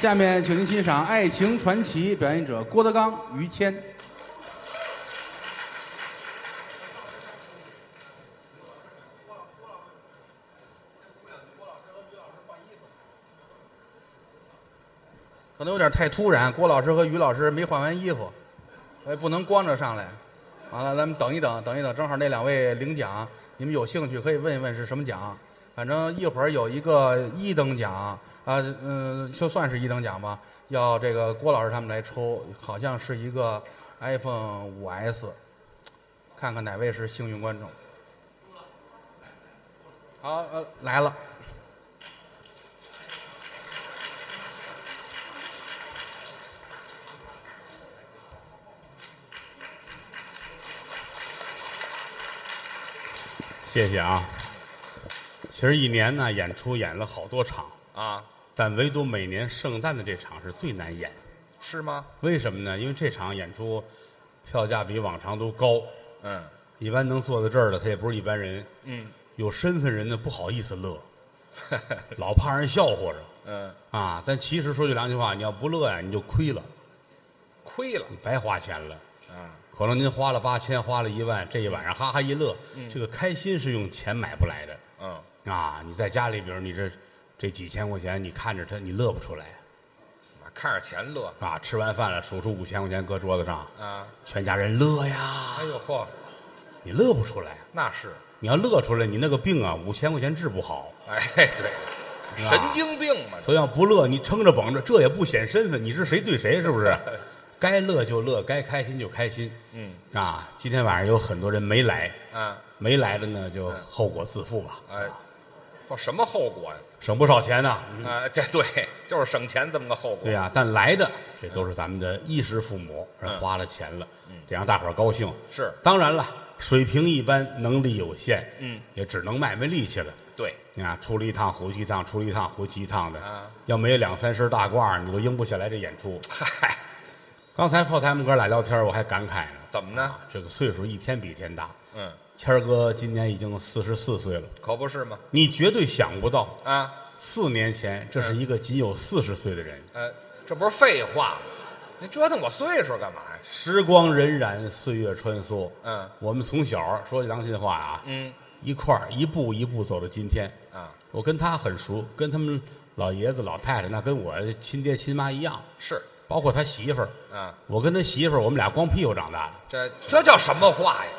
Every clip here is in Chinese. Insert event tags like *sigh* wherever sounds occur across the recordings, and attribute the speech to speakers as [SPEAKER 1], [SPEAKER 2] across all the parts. [SPEAKER 1] 下面，请您欣赏《爱情传奇》，表演者郭德纲、于谦。
[SPEAKER 2] 可能有点太突然，郭老师和于老师没换完衣服，哎，不能光着上来。完了，咱们等一等，等一等，正好那两位领奖，你们有兴趣可以问一问是什么奖。反正一会儿有一个一等奖啊，嗯、就算是一等奖吧，要这个郭老师他们来抽，好像是一个 iPhone 五 S，看看哪位是幸运观众。好，呃，来了。
[SPEAKER 3] 谢谢啊。其实一年呢，演出演了好多场，
[SPEAKER 4] 啊，
[SPEAKER 3] 但唯独每年圣诞的这场是最难演。
[SPEAKER 4] 是吗？
[SPEAKER 3] 为什么呢？因为这场演出票价比往常都高，
[SPEAKER 4] 嗯
[SPEAKER 3] 一般能坐在这儿的他也不是一般人，
[SPEAKER 4] 嗯
[SPEAKER 3] 有身份人呢不好意思乐，老怕人笑话着
[SPEAKER 4] 嗯，
[SPEAKER 3] 啊。但其实说句良心话，你要不乐呀、你就亏了，
[SPEAKER 4] 亏了
[SPEAKER 3] 你白花钱了。
[SPEAKER 4] 啊，
[SPEAKER 3] 可能您花了八千，花了一万，这一晚上哈哈一乐，这个开心是用钱买不来的。
[SPEAKER 4] 嗯，
[SPEAKER 3] 啊，你在家里，比如你这这几千块钱，你看着他，你乐不出来
[SPEAKER 4] 看着钱乐
[SPEAKER 3] 啊。吃完饭了，数出五千块钱搁桌子上，
[SPEAKER 4] 啊，
[SPEAKER 3] 全家人乐呀
[SPEAKER 4] 哎，呦嚯，
[SPEAKER 3] 你乐不出来。
[SPEAKER 4] 那是，
[SPEAKER 3] 你要乐出来，你那个病啊，五千块钱治不好。
[SPEAKER 4] 哎 *laughs* 对，神经病嘛，
[SPEAKER 3] 所以要不乐，你撑着绷着，这也不显身份，你是谁对谁是不是？该乐就乐，该开心就开心。
[SPEAKER 4] 嗯
[SPEAKER 3] 啊，今天晚上有很多人没来，
[SPEAKER 4] 啊，
[SPEAKER 3] 没来的呢就后果自负吧，
[SPEAKER 4] 哎，嚯，什么后果呀？
[SPEAKER 3] 省不少钱呢、
[SPEAKER 4] 啊，这 *laughs* 对，就是省钱这么个后果。
[SPEAKER 3] 对呀、但来的这都是咱们的衣食父母，人花了钱了，得让大伙儿高兴。
[SPEAKER 4] 是
[SPEAKER 3] 当然了，水平一般，能力有限，
[SPEAKER 4] 嗯，
[SPEAKER 3] 也只能卖卖力气了。
[SPEAKER 4] 对，
[SPEAKER 3] 你看，出了一趟回去一趟，出了一趟回去一趟的，
[SPEAKER 4] 啊
[SPEAKER 3] 要没两三身大褂儿，你都应不下来这演出。
[SPEAKER 4] 嗨，
[SPEAKER 3] 刚才后台我们哥俩聊天，我还感慨呢，
[SPEAKER 4] 怎么呢
[SPEAKER 3] 啊？这个岁数一天比一天大。
[SPEAKER 4] 嗯，
[SPEAKER 3] 谦儿哥今年已经四十四岁了，
[SPEAKER 4] 可不是吗？
[SPEAKER 3] 你绝对想不到，
[SPEAKER 4] 啊，
[SPEAKER 3] 四年前这是一个仅有四十岁的人。
[SPEAKER 4] 呃，这不是废话吗？你折腾我岁数干嘛呀？
[SPEAKER 3] 时光荏苒，岁月穿梭。
[SPEAKER 4] 嗯
[SPEAKER 3] 我们从小说句良心话啊，
[SPEAKER 4] 嗯
[SPEAKER 3] 一块儿一步一步走到今天。
[SPEAKER 4] 啊，
[SPEAKER 3] 我跟他很熟，跟他们老爷子老太太那跟我亲爹亲妈一样，
[SPEAKER 4] 是
[SPEAKER 3] 包括他媳妇儿。
[SPEAKER 4] 啊，
[SPEAKER 3] 我跟他媳妇儿，我们俩光屁股长大的，
[SPEAKER 4] 这这叫什么话呀？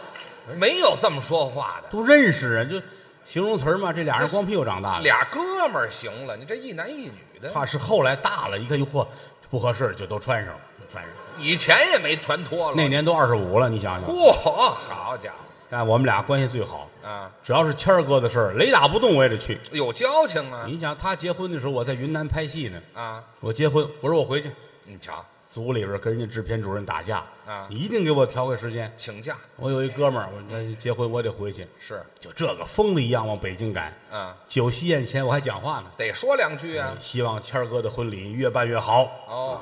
[SPEAKER 4] 没有这么说话的，
[SPEAKER 3] 都认识啊，就形容词儿嘛。这俩人光屁股长大的，
[SPEAKER 4] 俩哥们儿行了，你这一男一女的，
[SPEAKER 3] 怕是后来大了，一看哟嚯，不合适，就都穿上了，就穿上了。
[SPEAKER 4] 以前也没传脱了。
[SPEAKER 3] 那年都二十五了，你想想。
[SPEAKER 4] 嚯，好家伙
[SPEAKER 3] 但我们俩关系最好，
[SPEAKER 4] 啊，
[SPEAKER 3] 只要是谦儿哥的事儿，雷打不动我也得去。
[SPEAKER 4] 有交情啊
[SPEAKER 3] 你想他结婚的时候，我在云南拍戏呢。
[SPEAKER 4] 啊！
[SPEAKER 3] 我结婚，我说我回去，
[SPEAKER 4] 你瞧，
[SPEAKER 3] 组里边跟人家制片主任打架
[SPEAKER 4] 啊
[SPEAKER 3] 你一定给我调个时间。
[SPEAKER 4] 请假
[SPEAKER 3] 我有一哥们儿，我那结婚我得回去，
[SPEAKER 4] 是
[SPEAKER 3] 就这个疯了一样往北京赶。
[SPEAKER 4] 啊，
[SPEAKER 3] 酒席宴前我还讲话呢，
[SPEAKER 4] 得说两句啊。
[SPEAKER 3] 希望谦儿哥的婚礼越办越好。
[SPEAKER 4] 哦，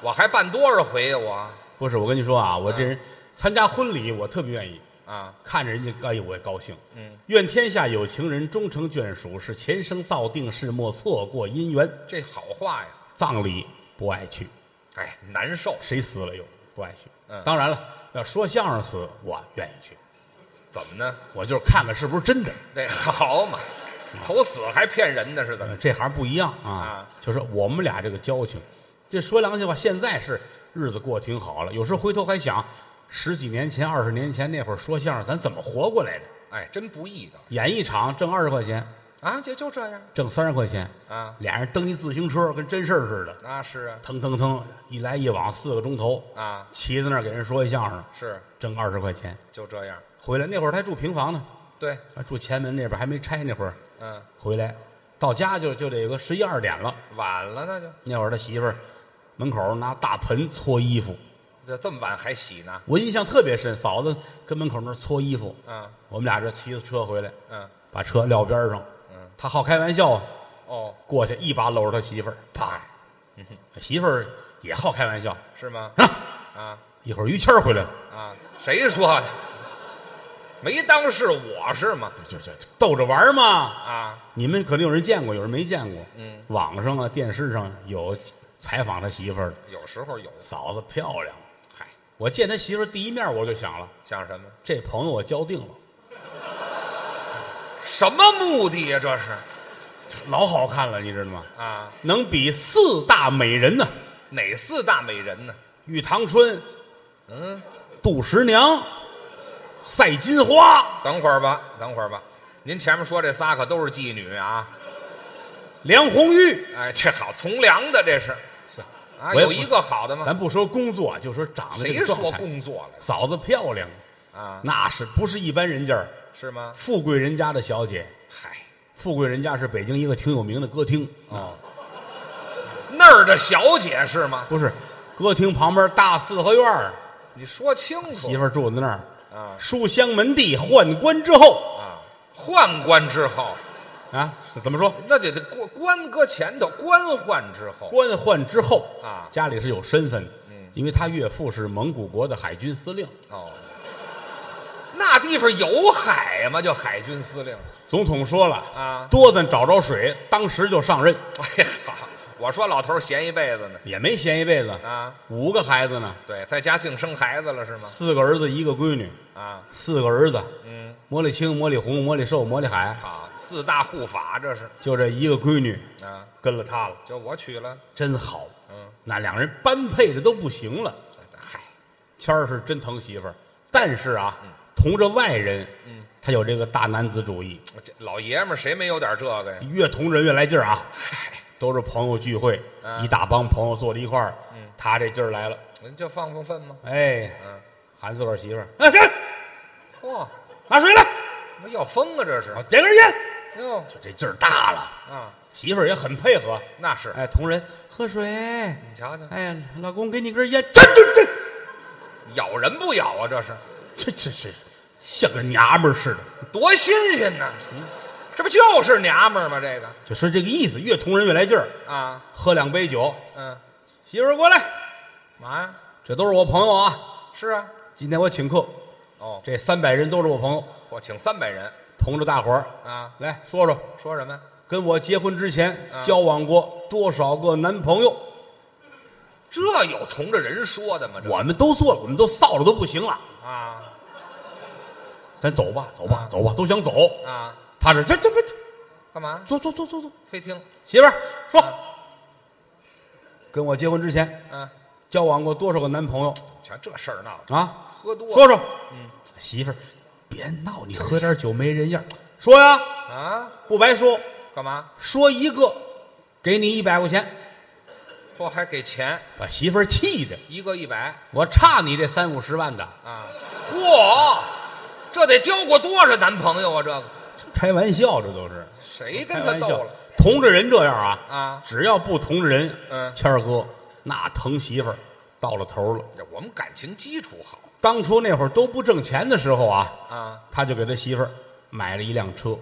[SPEAKER 4] 我还办多少回呀、我
[SPEAKER 3] 不是，我跟你说啊，我这人参加婚礼我特别愿意，
[SPEAKER 4] 啊，
[SPEAKER 3] 看着人家，哎呦我也高兴。
[SPEAKER 4] 嗯，
[SPEAKER 3] 愿天下有情人终成眷属，是前生造定，是莫错过姻缘。
[SPEAKER 4] 这好话呀，
[SPEAKER 3] 葬礼不爱去，
[SPEAKER 4] 哎，难受，
[SPEAKER 3] 谁死了又不爱去。
[SPEAKER 4] 嗯
[SPEAKER 3] 当然了，要说相声死，我愿意去，
[SPEAKER 4] 怎么呢？
[SPEAKER 3] 我就是看看是不是真的。
[SPEAKER 4] 这 *laughs* 好嘛，投死还骗人呢，是怎
[SPEAKER 3] 呃
[SPEAKER 4] 么？
[SPEAKER 3] 这行不一样啊，
[SPEAKER 4] 啊
[SPEAKER 3] 就是我们俩这个交情，这说良心话，现在是日子过挺好了，有时候回头还想，十几年前、二十年前那会儿说相声，咱怎么活过来的？
[SPEAKER 4] 哎，真不易的
[SPEAKER 3] 演一场挣二十块钱，
[SPEAKER 4] 啊，这就这样
[SPEAKER 3] 挣三十块钱，
[SPEAKER 4] 啊，
[SPEAKER 3] 俩人蹬一自行车，跟真事儿似的，
[SPEAKER 4] 那是啊
[SPEAKER 3] 腾腾腾，一来一往四个钟头，
[SPEAKER 4] 啊，
[SPEAKER 3] 骑在那儿给人说一相声，
[SPEAKER 4] 是
[SPEAKER 3] 挣二十块钱。
[SPEAKER 4] 就这样，
[SPEAKER 3] 回来那会儿他还住平房呢，
[SPEAKER 4] 对，
[SPEAKER 3] 啊住前门那边还没拆那会儿，
[SPEAKER 4] 嗯、
[SPEAKER 3] 回来到家就就得有个十一二点了。
[SPEAKER 4] 晚了那就
[SPEAKER 3] 那会儿他媳妇儿门口拿大盆搓衣服，
[SPEAKER 4] 这这么晚还洗呢，
[SPEAKER 3] 我印象特别深。嫂子跟门口那儿搓衣服，
[SPEAKER 4] 啊，
[SPEAKER 3] 我们俩这骑着车回来，
[SPEAKER 4] 嗯、
[SPEAKER 3] 把车撂边上。
[SPEAKER 4] 嗯，
[SPEAKER 3] 他好开玩笑啊，
[SPEAKER 4] 哦，
[SPEAKER 3] 过去一把搂着他媳妇儿，啪，
[SPEAKER 4] 嗯
[SPEAKER 3] 他媳妇儿也好开玩笑
[SPEAKER 4] 是吗？
[SPEAKER 3] 啊。
[SPEAKER 4] 啊
[SPEAKER 3] 一会儿于谦儿回来了，
[SPEAKER 4] 啊，谁说的？没当是我是吗？
[SPEAKER 3] 就就就逗着玩儿嘛。
[SPEAKER 4] 啊，
[SPEAKER 3] 你们可能有人见过，有人没见过。
[SPEAKER 4] 嗯，
[SPEAKER 3] 网上啊，电视上有采访他媳妇儿的，
[SPEAKER 4] 有时候有。
[SPEAKER 3] 嫂子漂亮。
[SPEAKER 4] 嗨，
[SPEAKER 3] 我见他媳妇儿第一面我就想了，
[SPEAKER 4] 像什么？
[SPEAKER 3] 这朋友我交定了，
[SPEAKER 4] 什么目的呀？这是
[SPEAKER 3] 老好看了，你知道吗？
[SPEAKER 4] 啊，
[SPEAKER 3] 能比四大美人呢、
[SPEAKER 4] 哪四大美人呢？
[SPEAKER 3] 玉堂春，嗯，杜十娘，赛金花，
[SPEAKER 4] 等会儿吧，等会儿吧。您前面说这仨可都是妓女啊！
[SPEAKER 3] 梁红玉。
[SPEAKER 4] 哎，这好从良的这是啊，
[SPEAKER 3] 我也
[SPEAKER 4] 有
[SPEAKER 3] 不
[SPEAKER 4] 一个好的吗？
[SPEAKER 3] 咱不说工作，就说长得这
[SPEAKER 4] 谁
[SPEAKER 3] 个状
[SPEAKER 4] 说
[SPEAKER 3] 态
[SPEAKER 4] 工作了
[SPEAKER 3] 嫂子漂亮，
[SPEAKER 4] 啊？
[SPEAKER 3] 那是不是一般人家儿？
[SPEAKER 4] 是吗？
[SPEAKER 3] 富贵人家的小姐，
[SPEAKER 4] 嗨，
[SPEAKER 3] 富贵人家是北京一个挺有名的歌厅啊，
[SPEAKER 4] 哦那儿的小姐是吗？
[SPEAKER 3] 不是，歌厅旁边大四合院儿
[SPEAKER 4] 你说清楚
[SPEAKER 3] 媳妇儿住在那儿。
[SPEAKER 4] 啊
[SPEAKER 3] 书香门第，宦官之后
[SPEAKER 4] 啊！宦官之后，
[SPEAKER 3] 啊，怎么说？
[SPEAKER 4] 那得得官官搁前头，官宦之后
[SPEAKER 3] 官宦之后
[SPEAKER 4] 啊
[SPEAKER 3] 家里是有身份的，
[SPEAKER 4] 嗯
[SPEAKER 3] 因为他岳父是蒙古国的海军司令，
[SPEAKER 4] 哦。那地方有海吗？就海军司令。
[SPEAKER 3] 总统说了
[SPEAKER 4] 啊 *laughs*
[SPEAKER 3] 多咱找着水，当时就上任，
[SPEAKER 4] 哎呀，我说老头儿闲一辈子呢
[SPEAKER 3] 也没闲一辈子，
[SPEAKER 4] 啊！
[SPEAKER 3] 五个孩子呢，
[SPEAKER 4] 对，在家净生孩子了是吗？
[SPEAKER 3] 四个儿子一个闺女，
[SPEAKER 4] 啊，
[SPEAKER 3] 四个儿子，
[SPEAKER 4] 嗯，
[SPEAKER 3] 魔力青、魔力红、魔力寿、魔力海，
[SPEAKER 4] 好，四大护法这是
[SPEAKER 3] 就这一个闺女
[SPEAKER 4] 啊，
[SPEAKER 3] 跟了他了，
[SPEAKER 4] 就我娶了，
[SPEAKER 3] 真好。
[SPEAKER 4] 嗯，
[SPEAKER 3] 那两人般配的都不行了。
[SPEAKER 4] 嗨，
[SPEAKER 3] 谦儿是真疼媳妇儿，但是啊，同着外人，嗯，他有这个大男子主义，
[SPEAKER 4] 这老爷们儿谁没有点这个呀？
[SPEAKER 3] 越同着越来劲儿啊。都是朋友聚会，
[SPEAKER 4] 嗯
[SPEAKER 3] 一大帮朋友坐在一块儿，他这劲儿来了，
[SPEAKER 4] 您就放放粪吗？
[SPEAKER 3] 哎，
[SPEAKER 4] 嗯，
[SPEAKER 3] 喊自个儿媳妇儿，哎，这儿
[SPEAKER 4] 嚯，
[SPEAKER 3] 拿水来，
[SPEAKER 4] 那要疯啊这是
[SPEAKER 3] 我！点根烟，
[SPEAKER 4] 哟
[SPEAKER 3] 就这劲儿大了。
[SPEAKER 4] 啊，
[SPEAKER 3] 媳妇儿也很配合，
[SPEAKER 4] 那是
[SPEAKER 3] 哎，同人喝水，
[SPEAKER 4] 你瞧瞧，
[SPEAKER 3] 哎，老公给你根烟，这这这
[SPEAKER 4] 咬人不咬啊？这是
[SPEAKER 3] 这这这，像个娘们儿似的，
[SPEAKER 4] 多新鲜呐！
[SPEAKER 3] 嗯
[SPEAKER 4] 这不就是娘们儿吗？这个
[SPEAKER 3] 就说这个意思，越同人越来劲儿。
[SPEAKER 4] 啊，
[SPEAKER 3] 喝两杯酒，
[SPEAKER 4] 嗯，
[SPEAKER 3] 媳妇儿过来，
[SPEAKER 4] 嘛呀？
[SPEAKER 3] 这都是我朋友啊，
[SPEAKER 4] 是啊，
[SPEAKER 3] 今天我请客，
[SPEAKER 4] 哦，
[SPEAKER 3] 这三百人都是我朋友，
[SPEAKER 4] 我请三百人
[SPEAKER 3] 同着大伙儿
[SPEAKER 4] 啊，
[SPEAKER 3] 来说说，
[SPEAKER 4] 说什么呀？
[SPEAKER 3] 跟我结婚之前
[SPEAKER 4] 啊
[SPEAKER 3] 交往过多少个男朋友？
[SPEAKER 4] 这有同着人说的吗？这
[SPEAKER 3] 我们都做了，我们都臊了，都不行了，
[SPEAKER 4] 啊
[SPEAKER 3] 咱走吧，走吧
[SPEAKER 4] 啊，
[SPEAKER 3] 走吧，都想走。
[SPEAKER 4] 啊，
[SPEAKER 3] 他这这这不
[SPEAKER 4] 干嘛
[SPEAKER 3] 走走走走走，
[SPEAKER 4] 非听？
[SPEAKER 3] 媳妇儿说，
[SPEAKER 4] 啊
[SPEAKER 3] 跟我结婚之前
[SPEAKER 4] 啊，
[SPEAKER 3] 交往过多少个男朋友
[SPEAKER 4] 瞧这事儿闹的，
[SPEAKER 3] 啊？
[SPEAKER 4] 喝多
[SPEAKER 3] 说
[SPEAKER 4] 了
[SPEAKER 3] 说，嗯，媳妇儿，别闹，你喝点酒没人样儿。说呀，
[SPEAKER 4] 啊？
[SPEAKER 3] 不白说，
[SPEAKER 4] 干嘛？
[SPEAKER 3] 说一个，给你一百块钱，
[SPEAKER 4] 嚯，还给钱
[SPEAKER 3] 把媳妇儿气的，
[SPEAKER 4] 一个一百
[SPEAKER 3] 我差你这三五十万的，
[SPEAKER 4] 啊？嚯，这得交过多少男朋友啊？这个
[SPEAKER 3] 开玩笑，这都是
[SPEAKER 4] 谁跟他斗了？。
[SPEAKER 3] 同着人这样啊
[SPEAKER 4] 啊
[SPEAKER 3] 只要不同着人，
[SPEAKER 4] 嗯
[SPEAKER 3] 谦儿哥那疼媳妇儿到了头了。
[SPEAKER 4] 这我们感情基础好
[SPEAKER 3] 当初那会儿都不挣钱的时候啊，
[SPEAKER 4] 啊，
[SPEAKER 3] 他就给他媳妇儿买了一辆车，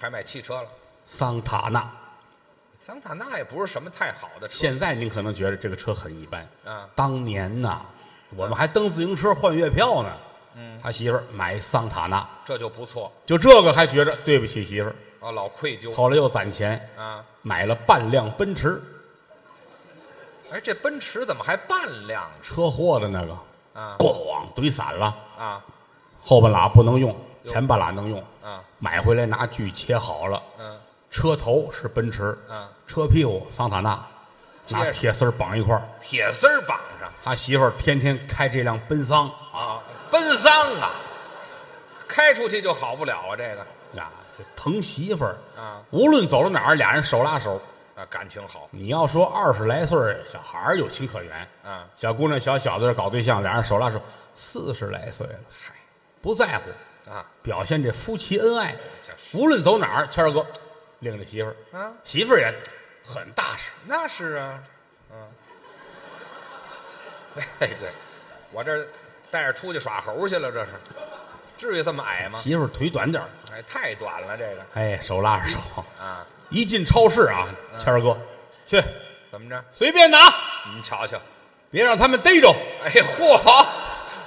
[SPEAKER 4] 还买汽车了。
[SPEAKER 3] 桑塔纳。
[SPEAKER 4] 桑塔纳也不是什么太好的车
[SPEAKER 3] 现在您可能觉得这个车很一般，
[SPEAKER 4] 啊，
[SPEAKER 3] 当年呐，我们还蹬自行车换月票呢。嗯，他媳妇儿买桑塔纳，
[SPEAKER 4] 这就不错
[SPEAKER 3] 就这个还觉着对不起媳妇儿。
[SPEAKER 4] 啊，老愧疚
[SPEAKER 3] 后来又攒钱，
[SPEAKER 4] 啊。
[SPEAKER 3] 买了半辆奔驰，
[SPEAKER 4] 哎，这奔驰怎么还半辆呢
[SPEAKER 3] 车祸的那个，
[SPEAKER 4] 啊
[SPEAKER 3] 咣怼散了，
[SPEAKER 4] 啊
[SPEAKER 3] 后半拉不能用，前半拉能用。
[SPEAKER 4] 啊
[SPEAKER 3] 买回来拿锯切好了，
[SPEAKER 4] 嗯
[SPEAKER 3] 车头是奔驰，
[SPEAKER 4] 啊，
[SPEAKER 3] 车屁股桑塔纳，
[SPEAKER 4] 接
[SPEAKER 3] 拿
[SPEAKER 4] 着
[SPEAKER 3] 铁丝儿绑一块儿。
[SPEAKER 4] 铁丝儿绑上
[SPEAKER 3] 他媳妇儿天天开这辆奔桑
[SPEAKER 4] 啊，奔丧啊，开出去就好不了啊，这个
[SPEAKER 3] 啊，这疼媳妇儿
[SPEAKER 4] 啊，
[SPEAKER 3] 无论走到哪儿，俩人手拉手。
[SPEAKER 4] 啊感情好
[SPEAKER 3] 你要说二十来岁儿小孩儿有情可原，
[SPEAKER 4] 啊，
[SPEAKER 3] 小姑娘小小子搞对象，俩人手拉手，四十来岁了
[SPEAKER 4] 嗨
[SPEAKER 3] 不在乎，
[SPEAKER 4] 啊，
[SPEAKER 3] 表现这夫妻恩爱。
[SPEAKER 4] 就是
[SPEAKER 3] 无论走哪儿，谦儿哥领着媳妇儿，
[SPEAKER 4] 啊
[SPEAKER 3] 媳妇儿也很大声，
[SPEAKER 4] 那是啊， *laughs* 嗯，对对，我这带着出去耍猴去了，这是，至于这么矮吗？
[SPEAKER 3] 媳妇儿腿短点儿，
[SPEAKER 4] 哎，太短了这个
[SPEAKER 3] 哎，手拉着手。
[SPEAKER 4] 啊，
[SPEAKER 3] 一进超市啊，谦儿哥，去
[SPEAKER 4] 怎么着？
[SPEAKER 3] 随便拿，
[SPEAKER 4] 您瞧瞧，
[SPEAKER 3] 别让他们逮着。
[SPEAKER 4] 哎嚯，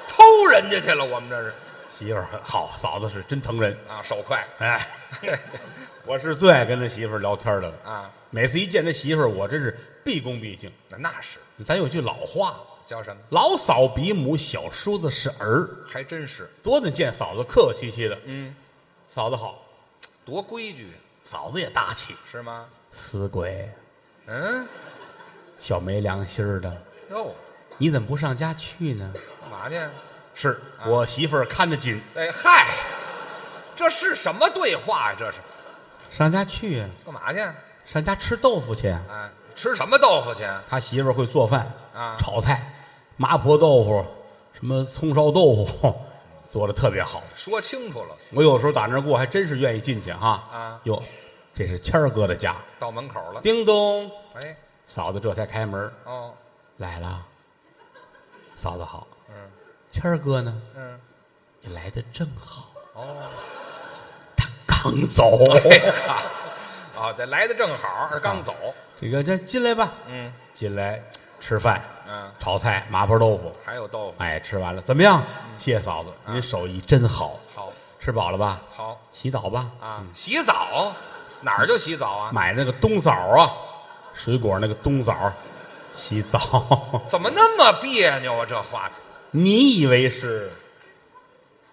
[SPEAKER 4] 偷人家去了，我们这是
[SPEAKER 3] 媳妇儿好，嫂子是真疼人。
[SPEAKER 4] 啊，手快
[SPEAKER 3] 哎， *laughs* 我是最爱跟这媳妇儿聊天的了。
[SPEAKER 4] 啊，
[SPEAKER 3] 每次一见这媳妇儿，我真是毕恭毕敬。
[SPEAKER 4] 那那是
[SPEAKER 3] 咱有句老话，
[SPEAKER 4] 叫什么？
[SPEAKER 3] 老嫂比母，小叔子是儿。
[SPEAKER 4] 还真是，
[SPEAKER 3] 多得见嫂子客客气气的，
[SPEAKER 4] 嗯，
[SPEAKER 3] 嫂子好，
[SPEAKER 4] 多规矩
[SPEAKER 3] 嫂子也大气。
[SPEAKER 4] 是吗？
[SPEAKER 3] 死鬼，
[SPEAKER 4] 嗯，
[SPEAKER 3] 小没良心儿的，
[SPEAKER 4] 哟，
[SPEAKER 3] 你怎么不上家去呢？
[SPEAKER 4] 干嘛去？
[SPEAKER 3] 是我媳妇儿看得紧，
[SPEAKER 4] 哎嗨，这是什么对话呀？这是
[SPEAKER 3] 上家去呀，
[SPEAKER 4] 干嘛去？
[SPEAKER 3] 上家吃豆腐去啊呀。
[SPEAKER 4] 哎，吃什么豆腐去？
[SPEAKER 3] 他媳妇儿会做饭
[SPEAKER 4] 啊
[SPEAKER 3] 炒菜，麻婆豆腐，什么葱烧豆腐， *laughs* 做的特别好。
[SPEAKER 4] 说清楚了，
[SPEAKER 3] 我有时候打那儿过，还真是愿意进去哈。
[SPEAKER 4] 啊
[SPEAKER 3] 哟，这是谦儿哥的家。
[SPEAKER 4] 到门口了。
[SPEAKER 3] 叮咚，
[SPEAKER 4] 哎，
[SPEAKER 3] 嫂子这才开门
[SPEAKER 4] 哦，
[SPEAKER 3] 来了。嫂子好，
[SPEAKER 4] 嗯
[SPEAKER 3] 谦儿哥呢？
[SPEAKER 4] 嗯，
[SPEAKER 3] 你来的正好，
[SPEAKER 4] 哦，
[SPEAKER 3] 他刚走。
[SPEAKER 4] 哎哈，啊，这来的正好，刚走。
[SPEAKER 3] 这个这进来吧，
[SPEAKER 4] 嗯
[SPEAKER 3] 进来吃饭，
[SPEAKER 4] 嗯，
[SPEAKER 3] 炒菜麻婆豆腐。
[SPEAKER 4] 还有豆腐，
[SPEAKER 3] 哎，吃完了怎么样？谢谢嫂子，您手艺真好。
[SPEAKER 4] 好，
[SPEAKER 3] 吃饱了吧？
[SPEAKER 4] 好
[SPEAKER 3] 洗澡吧。
[SPEAKER 4] 啊。洗澡哪儿就洗澡啊？
[SPEAKER 3] 买那个冬枣啊，水果那个冬枣，洗澡。 *laughs*
[SPEAKER 4] 怎么那么别扭啊？这话
[SPEAKER 3] 你以为是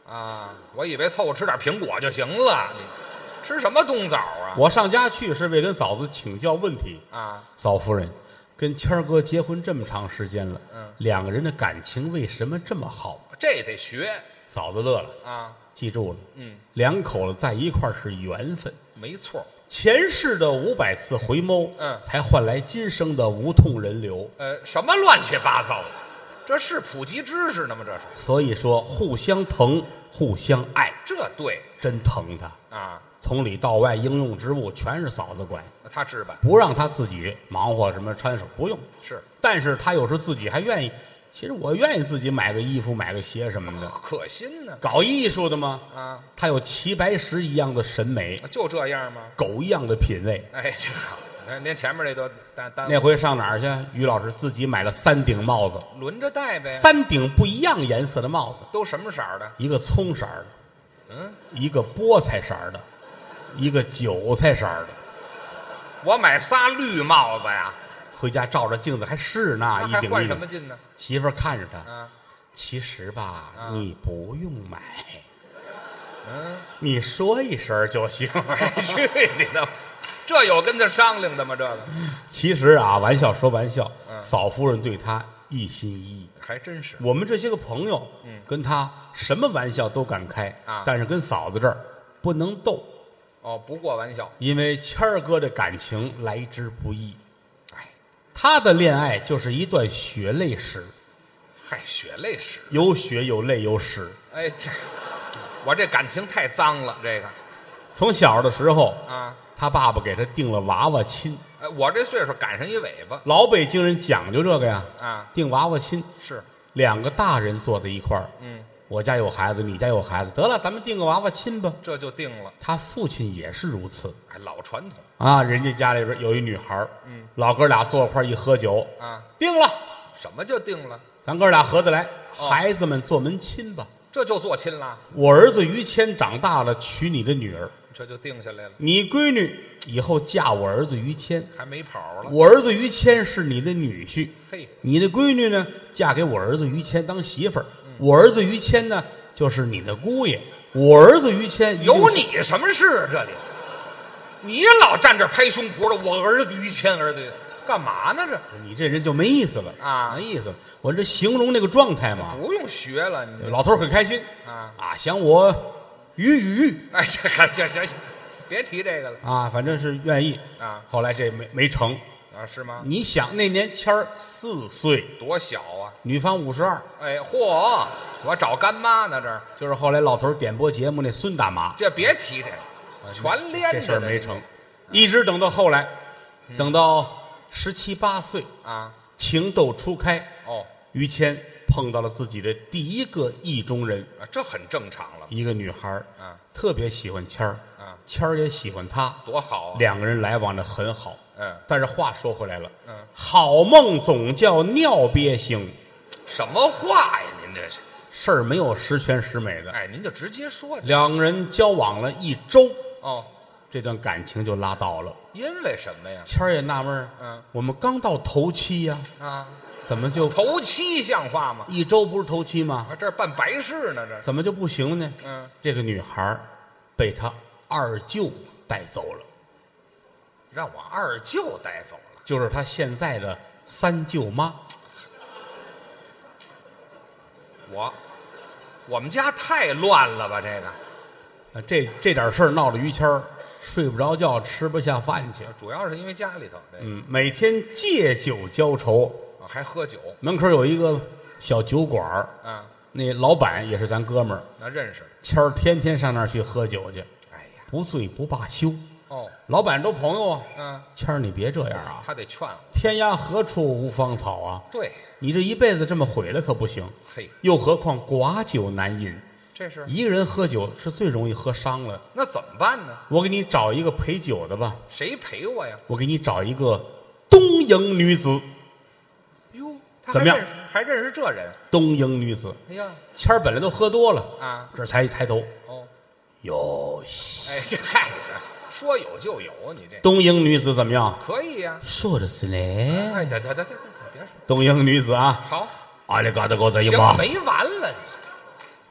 [SPEAKER 4] 啊，我以为凑合吃点苹果就行了，你吃什么冬枣啊？
[SPEAKER 3] 我上家去是为跟嫂子请教问题？
[SPEAKER 4] 啊，
[SPEAKER 3] 嫂夫人，跟谦儿哥结婚这么长时间了，
[SPEAKER 4] 嗯
[SPEAKER 3] 两个人的感情为什么这么好？
[SPEAKER 4] 这得学
[SPEAKER 3] 嫂子乐了，
[SPEAKER 4] 啊，
[SPEAKER 3] 记住了，
[SPEAKER 4] 嗯，
[SPEAKER 3] 两口子在一块儿是缘分，
[SPEAKER 4] 没错儿。
[SPEAKER 3] 前世的五百次回眸，
[SPEAKER 4] 嗯
[SPEAKER 3] 才换来今生的无痛人流。
[SPEAKER 4] 呃，什么乱七八糟的？这是普及知识呢吗？这是，哎
[SPEAKER 3] 所以说，互相疼，互相爱，
[SPEAKER 4] 这对
[SPEAKER 3] 真疼他。
[SPEAKER 4] 啊，
[SPEAKER 3] 从里到外，应用之物全是嫂子管，
[SPEAKER 4] 他置办
[SPEAKER 3] 不让他自己忙活什么掺手，不用。
[SPEAKER 4] 是
[SPEAKER 3] 但是他有时自己还愿意，其实我愿意自己买个衣服、买个鞋什么的。
[SPEAKER 4] 可心呢
[SPEAKER 3] 搞艺术的吗？
[SPEAKER 4] 啊，
[SPEAKER 3] 他有齐白石一样的审美，
[SPEAKER 4] 就这样吗？
[SPEAKER 3] 狗一样的品味。
[SPEAKER 4] 哎，这好，连连前面这都单单
[SPEAKER 3] 那回上哪儿去？于老师自己买了三顶帽子，
[SPEAKER 4] 轮着戴呗，
[SPEAKER 3] 三顶不一样颜色的帽子，
[SPEAKER 4] 都什么色儿的？
[SPEAKER 3] 一个葱色儿的，
[SPEAKER 4] 嗯，
[SPEAKER 3] 一个菠菜色儿的，一个韭菜色儿的。
[SPEAKER 4] 我买仨绿帽子呀，
[SPEAKER 3] 回家照着镜子还是那
[SPEAKER 4] 那
[SPEAKER 3] 啊一
[SPEAKER 4] 还
[SPEAKER 3] 顶
[SPEAKER 4] 换
[SPEAKER 3] 一
[SPEAKER 4] 什么
[SPEAKER 3] 顶。
[SPEAKER 4] 劲呢？
[SPEAKER 3] 媳妇儿看着他，
[SPEAKER 4] 啊，
[SPEAKER 3] 其实吧，
[SPEAKER 4] 啊
[SPEAKER 3] 你不用买，
[SPEAKER 4] 嗯，
[SPEAKER 3] 你说一声儿就行。 *laughs*
[SPEAKER 4] *laughs* 去你的吧！这有跟他商量的吗？这个
[SPEAKER 3] 其实啊，玩笑说玩笑，
[SPEAKER 4] 嗯
[SPEAKER 3] 嫂夫人对他一心一意。
[SPEAKER 4] 还真是
[SPEAKER 3] 我们这些个朋友，
[SPEAKER 4] 嗯
[SPEAKER 3] 跟他什么玩笑都敢开
[SPEAKER 4] 啊
[SPEAKER 3] 但是跟嫂子这儿不能斗，
[SPEAKER 4] 哦，不过玩笑，
[SPEAKER 3] 因为谦儿哥的感情来之不易，
[SPEAKER 4] 哎，
[SPEAKER 3] 他的恋爱就是一段血泪史，
[SPEAKER 4] 嗨，血泪史，
[SPEAKER 3] 有血有泪有史。
[SPEAKER 4] 哎，这我这感情太脏了，这个
[SPEAKER 3] 从小的时候，
[SPEAKER 4] 啊，
[SPEAKER 3] 他爸爸给他定了娃娃亲，
[SPEAKER 4] 哎，我这岁数赶上一尾巴
[SPEAKER 3] 老北京人讲究这个呀，
[SPEAKER 4] 啊，
[SPEAKER 3] 定娃娃亲，
[SPEAKER 4] 是，
[SPEAKER 3] 两个大人坐在一块儿，
[SPEAKER 4] 嗯，
[SPEAKER 3] 我家有孩子，你家有孩子，得了，咱们定个娃娃亲吧。
[SPEAKER 4] 这就定了，
[SPEAKER 3] 他父亲也是如此，
[SPEAKER 4] 哎，老传统
[SPEAKER 3] 啊，人家家里边有一女孩嗯，老哥俩坐一块儿一喝酒，
[SPEAKER 4] 啊，
[SPEAKER 3] 定了，
[SPEAKER 4] 什么就定了，
[SPEAKER 3] 咱哥俩合得来，
[SPEAKER 4] 哦
[SPEAKER 3] 孩子们做门亲吧。
[SPEAKER 4] 这就做亲了，
[SPEAKER 3] 我儿子于谦长大了，娶你的女儿；
[SPEAKER 4] 这就定下来了，
[SPEAKER 3] 你闺女以后嫁我儿子于谦，
[SPEAKER 4] 还没跑了，
[SPEAKER 3] 我儿子于谦是你的女婿，
[SPEAKER 4] 嘿，
[SPEAKER 3] 你的闺女呢嫁给我儿子于谦当媳妇儿，
[SPEAKER 4] 嗯
[SPEAKER 3] 我儿子于谦呢就是你的姑爷，我儿子于谦一定
[SPEAKER 4] 有
[SPEAKER 3] 是
[SPEAKER 4] 你什么事啊？这里，你老站这儿拍胸脯的，我儿子于谦，儿子于干嘛呢？这
[SPEAKER 3] 你这人就没意思了
[SPEAKER 4] 啊
[SPEAKER 3] 没意思了。我这形容那个状态嘛，
[SPEAKER 4] 不用学了，你
[SPEAKER 3] 老头儿很开心
[SPEAKER 4] 啊 *laughs*
[SPEAKER 3] 啊，想我鱼鱼鱼
[SPEAKER 4] 哎，这还行行行，别提这个了
[SPEAKER 3] 啊，反正是愿意
[SPEAKER 4] 啊。
[SPEAKER 3] 后来这没没成。
[SPEAKER 4] 啊，是吗？
[SPEAKER 3] 你想那年谦儿四岁，
[SPEAKER 4] 多小啊！
[SPEAKER 3] 女方五十二，
[SPEAKER 4] 哎，嚯，我找干妈呢，这儿
[SPEAKER 3] 就是后来老头儿点播节目那孙大妈，
[SPEAKER 4] 这别提这个，全连
[SPEAKER 3] 呃这
[SPEAKER 4] 着嗯
[SPEAKER 3] 事儿
[SPEAKER 4] 呢
[SPEAKER 3] 没成，一直等到后来，等到十七八岁，
[SPEAKER 4] 啊。
[SPEAKER 3] 情窦初开，
[SPEAKER 4] 哦，
[SPEAKER 3] 于谦碰到了自己的第一个意中人，
[SPEAKER 4] 啊这很正常了
[SPEAKER 3] 一个女孩儿
[SPEAKER 4] 啊
[SPEAKER 3] 特别喜欢谦儿，
[SPEAKER 4] 啊，
[SPEAKER 3] 谦儿也喜欢她，
[SPEAKER 4] 多好啊！
[SPEAKER 3] 两个人来往的很好。
[SPEAKER 4] 嗯，
[SPEAKER 3] 但是话说回来了，
[SPEAKER 4] 嗯，
[SPEAKER 3] 好梦总叫尿憋醒，
[SPEAKER 4] 什么话呀？您这是
[SPEAKER 3] 事儿没有十全十美的。
[SPEAKER 4] 哎，您就直接说去
[SPEAKER 3] 两人交往了一周，
[SPEAKER 4] 哦，
[SPEAKER 3] 这段感情就拉倒了。
[SPEAKER 4] 因为什么呀？
[SPEAKER 3] 谦儿也纳闷儿
[SPEAKER 4] 嗯，
[SPEAKER 3] 我们刚到头七呀、
[SPEAKER 4] 啊，
[SPEAKER 3] 怎么就
[SPEAKER 4] 头七像话吗？
[SPEAKER 3] 一周不是头七吗？
[SPEAKER 4] 啊，这儿办白事呢，这是
[SPEAKER 3] 怎么就不行呢？
[SPEAKER 4] 嗯，
[SPEAKER 3] 这个女孩儿被他二舅带走了，
[SPEAKER 4] 让我二舅带走了。
[SPEAKER 3] 就是他现在的三舅妈。
[SPEAKER 4] 我，我们家太乱了吧？这个
[SPEAKER 3] 啊这这点事儿闹得于谦儿睡不着觉，吃不下饭去。
[SPEAKER 4] 主要是因为家里头，这个
[SPEAKER 3] 嗯，每天借酒浇愁。
[SPEAKER 4] 啊还喝酒
[SPEAKER 3] 门口有一个小酒馆儿，
[SPEAKER 4] 啊，
[SPEAKER 3] 那老板也是咱哥们儿，
[SPEAKER 4] 那认识。
[SPEAKER 3] 谦儿天天上那儿去喝酒去，
[SPEAKER 4] 哎呀，
[SPEAKER 3] 不醉不罢休。
[SPEAKER 4] 哦，
[SPEAKER 3] 老板都朋友啊，
[SPEAKER 4] 嗯，
[SPEAKER 3] 谦儿你别这样啊，
[SPEAKER 4] 他得劝我。
[SPEAKER 3] 天涯何处无芳草啊，
[SPEAKER 4] 对，
[SPEAKER 3] 你这一辈子这么毁了可不行。
[SPEAKER 4] 嘿，
[SPEAKER 3] 又何况寡酒难饮，
[SPEAKER 4] 这是
[SPEAKER 3] 一个人喝酒是最容易喝伤了。
[SPEAKER 4] 那怎么办呢？
[SPEAKER 3] 我给你找一个陪酒的吧，
[SPEAKER 4] 谁陪我呀？
[SPEAKER 3] 我给你找一个东营女子，
[SPEAKER 4] 哟，他
[SPEAKER 3] 怎么
[SPEAKER 4] 还
[SPEAKER 3] 样
[SPEAKER 4] 认识还认识这人？
[SPEAKER 3] 东营女子。
[SPEAKER 4] 哎呀，
[SPEAKER 3] 谦儿本来都喝多了，
[SPEAKER 4] 啊，
[SPEAKER 3] 这才一抬头，
[SPEAKER 4] 哦，
[SPEAKER 3] 哟西，
[SPEAKER 4] 哎，这嗨，这说有就有，你这
[SPEAKER 3] 东营女子怎么样？
[SPEAKER 4] 可以呀。
[SPEAKER 3] 说的是呢。
[SPEAKER 4] 哎，得得得得得，别说，
[SPEAKER 3] 东营女子啊，
[SPEAKER 4] 好，
[SPEAKER 3] 阿里嘎达狗子一
[SPEAKER 4] 行
[SPEAKER 3] 巴，，
[SPEAKER 4] 没完了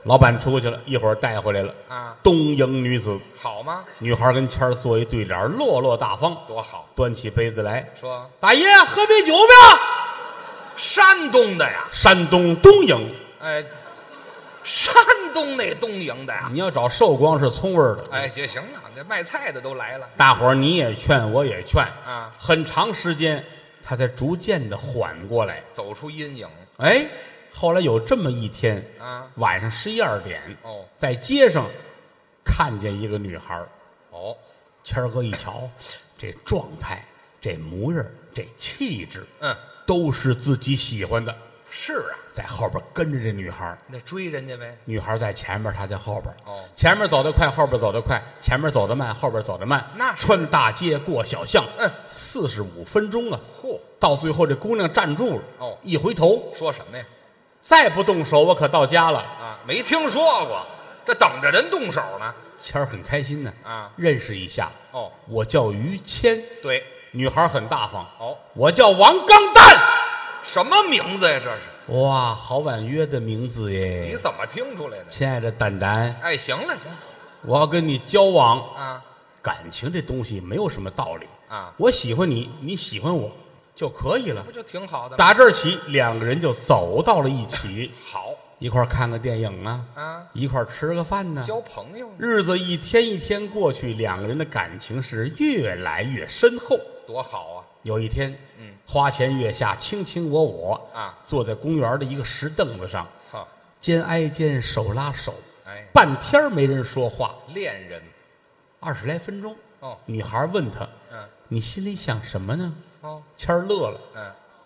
[SPEAKER 3] 老板出去了，一会儿带回来了。
[SPEAKER 4] 啊，
[SPEAKER 3] 东营女子，
[SPEAKER 4] 好吗？
[SPEAKER 3] 女孩跟谦儿做一对联儿，落落大方，
[SPEAKER 4] 多好，
[SPEAKER 3] 端起杯子来，
[SPEAKER 4] 说
[SPEAKER 3] 大爷喝杯酒吧。
[SPEAKER 4] 山东的呀，
[SPEAKER 3] 山东东营，
[SPEAKER 4] 哎，山东那东营的呀，
[SPEAKER 3] 你要找寿光是葱味儿的。
[SPEAKER 4] 啊哎，这行了，这卖菜的都来了
[SPEAKER 3] 大伙儿你也劝，我也劝，
[SPEAKER 4] 啊，
[SPEAKER 3] 很长时间他才逐渐的缓过来。
[SPEAKER 4] 走出阴影
[SPEAKER 3] 哎，后来有这么一天，
[SPEAKER 4] 啊，
[SPEAKER 3] 晚上十一二点，
[SPEAKER 4] 哦
[SPEAKER 3] 在街上看见一个女孩儿，
[SPEAKER 4] 哦，
[SPEAKER 3] 谦儿哥一瞧，这状态、这模样、这气质，
[SPEAKER 4] 嗯，
[SPEAKER 3] 都是自己喜欢的，
[SPEAKER 4] 是啊，
[SPEAKER 3] 在后边跟着这女孩儿。
[SPEAKER 4] 那追人家呗，
[SPEAKER 3] 女孩儿在前面，他在后边。
[SPEAKER 4] 哦
[SPEAKER 3] 前面走得快，后边走得快；前面走得慢，后边走得慢。
[SPEAKER 4] 那是
[SPEAKER 3] 穿大街过小巷，
[SPEAKER 4] 嗯
[SPEAKER 3] 四十五分钟啊！
[SPEAKER 4] 嚯，
[SPEAKER 3] 到最后，这姑娘站住了，
[SPEAKER 4] 哦
[SPEAKER 3] 一回头，
[SPEAKER 4] 说什么呀？
[SPEAKER 3] 再不动手，我可到家了。
[SPEAKER 4] 啊，没听说过，这等着人动手呢，
[SPEAKER 3] 谦儿很开心呢，
[SPEAKER 4] 啊
[SPEAKER 3] 认识一下，
[SPEAKER 4] 哦，
[SPEAKER 3] 我叫于谦，
[SPEAKER 4] 对，
[SPEAKER 3] 女孩很大方。
[SPEAKER 4] 哦，
[SPEAKER 3] 我叫王刚蛋，
[SPEAKER 4] 什么名字呀？这是
[SPEAKER 3] 哇，好婉约的名字
[SPEAKER 4] 你
[SPEAKER 3] 耶！
[SPEAKER 4] 怎么听出来的？
[SPEAKER 3] 亲爱的蛋蛋，
[SPEAKER 4] 哎，行了行了
[SPEAKER 3] 我要跟你交往，
[SPEAKER 4] 啊
[SPEAKER 3] 感情这东西没有什么道理。
[SPEAKER 4] 啊，
[SPEAKER 3] 我喜欢你，你喜欢我就可以了
[SPEAKER 4] 不。就挺好的吗？
[SPEAKER 3] 打这儿起，两个人就走到了一起，
[SPEAKER 4] 好
[SPEAKER 3] 一块儿看个电影啊，
[SPEAKER 4] 啊，
[SPEAKER 3] 一块儿吃个饭呢、
[SPEAKER 4] 交朋友
[SPEAKER 3] 日子一天一天过去，两个人的感情是越来越深厚。
[SPEAKER 4] 多好啊！
[SPEAKER 3] 有一天，
[SPEAKER 4] 嗯，
[SPEAKER 3] 花前月下，卿卿我我
[SPEAKER 4] 啊，
[SPEAKER 3] 坐在公园的一个石凳子上，
[SPEAKER 4] 哈，
[SPEAKER 3] 肩挨肩，手拉手，
[SPEAKER 4] 哎，
[SPEAKER 3] 半天儿没人说话，
[SPEAKER 4] 恋人
[SPEAKER 3] 二十来分钟。
[SPEAKER 4] 哦，
[SPEAKER 3] 女孩问他
[SPEAKER 4] 嗯，：“
[SPEAKER 3] 你心里想什么呢
[SPEAKER 4] 哦，？”
[SPEAKER 3] 谦儿乐了，
[SPEAKER 4] 嗯，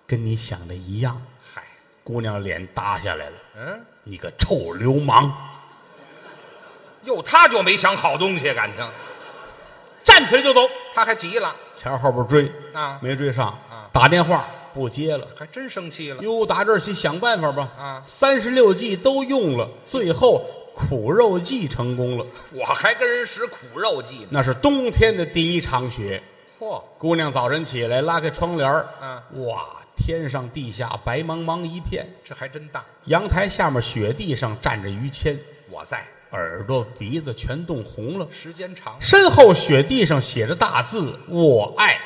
[SPEAKER 3] 跟你想的一样。
[SPEAKER 4] 嗨，
[SPEAKER 3] 姑娘脸耷下来了，
[SPEAKER 4] 嗯，
[SPEAKER 3] 你个臭流氓，
[SPEAKER 4] 哟，他就没想好东西，感情
[SPEAKER 3] 站起来就走。
[SPEAKER 4] 他还急了，
[SPEAKER 3] 前儿后边追
[SPEAKER 4] 啊
[SPEAKER 3] 没追上
[SPEAKER 4] 啊
[SPEAKER 3] 打电话不接了。
[SPEAKER 4] 还真生气了。
[SPEAKER 3] 哟，打这儿起想办法吧。
[SPEAKER 4] 啊
[SPEAKER 3] 三十六计都用了，最后苦肉计成功了。
[SPEAKER 4] 我还跟人使苦肉计呢。
[SPEAKER 3] 那是冬天的第一场雪，
[SPEAKER 4] 嚯，
[SPEAKER 3] 姑娘早晨起来拉开窗帘儿
[SPEAKER 4] 啊
[SPEAKER 3] 哇，天上地下白茫茫一片，
[SPEAKER 4] 这还真大。
[SPEAKER 3] 阳台下面雪地上站着于谦，
[SPEAKER 4] 我在
[SPEAKER 3] 耳朵鼻子全冻红了。
[SPEAKER 4] 时间长，
[SPEAKER 3] 身后雪地上写着大字“我爱”，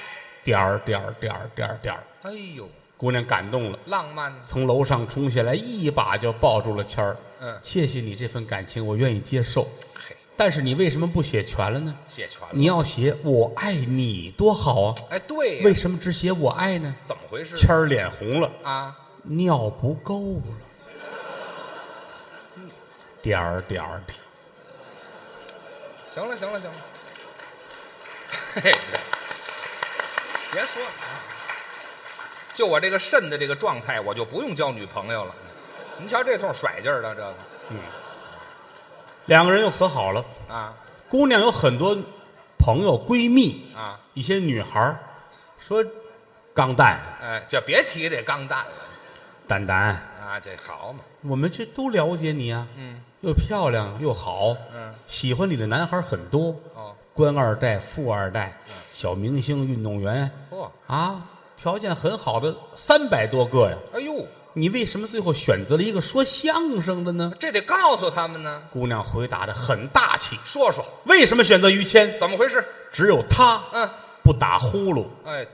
[SPEAKER 3] 点儿点儿点儿点儿点儿。
[SPEAKER 4] 哎呦，
[SPEAKER 3] 姑娘感动了，
[SPEAKER 4] 浪漫呢
[SPEAKER 3] 从楼上冲下来，一把就抱住了谦儿。
[SPEAKER 4] 嗯
[SPEAKER 3] 谢谢你这份感情，我愿意接受。
[SPEAKER 4] 嘿，
[SPEAKER 3] 但是你为什么不写全了呢？
[SPEAKER 4] 写全了。
[SPEAKER 3] 你要写“我爱你”多好啊，
[SPEAKER 4] 哎，对呀，
[SPEAKER 3] 为什么只写“我爱”呢？
[SPEAKER 4] 怎么回事
[SPEAKER 3] 谦儿脸红了，
[SPEAKER 4] 啊？
[SPEAKER 3] 尿不够了，点儿点儿点儿。
[SPEAKER 4] 行了，行了，行了。嘿，别说了，就我这个肾的这个状态，我就不用交女朋友了。您瞧这通甩劲儿的这个
[SPEAKER 3] 嗯两个人又和好了。
[SPEAKER 4] 啊
[SPEAKER 3] 姑娘有很多朋友闺蜜，
[SPEAKER 4] 啊，
[SPEAKER 3] 一些女孩儿说：“钢蛋，
[SPEAKER 4] 哎，就别提这钢蛋了。
[SPEAKER 3] 丹丹，
[SPEAKER 4] 啊，这好嘛，
[SPEAKER 3] 我们这都了解你啊，
[SPEAKER 4] 嗯
[SPEAKER 3] 又漂亮又好，
[SPEAKER 4] 嗯，
[SPEAKER 3] 喜欢你的男孩很多，
[SPEAKER 4] 哦，
[SPEAKER 3] 官二代、富二代、小明星、运动员
[SPEAKER 4] 嚯，
[SPEAKER 3] 啊，条件很好的三百多个呀。
[SPEAKER 4] 哎呦，
[SPEAKER 3] 你为什么最后选择了一个说相声的呢？
[SPEAKER 4] 这得告诉他们呢，
[SPEAKER 3] 姑娘回答的很大气，
[SPEAKER 4] 说说
[SPEAKER 3] 为什么选择于谦？
[SPEAKER 4] 怎么回事？
[SPEAKER 3] 只有他，
[SPEAKER 4] 嗯，
[SPEAKER 3] 不打呼噜，
[SPEAKER 4] 哎，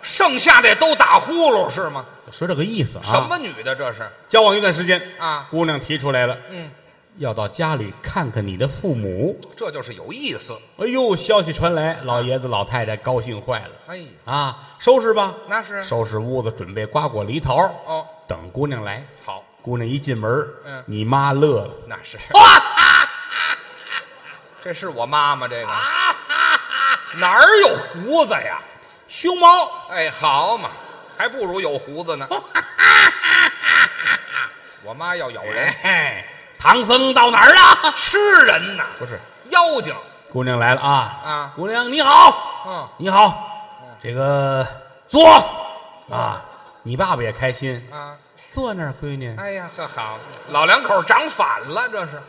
[SPEAKER 4] 剩下的都打呼噜是吗？
[SPEAKER 3] 说这个意思啊。
[SPEAKER 4] 什么女的这是？
[SPEAKER 3] 交往一段时间
[SPEAKER 4] 啊
[SPEAKER 3] 姑娘提出来了，
[SPEAKER 4] 嗯，
[SPEAKER 3] 要到家里看看你的父母。
[SPEAKER 4] 这就是有意思。
[SPEAKER 3] 哎呦，消息传来，老爷子老太太高兴坏了
[SPEAKER 4] 哎，
[SPEAKER 3] 啊！收拾吧，
[SPEAKER 4] 那是
[SPEAKER 3] 收拾屋子，准备瓜果梨桃。
[SPEAKER 4] 哦，
[SPEAKER 3] 等姑娘来。
[SPEAKER 4] 好，
[SPEAKER 3] 姑娘一进门，
[SPEAKER 4] 嗯
[SPEAKER 3] 你妈乐了，
[SPEAKER 4] 那是。 *laughs* 这是我妈妈，这个哪儿有胡子呀？
[SPEAKER 3] 胸毛
[SPEAKER 4] 哎，好嘛，还不如有胡子呢。我妈要咬人，
[SPEAKER 3] 哎，唐僧到哪儿了？
[SPEAKER 4] 吃人呐，
[SPEAKER 3] 不是，
[SPEAKER 4] 妖精
[SPEAKER 3] 姑娘来了啊
[SPEAKER 4] 啊
[SPEAKER 3] 姑娘你好，
[SPEAKER 4] 嗯
[SPEAKER 3] 你好，这个坐啊，你爸爸也开心，
[SPEAKER 4] 啊！
[SPEAKER 3] 坐那儿，闺女。
[SPEAKER 4] 哎呀，呵好，老两口长反了，这是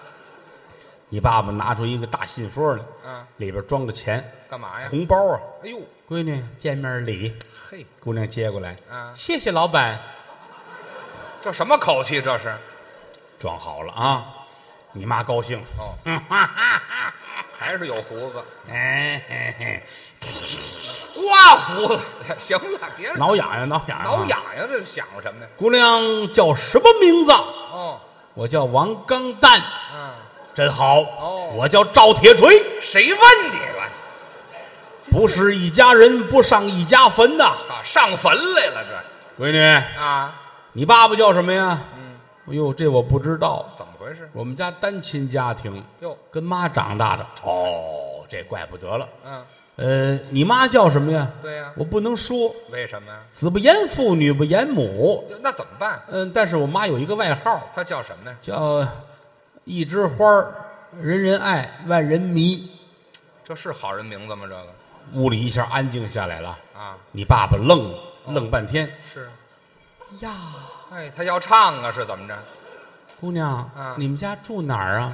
[SPEAKER 3] 你爸爸拿出一个大信封来，
[SPEAKER 4] 啊？
[SPEAKER 3] 里边装着钱，
[SPEAKER 4] 干嘛呀？
[SPEAKER 3] 红包啊。
[SPEAKER 4] 哎呦，
[SPEAKER 3] 嗯闺女见面礼，嗯
[SPEAKER 4] 嘿，
[SPEAKER 3] 姑娘接过来，
[SPEAKER 4] 啊
[SPEAKER 3] 谢谢老板，
[SPEAKER 4] 这什么口气？这是
[SPEAKER 3] 装好了啊。你妈高兴， *laughs*
[SPEAKER 4] 哦，
[SPEAKER 3] 嗯哈哈哈
[SPEAKER 4] 还是有胡子，
[SPEAKER 3] 哎嘿嘿，
[SPEAKER 4] 刮胡子。 *laughs* 行了，别挠啊
[SPEAKER 3] 挠痒痒，挠痒痒，啊
[SPEAKER 4] 挠。痒痒，这想什么呀？
[SPEAKER 3] 姑娘叫什么名字？
[SPEAKER 4] 哦，
[SPEAKER 3] 我叫王刚蛋，
[SPEAKER 4] 嗯，
[SPEAKER 3] 真好。
[SPEAKER 4] 哦
[SPEAKER 3] 我叫赵铁锤，
[SPEAKER 4] 谁问你了？
[SPEAKER 3] 不是一家人不上一家坟呐。
[SPEAKER 4] 啊，上坟来了
[SPEAKER 3] 闺女
[SPEAKER 4] 这，啊？
[SPEAKER 3] 你爸爸叫什么呀？嗯，哎呦，这我不知道。
[SPEAKER 4] 怎么回事？
[SPEAKER 3] 我们家单亲家庭，
[SPEAKER 4] 哟，
[SPEAKER 3] 跟妈长大的。哦，这怪不得了。
[SPEAKER 4] 嗯，
[SPEAKER 3] 呃，你妈叫什么呀？
[SPEAKER 4] 对呀
[SPEAKER 3] 我不能说，
[SPEAKER 4] 为什么呀？
[SPEAKER 3] 子不言父，女不言母。
[SPEAKER 4] 哟那怎么办？
[SPEAKER 3] 嗯、但是我妈有一个外号，
[SPEAKER 4] 他叫什么呀？
[SPEAKER 3] 叫一枝花儿，人人爱，万人迷。
[SPEAKER 4] 这是好人名字吗？这个
[SPEAKER 3] 屋里一下安静下来了，
[SPEAKER 4] 啊，
[SPEAKER 3] 你爸爸愣了，愣半天。
[SPEAKER 4] 是，
[SPEAKER 3] 呀，
[SPEAKER 4] 哎，他要唱啊，是怎么着？
[SPEAKER 3] 姑娘，
[SPEAKER 4] 啊
[SPEAKER 3] 你们家住哪儿啊？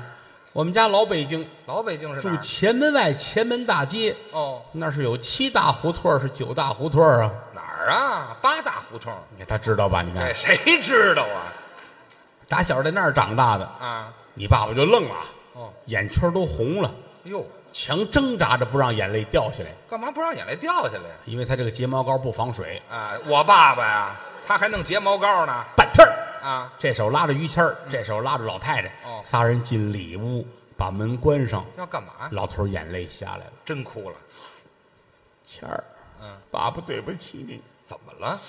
[SPEAKER 3] 我们家老北京，
[SPEAKER 4] 老北京是
[SPEAKER 3] 住
[SPEAKER 4] 哪儿？
[SPEAKER 3] 前门外前门大街。
[SPEAKER 4] 哦，
[SPEAKER 3] 那是有七大胡同儿，是九大胡同儿啊！
[SPEAKER 4] 哪儿啊？八大胡同。
[SPEAKER 3] 你看他知道吧？你
[SPEAKER 4] 这
[SPEAKER 3] 看，
[SPEAKER 4] 谁知道啊？
[SPEAKER 3] 打小在那儿长大的，
[SPEAKER 4] 啊，
[SPEAKER 3] 你爸爸就愣了，
[SPEAKER 4] 哦，
[SPEAKER 3] 眼圈都红了，
[SPEAKER 4] 哟，
[SPEAKER 3] 强挣扎着不让眼泪掉下来，
[SPEAKER 4] 干嘛不让眼泪掉下来呀？
[SPEAKER 3] 因为他这个睫毛膏不防水，
[SPEAKER 4] 啊，我爸爸呀，他还弄睫毛膏呢。
[SPEAKER 3] 半气儿。
[SPEAKER 4] 啊，
[SPEAKER 3] 这手拉着于谦儿，这手拉着老太太，
[SPEAKER 4] 哦
[SPEAKER 3] 仨人进里屋，把门关上，
[SPEAKER 4] 要干嘛？
[SPEAKER 3] 老头儿眼泪下来了。
[SPEAKER 4] 真哭了。
[SPEAKER 3] 谦儿，
[SPEAKER 4] 嗯，
[SPEAKER 3] 爸爸对不起你，
[SPEAKER 4] 怎么了？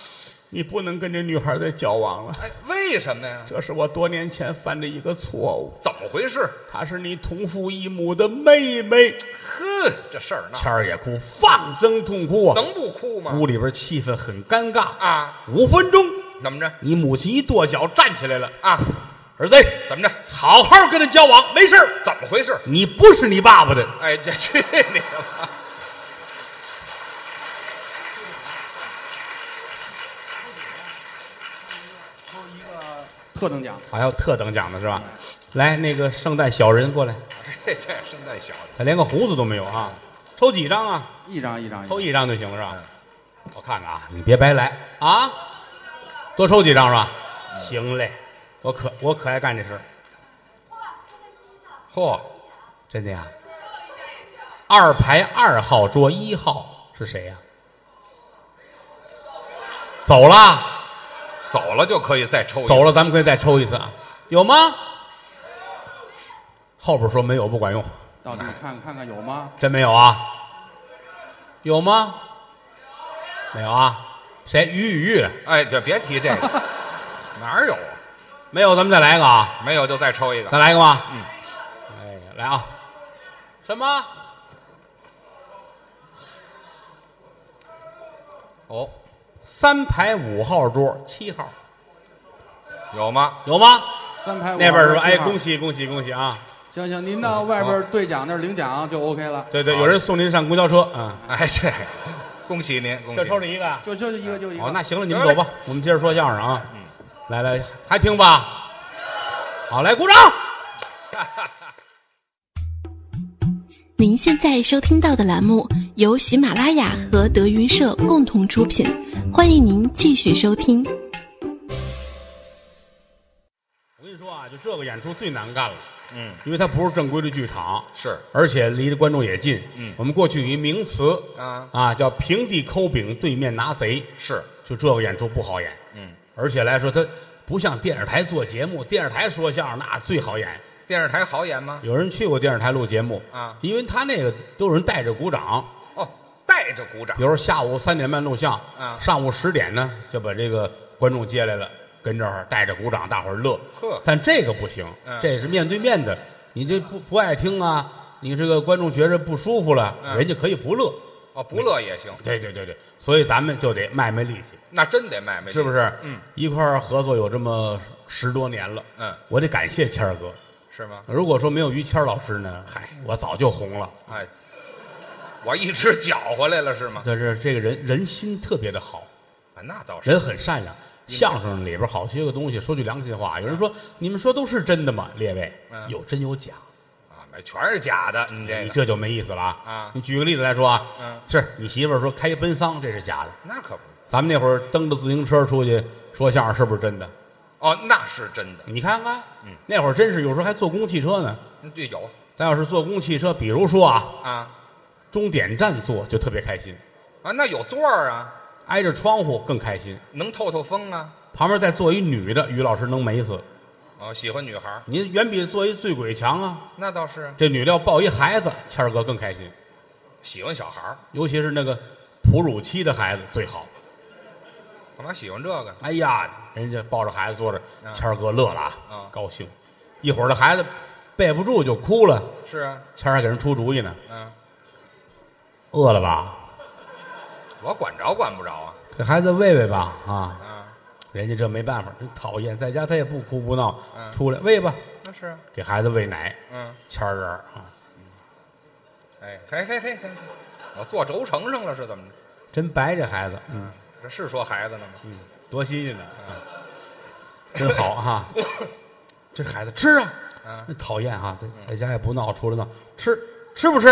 [SPEAKER 3] 你不能跟这女孩再交往了，
[SPEAKER 4] 哎，为什么呀？
[SPEAKER 3] 这是我多年前犯的一个错误。
[SPEAKER 4] 怎么回事？
[SPEAKER 3] 她是你同父异母的妹妹。
[SPEAKER 4] 呵，这事儿闹，
[SPEAKER 3] 谦儿也哭，放声痛哭啊！
[SPEAKER 4] 能不哭吗？
[SPEAKER 3] 屋里边气氛很尴尬。
[SPEAKER 4] 啊，
[SPEAKER 3] 五分钟，
[SPEAKER 4] 怎么着？
[SPEAKER 3] 你母亲一跺脚站起来了，
[SPEAKER 4] 啊，
[SPEAKER 3] 儿子，
[SPEAKER 4] 怎么着？
[SPEAKER 3] 好好跟他交往，没事儿
[SPEAKER 4] 怎么回事？
[SPEAKER 3] 你不是你爸爸的。
[SPEAKER 4] 哎，这去你的吧！
[SPEAKER 1] 抽一个特等奖，
[SPEAKER 3] 还有特等奖的是吧？来，那个圣诞小人过来，
[SPEAKER 4] 哎，这圣诞小子，
[SPEAKER 3] 他连个胡子都没有啊！抽几张啊？
[SPEAKER 1] 一张一张，
[SPEAKER 3] 抽一张就行了是吧？我看看啊，你别白来啊！多抽几张是吧？行嘞，我可我可爱干这事儿
[SPEAKER 4] 嚯，
[SPEAKER 3] 真的呀。二排二号桌一号是谁呀、走了，
[SPEAKER 4] 走了就可以再抽一次
[SPEAKER 3] 走了，咱们可以再抽一次啊。有吗？后边说没有不管用，
[SPEAKER 1] 到底看看看有吗？
[SPEAKER 3] 真没有啊。有吗？没有啊。谁？于雨玉
[SPEAKER 4] 哎，这别提
[SPEAKER 3] *laughs*
[SPEAKER 4] 这个，哪儿有啊？
[SPEAKER 3] 没有，咱们再来一个啊，
[SPEAKER 4] 没有就再抽一个。
[SPEAKER 3] 再来一个吧。嗯，哎，来啊。什么？
[SPEAKER 4] 哦，
[SPEAKER 3] 三排五号桌七号
[SPEAKER 4] 有吗？
[SPEAKER 3] 有吗？
[SPEAKER 1] 三排五
[SPEAKER 3] 那边说，哎，
[SPEAKER 1] 恭
[SPEAKER 3] 恭喜恭喜恭喜啊！
[SPEAKER 1] 行行，您到外边兑奖那儿领奖就 OK 了。
[SPEAKER 3] 对对，有人送您上公交车啊、
[SPEAKER 4] 哎，这恭喜您，恭喜
[SPEAKER 3] 这
[SPEAKER 4] 您！
[SPEAKER 3] 抽你一个啊呀。
[SPEAKER 1] 就就就一个就一个。
[SPEAKER 3] 好，那行了，你们
[SPEAKER 4] 得
[SPEAKER 3] 走
[SPEAKER 4] 嘞
[SPEAKER 3] 吧，我们接着说相声啊。
[SPEAKER 4] 嗯
[SPEAKER 3] 来来，还听吧？好，来鼓掌。
[SPEAKER 5] 您现在收听到的栏目由喜马拉雅和德云社共同出品，欢迎您继续收听。
[SPEAKER 3] 我跟你说啊，就这个演出最难干了，
[SPEAKER 4] 嗯，
[SPEAKER 3] 因为它不是正规的剧场，
[SPEAKER 4] 是
[SPEAKER 3] 而且离着观众也近。
[SPEAKER 4] 嗯
[SPEAKER 3] 我们过去有一名词
[SPEAKER 4] 啊
[SPEAKER 3] 叫平地抠饼，对面拿贼。
[SPEAKER 4] 是，
[SPEAKER 3] 就这个演出不好演，
[SPEAKER 4] 嗯，
[SPEAKER 3] 而且来说它不像电视台做节目，电视台说相声那最好演。
[SPEAKER 4] 电视台好演吗？
[SPEAKER 3] 有人去过电视台录节目
[SPEAKER 4] 啊
[SPEAKER 3] 因为他那个都有人带着鼓掌，
[SPEAKER 4] 哦，带着鼓掌
[SPEAKER 3] 比如下午三点半录像，
[SPEAKER 4] 啊
[SPEAKER 3] 上午十点呢就把这个观众接来了，跟这儿带着鼓掌，大伙儿乐。
[SPEAKER 4] 呵
[SPEAKER 3] 但这个不行，
[SPEAKER 4] 嗯
[SPEAKER 3] 这是面对面的，你这不不爱听啊，你这个观众觉着不舒服了，
[SPEAKER 4] 嗯
[SPEAKER 3] 人家可以不乐。
[SPEAKER 4] 哦，不乐也行，
[SPEAKER 3] 对对对对，所以咱们就得卖卖力气，
[SPEAKER 4] 那真得卖卖，
[SPEAKER 3] 是不是？
[SPEAKER 4] 嗯，
[SPEAKER 3] 一块儿合作有这么十多年了，
[SPEAKER 4] 嗯，
[SPEAKER 3] 我得感谢谦儿哥。
[SPEAKER 4] 是吗？
[SPEAKER 3] 如果说没有于谦儿老师呢，嗨，我早就红了。
[SPEAKER 4] 哎，我一直搅和来了是吗？
[SPEAKER 3] 但是这个人人心特别的好，
[SPEAKER 4] 啊，那倒是，
[SPEAKER 3] 人很善良。
[SPEAKER 4] 嗯
[SPEAKER 3] 相声里边好些个东西，说句良心话，有人说你们说都是真的吗？列位，
[SPEAKER 4] 嗯
[SPEAKER 3] 有真有假，
[SPEAKER 4] 啊，买全是假的，你这
[SPEAKER 3] 你
[SPEAKER 4] 个
[SPEAKER 3] 这就没意思了啊！
[SPEAKER 4] 啊
[SPEAKER 3] 你举个例子来说啊，
[SPEAKER 4] 嗯
[SPEAKER 3] 是你媳妇儿说开奔丧，这是假的。
[SPEAKER 4] 那可不，
[SPEAKER 3] 咱们那会儿蹬着自行车出去说相声，是不是真的？
[SPEAKER 4] 哦，那是真的，
[SPEAKER 3] 你看看，
[SPEAKER 4] 嗯，
[SPEAKER 3] 那会儿真是有时候还坐公汽车呢。
[SPEAKER 4] 嗯对，有
[SPEAKER 3] 咱要是坐公汽车，比如说啊，
[SPEAKER 4] 啊
[SPEAKER 3] 终点站坐就特别开心，
[SPEAKER 4] 啊，那有座儿啊，
[SPEAKER 3] 挨着窗户更开心。
[SPEAKER 4] 能透透风啊，
[SPEAKER 3] 旁边再坐一女的，于老师能美死。
[SPEAKER 4] 哦，喜欢女孩儿，
[SPEAKER 3] 你远比坐一醉鬼强啊！
[SPEAKER 4] 那倒是
[SPEAKER 3] 这女的要抱一孩子，谦儿哥更开心，
[SPEAKER 4] 喜欢小孩儿，
[SPEAKER 3] 尤其是那个哺乳期的孩子最好。
[SPEAKER 4] 干嘛喜欢这个？
[SPEAKER 3] 哎呀，人家抱着孩子坐着，
[SPEAKER 4] 啊
[SPEAKER 3] 谦儿哥乐了啊
[SPEAKER 4] 啊，
[SPEAKER 3] 高兴。一会儿这孩子背不住就哭了，
[SPEAKER 4] 是啊，
[SPEAKER 3] 谦儿还给人出主意呢，
[SPEAKER 4] 嗯，
[SPEAKER 3] 饿了吧？
[SPEAKER 4] 我管着管不着啊
[SPEAKER 3] 给孩子喂喂吧啊！
[SPEAKER 4] 啊，
[SPEAKER 3] 人家这没办法，真讨厌，在家他也不哭不闹，
[SPEAKER 4] 嗯
[SPEAKER 3] 出来喂吧，
[SPEAKER 4] 那是啊，
[SPEAKER 3] 给孩子喂奶。
[SPEAKER 4] 嗯，
[SPEAKER 3] 谦儿这儿啊，
[SPEAKER 4] 哎，嘿嘿嘿，行行，我坐轴承上了是怎么着？
[SPEAKER 3] 真白这孩子，嗯，
[SPEAKER 4] 嗯，这是说孩子呢吗？
[SPEAKER 3] 嗯，多新鲜呢！啊，真好哈、 *coughs* 这孩子吃啊，
[SPEAKER 4] 嗯
[SPEAKER 3] 那讨厌哈、在在家也不闹，出来闹，吃吃不吃？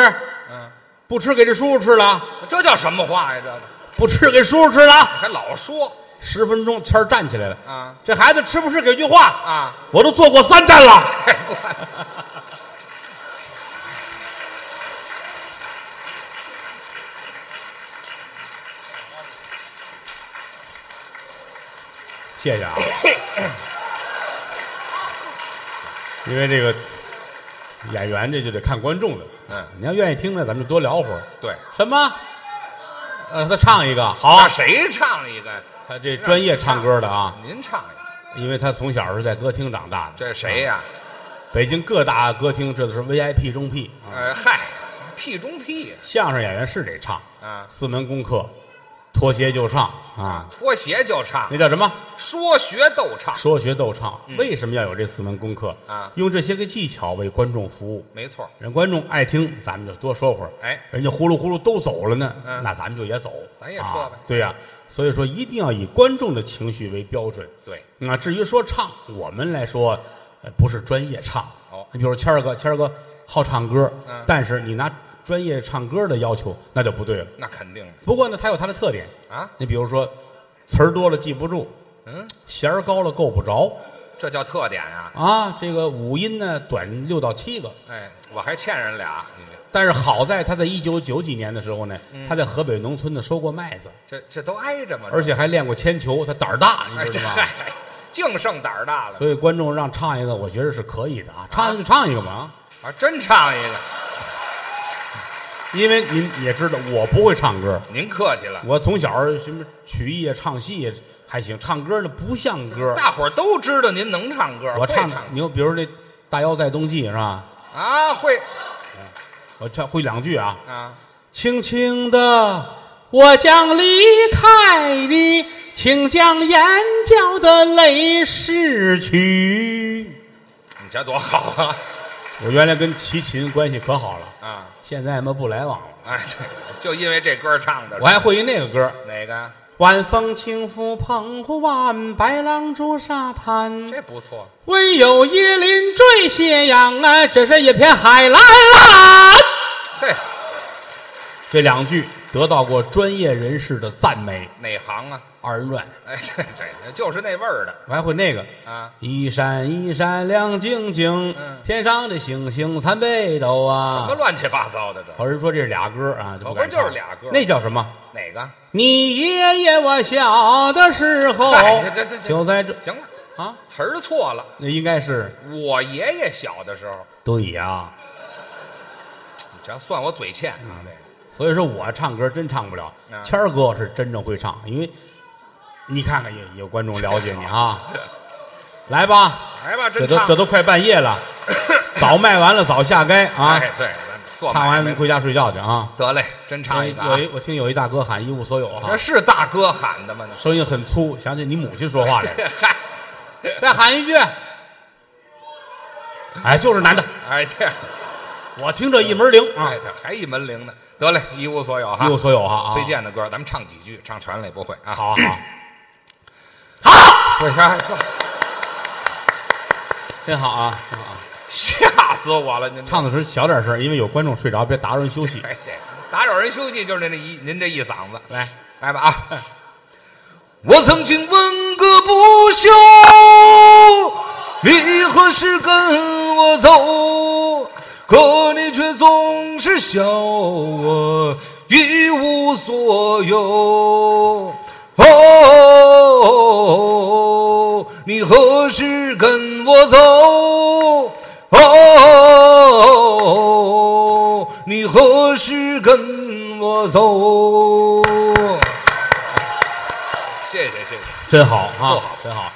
[SPEAKER 4] 嗯，
[SPEAKER 3] 不吃给这叔叔吃了啊，
[SPEAKER 4] 这叫什么话呀？这个
[SPEAKER 3] 不吃给叔叔吃了啊。
[SPEAKER 4] 还老说
[SPEAKER 3] 十分钟，谦儿站起来了
[SPEAKER 4] 啊，
[SPEAKER 3] 这孩子吃不吃给句话，
[SPEAKER 4] 啊，
[SPEAKER 3] 我都做过三站了。 *laughs* 谢谢啊，因为这个演员这就得看观众的，
[SPEAKER 4] 嗯
[SPEAKER 3] 你要愿意听呢，咱们就多聊会儿。
[SPEAKER 4] 对，
[SPEAKER 3] 什么？呃，他唱一个好
[SPEAKER 4] 那，谁唱一个？
[SPEAKER 3] 他这专业唱歌的啊，
[SPEAKER 4] 您唱一个，
[SPEAKER 3] 因为他从小是在歌厅长大的。
[SPEAKER 4] 这谁呀？
[SPEAKER 3] 北京各大歌厅这都是 VIP 中 P，
[SPEAKER 4] 呃，嗨，屁中屁
[SPEAKER 3] 相声演员是得唱，
[SPEAKER 4] 啊，
[SPEAKER 3] 四门功课，脱鞋就唱啊，
[SPEAKER 4] 脱鞋就唱
[SPEAKER 3] 那，叫什么？
[SPEAKER 4] 说学逗唱，
[SPEAKER 3] 说学逗唱。为什么要有这四门功课
[SPEAKER 4] 嗯啊
[SPEAKER 3] 用这些个技巧为观众服务，
[SPEAKER 4] 没错。
[SPEAKER 3] 人观众爱听，咱们就多说会儿。
[SPEAKER 4] 哎
[SPEAKER 3] 人家呼噜呼噜都走了呢，
[SPEAKER 4] 嗯
[SPEAKER 3] 那咱们就也走，
[SPEAKER 4] 咱也撤呗
[SPEAKER 3] 啊对呀、所以说一定要以观众的情绪为标准。
[SPEAKER 4] 对，
[SPEAKER 3] 那啊至于说唱，我们来说，呃，不是专业唱。
[SPEAKER 4] 哦
[SPEAKER 3] 你比如谦儿哥，谦儿哥好唱歌，
[SPEAKER 4] 嗯
[SPEAKER 3] 但是你拿专业唱歌的要求，那就不对了。
[SPEAKER 4] 那肯定的
[SPEAKER 3] 不过呢，他有他的特点。
[SPEAKER 4] 啊，
[SPEAKER 3] 你比如说，词儿多了记不住，
[SPEAKER 4] 嗯，
[SPEAKER 3] 弦儿高了够不着
[SPEAKER 4] 这叫特点啊。
[SPEAKER 3] 啊。这个五音呢短六到七个，
[SPEAKER 4] 哎，我还欠人俩，你
[SPEAKER 3] 但是好在他在一九九几年的时候呢，
[SPEAKER 4] 嗯
[SPEAKER 3] 他在河北农村呢收过麦子，
[SPEAKER 4] 这这这都挨着嘛。这
[SPEAKER 3] 而且还练过铅球，他胆儿大，你
[SPEAKER 4] 哎，
[SPEAKER 3] 知
[SPEAKER 4] 这
[SPEAKER 3] 道吗？
[SPEAKER 4] 嗨，净剩胆儿大了
[SPEAKER 3] 所以观众让唱一个，我觉得是可以的啊，唱一个就唱一个嘛。啊
[SPEAKER 4] 啊！真唱一个，
[SPEAKER 3] 因为您也知道，我不会唱歌，
[SPEAKER 4] 您客气了，
[SPEAKER 3] 我从小什么曲艺啊、唱戏啊还行，唱歌呢不像歌。
[SPEAKER 4] 大伙儿都知道您能唱歌，
[SPEAKER 3] 我
[SPEAKER 4] 会
[SPEAKER 3] 唱
[SPEAKER 4] 唱
[SPEAKER 3] 的，你就比如这《大腰在冬季》是吧？
[SPEAKER 4] 啊，会
[SPEAKER 3] 我唱会两句啊。
[SPEAKER 4] 啊，
[SPEAKER 3] 轻轻的，我将离开你，请将眼角的泪拭去。
[SPEAKER 4] 你这多好啊！
[SPEAKER 3] 我原来跟齐秦关系可好了，
[SPEAKER 4] 啊，
[SPEAKER 3] 现在嘛不来往了。
[SPEAKER 4] 哎，对，就因为这歌唱的，
[SPEAKER 3] 我还会一那个歌儿，
[SPEAKER 4] 哪个？
[SPEAKER 3] 晚风轻拂澎湖湾，白浪逐沙滩。
[SPEAKER 4] 这不错，
[SPEAKER 3] 唯有椰林缀斜阳啊，这是一片海蓝蓝。
[SPEAKER 4] 嘿，
[SPEAKER 3] 这两句得到过专业人士的赞美。
[SPEAKER 4] 哪行啊？
[SPEAKER 3] 二人转，
[SPEAKER 4] 哎，这这就是那味儿的
[SPEAKER 3] 我还会那个。
[SPEAKER 4] 啊，
[SPEAKER 3] 一闪一闪亮晶晶，
[SPEAKER 4] 嗯
[SPEAKER 3] 天上的星星参北斗啊。
[SPEAKER 4] 什么乱七八糟的这？
[SPEAKER 3] 好人说这是俩歌啊，就
[SPEAKER 4] 可不
[SPEAKER 3] 敢
[SPEAKER 4] 是就是
[SPEAKER 3] 唱
[SPEAKER 4] 俩歌
[SPEAKER 3] 那叫什么？
[SPEAKER 4] 哪个？
[SPEAKER 3] 你爷爷我小的时候
[SPEAKER 4] 嗨这这这，这
[SPEAKER 3] 就在这
[SPEAKER 4] 行了，
[SPEAKER 3] 啊，
[SPEAKER 4] 词儿错了。
[SPEAKER 3] 那应该是
[SPEAKER 4] 我爷爷小的时候，
[SPEAKER 3] 对呀、
[SPEAKER 4] 你这要算我嘴欠
[SPEAKER 3] 嗯
[SPEAKER 4] 啊，这个
[SPEAKER 3] 所以说我唱歌真唱不了
[SPEAKER 4] 啊，
[SPEAKER 3] 谦儿哥是真正会唱，因为你看看也有观众了解你
[SPEAKER 4] *laughs*
[SPEAKER 3] 啊。来吧，
[SPEAKER 4] 来哎吧，
[SPEAKER 3] 这
[SPEAKER 4] 真
[SPEAKER 3] 都
[SPEAKER 4] 唱 *coughs*
[SPEAKER 3] 这都快半夜
[SPEAKER 4] *laughs*
[SPEAKER 3] 了，早卖完了早下街啊，
[SPEAKER 4] 哎，对，咱做
[SPEAKER 3] 唱
[SPEAKER 4] 买卖
[SPEAKER 3] 完回家睡觉去啊。
[SPEAKER 4] 得嘞，真唱一个啊
[SPEAKER 3] 有！一我听有一大哥喊一无所有哈
[SPEAKER 4] 这，是大哥喊的吗？
[SPEAKER 3] 声音很粗，想起你母亲说
[SPEAKER 4] *laughs*
[SPEAKER 3] 话来了。
[SPEAKER 4] 嗨，
[SPEAKER 3] 再喊一句，哎，就是男的，
[SPEAKER 4] 哎这，
[SPEAKER 3] 啊我听着一门灵啊
[SPEAKER 4] 哎，，这还一门铃呢。得嘞，一无所有哈，
[SPEAKER 3] 一无所有哈啊
[SPEAKER 4] 崔健的歌，咱们唱几句，唱全了也不会啊。
[SPEAKER 3] 好啊好，好，
[SPEAKER 4] 哎呀，
[SPEAKER 3] 真好啊，真好啊。
[SPEAKER 4] *laughs* 吓死我了！您这
[SPEAKER 3] 唱的时候小点声，因为有观众睡着，别打扰人休息。
[SPEAKER 4] 哎，这打扰人休息就是您这一您这一嗓子，
[SPEAKER 3] 来
[SPEAKER 4] 来吧啊！我曾经问个不休，你何时跟我走？可你却总是笑我一无所有。哦，你何时跟我走？哦，你何时跟我走？谢谢谢谢。
[SPEAKER 3] 真好啊
[SPEAKER 4] 不好，
[SPEAKER 3] 真好。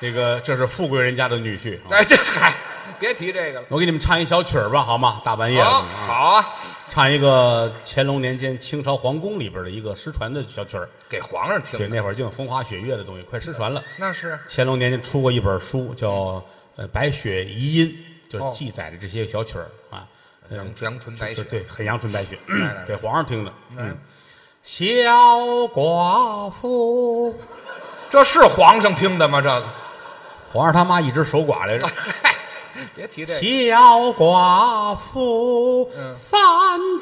[SPEAKER 3] 这个这是富贵人家的女婿。啊
[SPEAKER 4] *laughs* 哎，这嗨，别提这个了。
[SPEAKER 3] 我给你们唱一小曲儿吧，好吗？大半夜
[SPEAKER 4] 好
[SPEAKER 3] 了，，
[SPEAKER 4] 好哎啊，
[SPEAKER 3] 唱一个乾隆年间清朝皇宫里边的一个失传的小曲儿。
[SPEAKER 4] 给皇上听
[SPEAKER 3] 对，
[SPEAKER 4] 的。
[SPEAKER 3] 那会儿净风花雪月的东西，快失传了。
[SPEAKER 4] 那是
[SPEAKER 3] 乾隆年间出过一本书，叫呃《白雪遗音》，就
[SPEAKER 4] 哦
[SPEAKER 3] 是记载的这些小曲儿啊。嗯
[SPEAKER 4] 阳阳春白雪，
[SPEAKER 3] 对，很阳春白雪
[SPEAKER 4] 来来，
[SPEAKER 3] 给皇上听的。嗯，小寡妇，
[SPEAKER 4] 这是皇上听的吗？这个，
[SPEAKER 3] 皇上他妈一直守寡来着。
[SPEAKER 4] 嗨，别提这个。
[SPEAKER 3] 小寡妇
[SPEAKER 4] 嗯
[SPEAKER 3] 三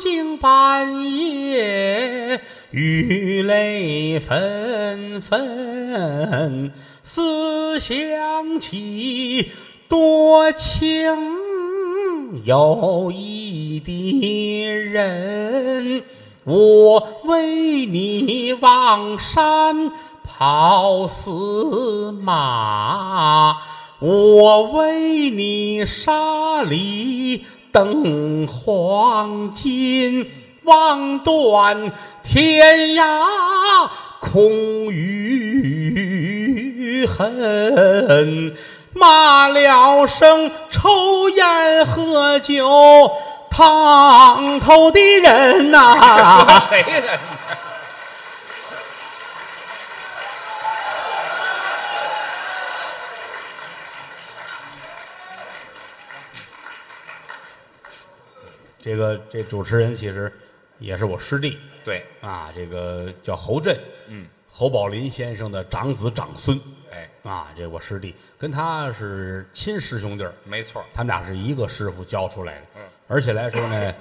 [SPEAKER 3] 更半夜，雨泪纷纷，思想起多情有意的人。我为你望山跑死马，我为你沙里等黄金，望断天涯空余恨。骂了声抽烟喝酒，烫头的人呐、
[SPEAKER 4] 说谁呢？
[SPEAKER 3] 这个这主持人其实也是我师弟
[SPEAKER 4] 对，
[SPEAKER 3] 啊，这个叫侯震，嗯，侯宝林先生的长子长孙
[SPEAKER 4] 哎，
[SPEAKER 3] 啊，这我师弟跟他是亲师兄弟儿，
[SPEAKER 4] 没错，
[SPEAKER 3] 他们俩是一个师傅教出来的，嗯，而且来说呢，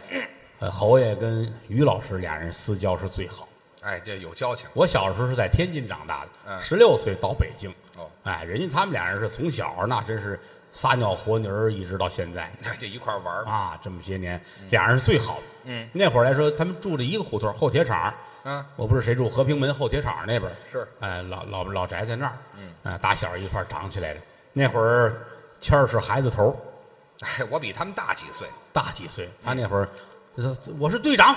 [SPEAKER 3] 呃，侯爷跟于老师俩人私交是最好。
[SPEAKER 4] 哎，这有交情。
[SPEAKER 3] 我小时候是在天津长大的，
[SPEAKER 4] 嗯
[SPEAKER 3] 十六岁到北京。
[SPEAKER 4] 哦
[SPEAKER 3] 哎，人家他们俩人是从小那真是撒尿和泥儿，一直到现在
[SPEAKER 4] 这一块儿玩儿嘛，
[SPEAKER 3] 啊，这么些年，俩人是最好的。
[SPEAKER 4] 嗯，
[SPEAKER 3] 那会儿来说，他们住着一个胡同后铁厂。
[SPEAKER 4] 嗯，
[SPEAKER 3] 我不是谁住和平门后铁厂那边儿
[SPEAKER 4] 是
[SPEAKER 3] 哎，老老老宅在那儿。嗯，啊，打小一块儿长起来的。那会儿谦儿是孩子头儿，
[SPEAKER 4] 哎，我比他们大几岁，
[SPEAKER 3] 大几岁。他那会儿，他说我是队长，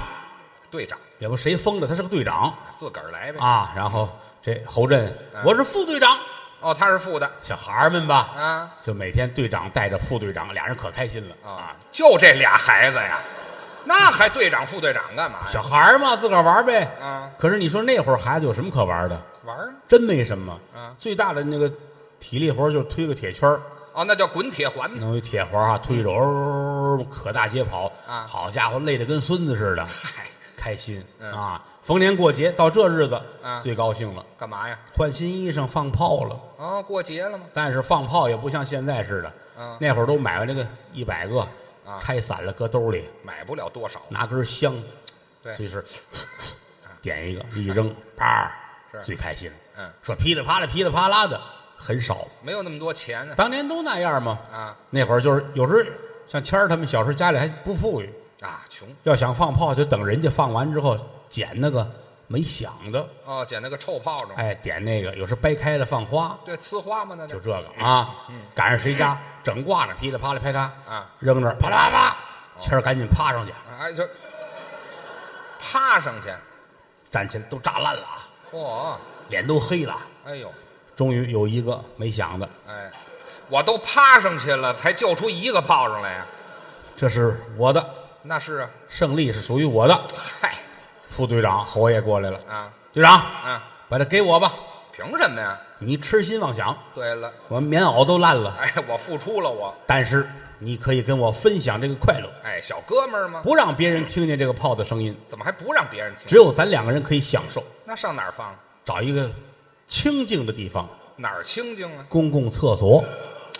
[SPEAKER 4] 队长，
[SPEAKER 3] 也不谁封的，他是个队长
[SPEAKER 4] 自个儿来呗。
[SPEAKER 3] 啊。然后这侯震，
[SPEAKER 4] 嗯
[SPEAKER 3] 我是副队长。
[SPEAKER 4] 哦，他是副的
[SPEAKER 3] 小孩儿们吧，
[SPEAKER 4] 啊
[SPEAKER 3] 就每天队长带着副队长，俩人可开心了。
[SPEAKER 4] 啊，就这俩孩子呀，那还队长副队长干嘛呀？
[SPEAKER 3] 小孩儿嘛，自个儿玩儿呗。
[SPEAKER 4] 啊，
[SPEAKER 3] 可是你说那会儿孩子有什么可玩儿的？
[SPEAKER 4] 玩儿吗
[SPEAKER 3] 真没什么。
[SPEAKER 4] 啊
[SPEAKER 3] 最大的那个体力活儿就是推个铁圈儿
[SPEAKER 4] 哦，那叫滚铁环呢。
[SPEAKER 3] 弄一铁环啊，推着哦，可大街跑
[SPEAKER 4] 啊
[SPEAKER 3] 好家伙，累得跟孙子似的，
[SPEAKER 4] 嗨，
[SPEAKER 3] 开心
[SPEAKER 4] 嗯
[SPEAKER 3] 啊！逢年过节到这日子
[SPEAKER 4] 啊，
[SPEAKER 3] 最高兴了，
[SPEAKER 4] 干嘛呀？
[SPEAKER 3] 换新衣裳，放炮了。
[SPEAKER 4] 哦，过节了吗？
[SPEAKER 3] 但是放炮也不像现在似的，
[SPEAKER 4] 嗯
[SPEAKER 3] 那会儿都买完这个一百个
[SPEAKER 4] 啊，
[SPEAKER 3] 拆散了搁兜里，
[SPEAKER 4] 买不了多少。
[SPEAKER 3] 拿根香，
[SPEAKER 4] 对啊
[SPEAKER 3] 随时点一个一扔，啪，
[SPEAKER 4] 是
[SPEAKER 3] 最开心。
[SPEAKER 4] 嗯，
[SPEAKER 3] 说噼里啪啦噼里啪啦的很少，
[SPEAKER 4] 没有那么多钱啊呢。
[SPEAKER 3] 当年都那样嘛。
[SPEAKER 4] 啊
[SPEAKER 3] 那会儿就是有时候像谦儿他们小时候家里还不富裕，
[SPEAKER 4] 啊，穷
[SPEAKER 3] 要想放炮就等人家放完之后捡那个没响的，
[SPEAKER 4] 哦，捡那个臭炮仗，
[SPEAKER 3] 哎，点那个，有时候掰开了放花，
[SPEAKER 4] 对，呲花嘛，那
[SPEAKER 3] 就
[SPEAKER 4] 就
[SPEAKER 3] 这个啊。赶上谁家整挂着噼里啪啦啪啦
[SPEAKER 4] 啊，
[SPEAKER 3] 扔那儿啪啦啪啦，谦儿赶紧趴上去，
[SPEAKER 4] 哎就趴上去，
[SPEAKER 3] 站起来都炸烂了啊，
[SPEAKER 4] 嚯、
[SPEAKER 3] 脸都黑了。
[SPEAKER 4] 哎呦，
[SPEAKER 3] 终于有一个没响的，
[SPEAKER 4] 哎，我都趴上去了，才救出一个炮仗来呀、
[SPEAKER 3] 这是我的
[SPEAKER 4] 那是啊，
[SPEAKER 3] 胜利，是属于我的。
[SPEAKER 4] 嗨
[SPEAKER 3] 副队长侯爷过来了，
[SPEAKER 4] 啊
[SPEAKER 3] 队长，
[SPEAKER 4] 啊，
[SPEAKER 3] 把它给我吧，
[SPEAKER 4] 凭什么呀？
[SPEAKER 3] 你痴心妄想，
[SPEAKER 4] 对了，
[SPEAKER 3] 我棉袄都烂了，
[SPEAKER 4] 哎，我付出了我，
[SPEAKER 3] 但是你可以跟我分享这个快乐，
[SPEAKER 4] 哎，小哥们儿吗？
[SPEAKER 3] 不让别人听见这个炮的声音，
[SPEAKER 4] 怎么还不让别人听？
[SPEAKER 3] 只有咱两个人可以享受。
[SPEAKER 4] 那上哪儿放？
[SPEAKER 3] 找一个清静的地方，
[SPEAKER 4] 哪儿清静啊？
[SPEAKER 3] 公共厕所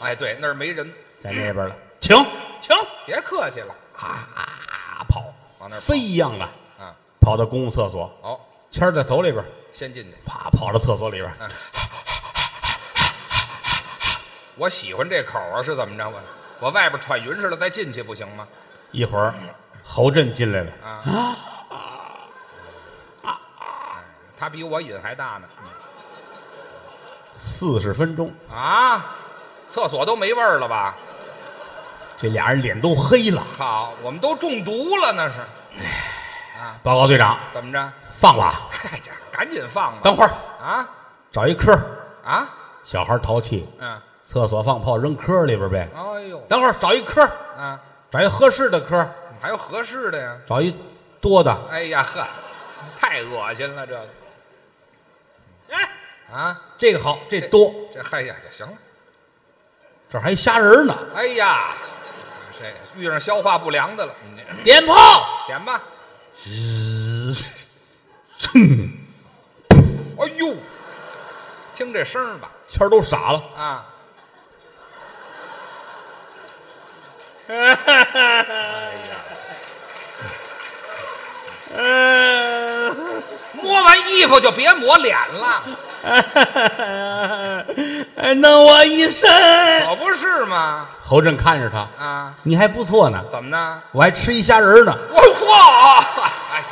[SPEAKER 4] 哎，对，那儿没人，
[SPEAKER 3] 在那边了，请请
[SPEAKER 4] 别客气了
[SPEAKER 3] 啊，跑
[SPEAKER 4] 往那儿跑
[SPEAKER 3] 飞一样的
[SPEAKER 4] 啊。
[SPEAKER 3] 跑到公共厕所，
[SPEAKER 4] 好、
[SPEAKER 3] 谦儿在头里边，
[SPEAKER 4] 先进去。
[SPEAKER 3] 啪跑到厕所里边，
[SPEAKER 4] 我喜欢这口啊，是怎么着？我我外边喘匀似的再进去不行吗？
[SPEAKER 3] 一会儿侯震进来了，
[SPEAKER 4] 他比我瘾还大呢。
[SPEAKER 3] 四十分钟，
[SPEAKER 4] 啊，厕所都没味儿了吧？
[SPEAKER 3] 这俩人脸都黑了。
[SPEAKER 4] 好，我们都中毒了那是。
[SPEAKER 3] 报告队长，
[SPEAKER 4] 怎么着？ *laughs*
[SPEAKER 3] 放吧，
[SPEAKER 4] 嗨呀，赶紧放吧。
[SPEAKER 3] 等会儿
[SPEAKER 4] 啊
[SPEAKER 3] 找一科儿，
[SPEAKER 4] 啊，
[SPEAKER 3] 小孩淘气，
[SPEAKER 4] 嗯，
[SPEAKER 3] 厕所放炮扔科儿里边呗。
[SPEAKER 4] 哎呦，
[SPEAKER 3] 等会儿找一科儿，
[SPEAKER 4] 啊，
[SPEAKER 3] 找一合适的科儿，
[SPEAKER 4] 怎么还有合适的呀？
[SPEAKER 3] 找一多的。
[SPEAKER 4] 哎呀呵，太恶心了这个
[SPEAKER 3] 哎，
[SPEAKER 4] 啊！
[SPEAKER 3] 这个好，这多，
[SPEAKER 4] 这嗨呀，这行了。
[SPEAKER 3] 这还瞎人呢。
[SPEAKER 4] 哎呀，这遇上消化不良的了，嗯你这
[SPEAKER 3] 点炮，
[SPEAKER 4] 点吧。
[SPEAKER 3] 呃嗯
[SPEAKER 4] 哎呦，听这声儿吧，
[SPEAKER 3] 谦儿都傻 *laughs* 了。
[SPEAKER 4] 啊，摸完衣服就别抹脸了，
[SPEAKER 3] 哎，弄我一身。
[SPEAKER 4] 可不是吗？
[SPEAKER 3] 侯震看着他，
[SPEAKER 4] 啊，
[SPEAKER 3] 你还不错呢，
[SPEAKER 4] 怎么呢？
[SPEAKER 3] 我还吃一虾仁儿呢。
[SPEAKER 4] 我嚯！哎，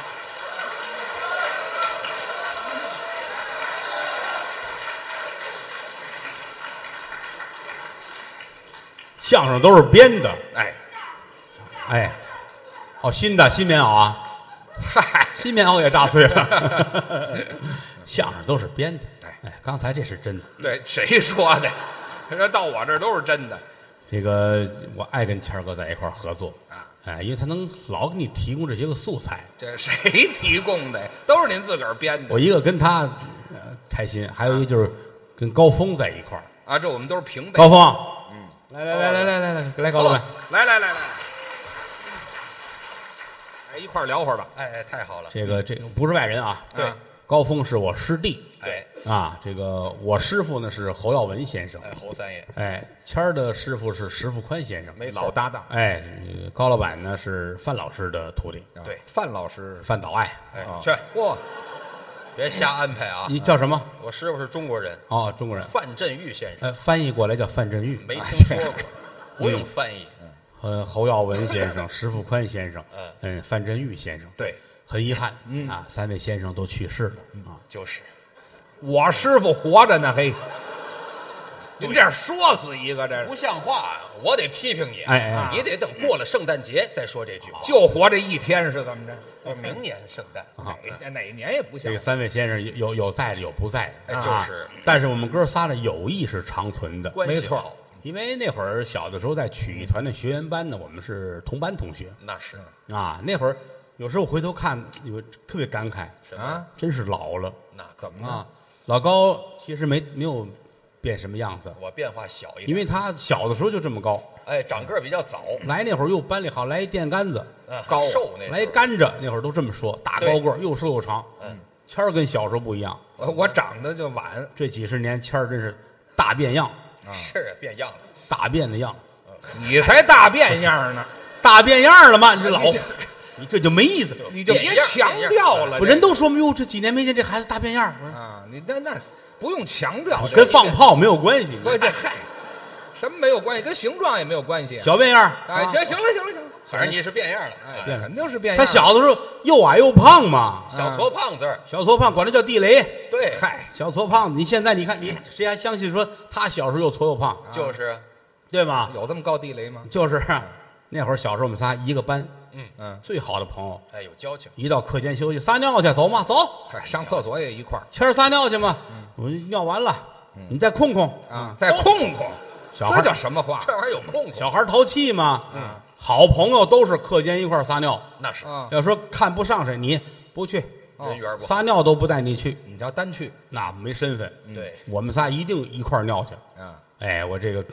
[SPEAKER 3] 相声都是编的，
[SPEAKER 4] 哎，
[SPEAKER 3] 哎，哦，新的新棉袄啊，
[SPEAKER 4] 嗨，
[SPEAKER 3] 新棉袄也炸碎了。 *laughs* 相声都是编的，哎，刚才这是真的。
[SPEAKER 4] 对，谁说的？这到我这儿都是真的
[SPEAKER 3] 这个我爱跟谦儿哥在一块儿合作
[SPEAKER 4] 啊，
[SPEAKER 3] 哎，因为他能老给你提供这些个素材。
[SPEAKER 4] 这谁提供的呀？都是您自个儿编的
[SPEAKER 3] 我一个跟他、呃、开心，还有一个就是跟高峰在一块儿。
[SPEAKER 4] 啊！这我们都是平辈。
[SPEAKER 3] 高峰，嗯，来来来来来来来来，高老板，
[SPEAKER 4] 来来来来，哎，一块儿聊会儿吧。哎，太好了。
[SPEAKER 3] 这个这个不是外人啊，
[SPEAKER 4] 对
[SPEAKER 3] 啊，高峰是我师弟，
[SPEAKER 4] 哎，
[SPEAKER 3] 啊，这个我师傅呢是侯耀文先生，
[SPEAKER 4] 哎，侯三爷，
[SPEAKER 3] 哎，谦儿的师傅是石富宽先生，
[SPEAKER 4] 没错老搭档
[SPEAKER 3] 哎，呃高老板呢是范老师的徒弟，
[SPEAKER 4] 对，范老师，
[SPEAKER 3] 范导爱，
[SPEAKER 6] 哎
[SPEAKER 3] 啊，
[SPEAKER 6] 去，
[SPEAKER 4] 嚯，
[SPEAKER 6] 别瞎安排啊！
[SPEAKER 3] 你叫什么？
[SPEAKER 6] 我师傅是中国人，
[SPEAKER 3] 哦，中国人，
[SPEAKER 6] 范振钰先生，
[SPEAKER 3] 呃，翻译过来叫范振钰，
[SPEAKER 6] 没
[SPEAKER 3] 啊
[SPEAKER 4] 哎
[SPEAKER 6] 听
[SPEAKER 3] 这
[SPEAKER 4] *laughs*
[SPEAKER 6] 说过，不用翻译。
[SPEAKER 3] *laughs*
[SPEAKER 4] 嗯
[SPEAKER 3] 呃，侯耀文先生、石富宽先生，嗯，范振钰先生，
[SPEAKER 6] 对，嗯
[SPEAKER 3] 很遗憾，啊，三位先生都去世了啊。
[SPEAKER 6] 就是
[SPEAKER 4] 我师傅活着呢，嘿，您这样说死一个，这
[SPEAKER 6] 不像话，啊我得批评你。
[SPEAKER 3] 哎哎
[SPEAKER 6] 你得等过了圣诞节再说这句话。
[SPEAKER 4] 就活这一天是怎么着？
[SPEAKER 6] 明哎年圣诞，
[SPEAKER 4] 哪哪年也不啊
[SPEAKER 3] 这
[SPEAKER 4] 像
[SPEAKER 3] 个三位先生有有有在的，有不在的，
[SPEAKER 6] 哎就
[SPEAKER 3] 啊
[SPEAKER 6] 是。
[SPEAKER 3] 但是我们哥仨的友谊是长存的，
[SPEAKER 6] 关系
[SPEAKER 3] 没错
[SPEAKER 6] 好。
[SPEAKER 3] 因为那会儿小的时候在曲艺团的学员班呢，我们是同班同学
[SPEAKER 6] 那是
[SPEAKER 4] 嗯
[SPEAKER 3] 啊。那会儿有时候回头看，有特别感慨，
[SPEAKER 6] 什么？
[SPEAKER 4] 啊？
[SPEAKER 3] 真是老了
[SPEAKER 6] 嗯那可不
[SPEAKER 3] 啊。老高其实没没有变什么样子，
[SPEAKER 6] 我变化小一
[SPEAKER 3] 因
[SPEAKER 6] 点，
[SPEAKER 3] 为他小的时候就这么高，
[SPEAKER 6] 哎，长个儿比较早，
[SPEAKER 3] 来那会儿又班里好来一电杆子，
[SPEAKER 6] 啊
[SPEAKER 4] 高
[SPEAKER 6] 瘦那时候
[SPEAKER 3] 来甘蔗那会儿都这么说，大高个儿又瘦又长。
[SPEAKER 6] 嗯，
[SPEAKER 3] 谦儿跟小时候不一样，
[SPEAKER 4] 我我长得就晚，
[SPEAKER 3] 这几十年谦儿真是大变样，
[SPEAKER 4] 啊
[SPEAKER 6] 是啊变样了，
[SPEAKER 3] 大变的样，
[SPEAKER 4] 你才大变样
[SPEAKER 6] *laughs*
[SPEAKER 4] 呢，
[SPEAKER 3] 大变样了吗？你这老，你这就没意思。
[SPEAKER 4] 你就别
[SPEAKER 6] 变样
[SPEAKER 4] 强调了。
[SPEAKER 3] 不，人都说嘛，哟，这几年没见这孩子大变样，
[SPEAKER 4] 啊，你那那不用强调，
[SPEAKER 3] 跟
[SPEAKER 4] *laughs*
[SPEAKER 3] 放炮没有关系。
[SPEAKER 4] 不这嗨，什么没有关系，跟形状也没有关系。
[SPEAKER 3] 小变样，
[SPEAKER 4] 哎，这行了行了行了，
[SPEAKER 6] 反正你是啊变样了，哎，
[SPEAKER 3] 变
[SPEAKER 4] 肯定是变
[SPEAKER 3] 他
[SPEAKER 4] 样。
[SPEAKER 3] 小的时候又矮又胖嘛，
[SPEAKER 6] 小矬胖子儿，
[SPEAKER 3] 小矬胖管他叫地雷，
[SPEAKER 6] 对，
[SPEAKER 4] 哎嗨，
[SPEAKER 3] 小矬胖子。你现在你看你谁还相信说他小时候又矬又胖，
[SPEAKER 6] 就是
[SPEAKER 3] 对吗？
[SPEAKER 4] 有这么高地雷吗？
[SPEAKER 3] 就是 *laughs* 啊那会儿小时候我们仨一个班，
[SPEAKER 4] 嗯，
[SPEAKER 3] 最好的朋友，
[SPEAKER 6] 哎有交情，
[SPEAKER 3] 一到课间休息撒尿去，走嘛走，
[SPEAKER 4] 嗨，上厕所也一块儿
[SPEAKER 3] 谦儿撒尿去嘛，我尿完了，你再控控
[SPEAKER 4] 啊，再控控，
[SPEAKER 3] 小孩
[SPEAKER 4] 这
[SPEAKER 3] 儿
[SPEAKER 4] 叫什么话
[SPEAKER 6] 这嗯玩意儿有空
[SPEAKER 3] 小孩儿淘气嘛，嗯，好朋友都是课间一块儿撒尿，
[SPEAKER 6] 那是
[SPEAKER 4] 啊？
[SPEAKER 3] 要说看不上谁，你不去，
[SPEAKER 6] 人缘不好，
[SPEAKER 3] 撒尿都不带你去，
[SPEAKER 4] 你叫单去
[SPEAKER 3] 那没身份。
[SPEAKER 6] 对，
[SPEAKER 3] 我们仨一定一块儿尿去。
[SPEAKER 4] 啊？
[SPEAKER 3] 哎，我这个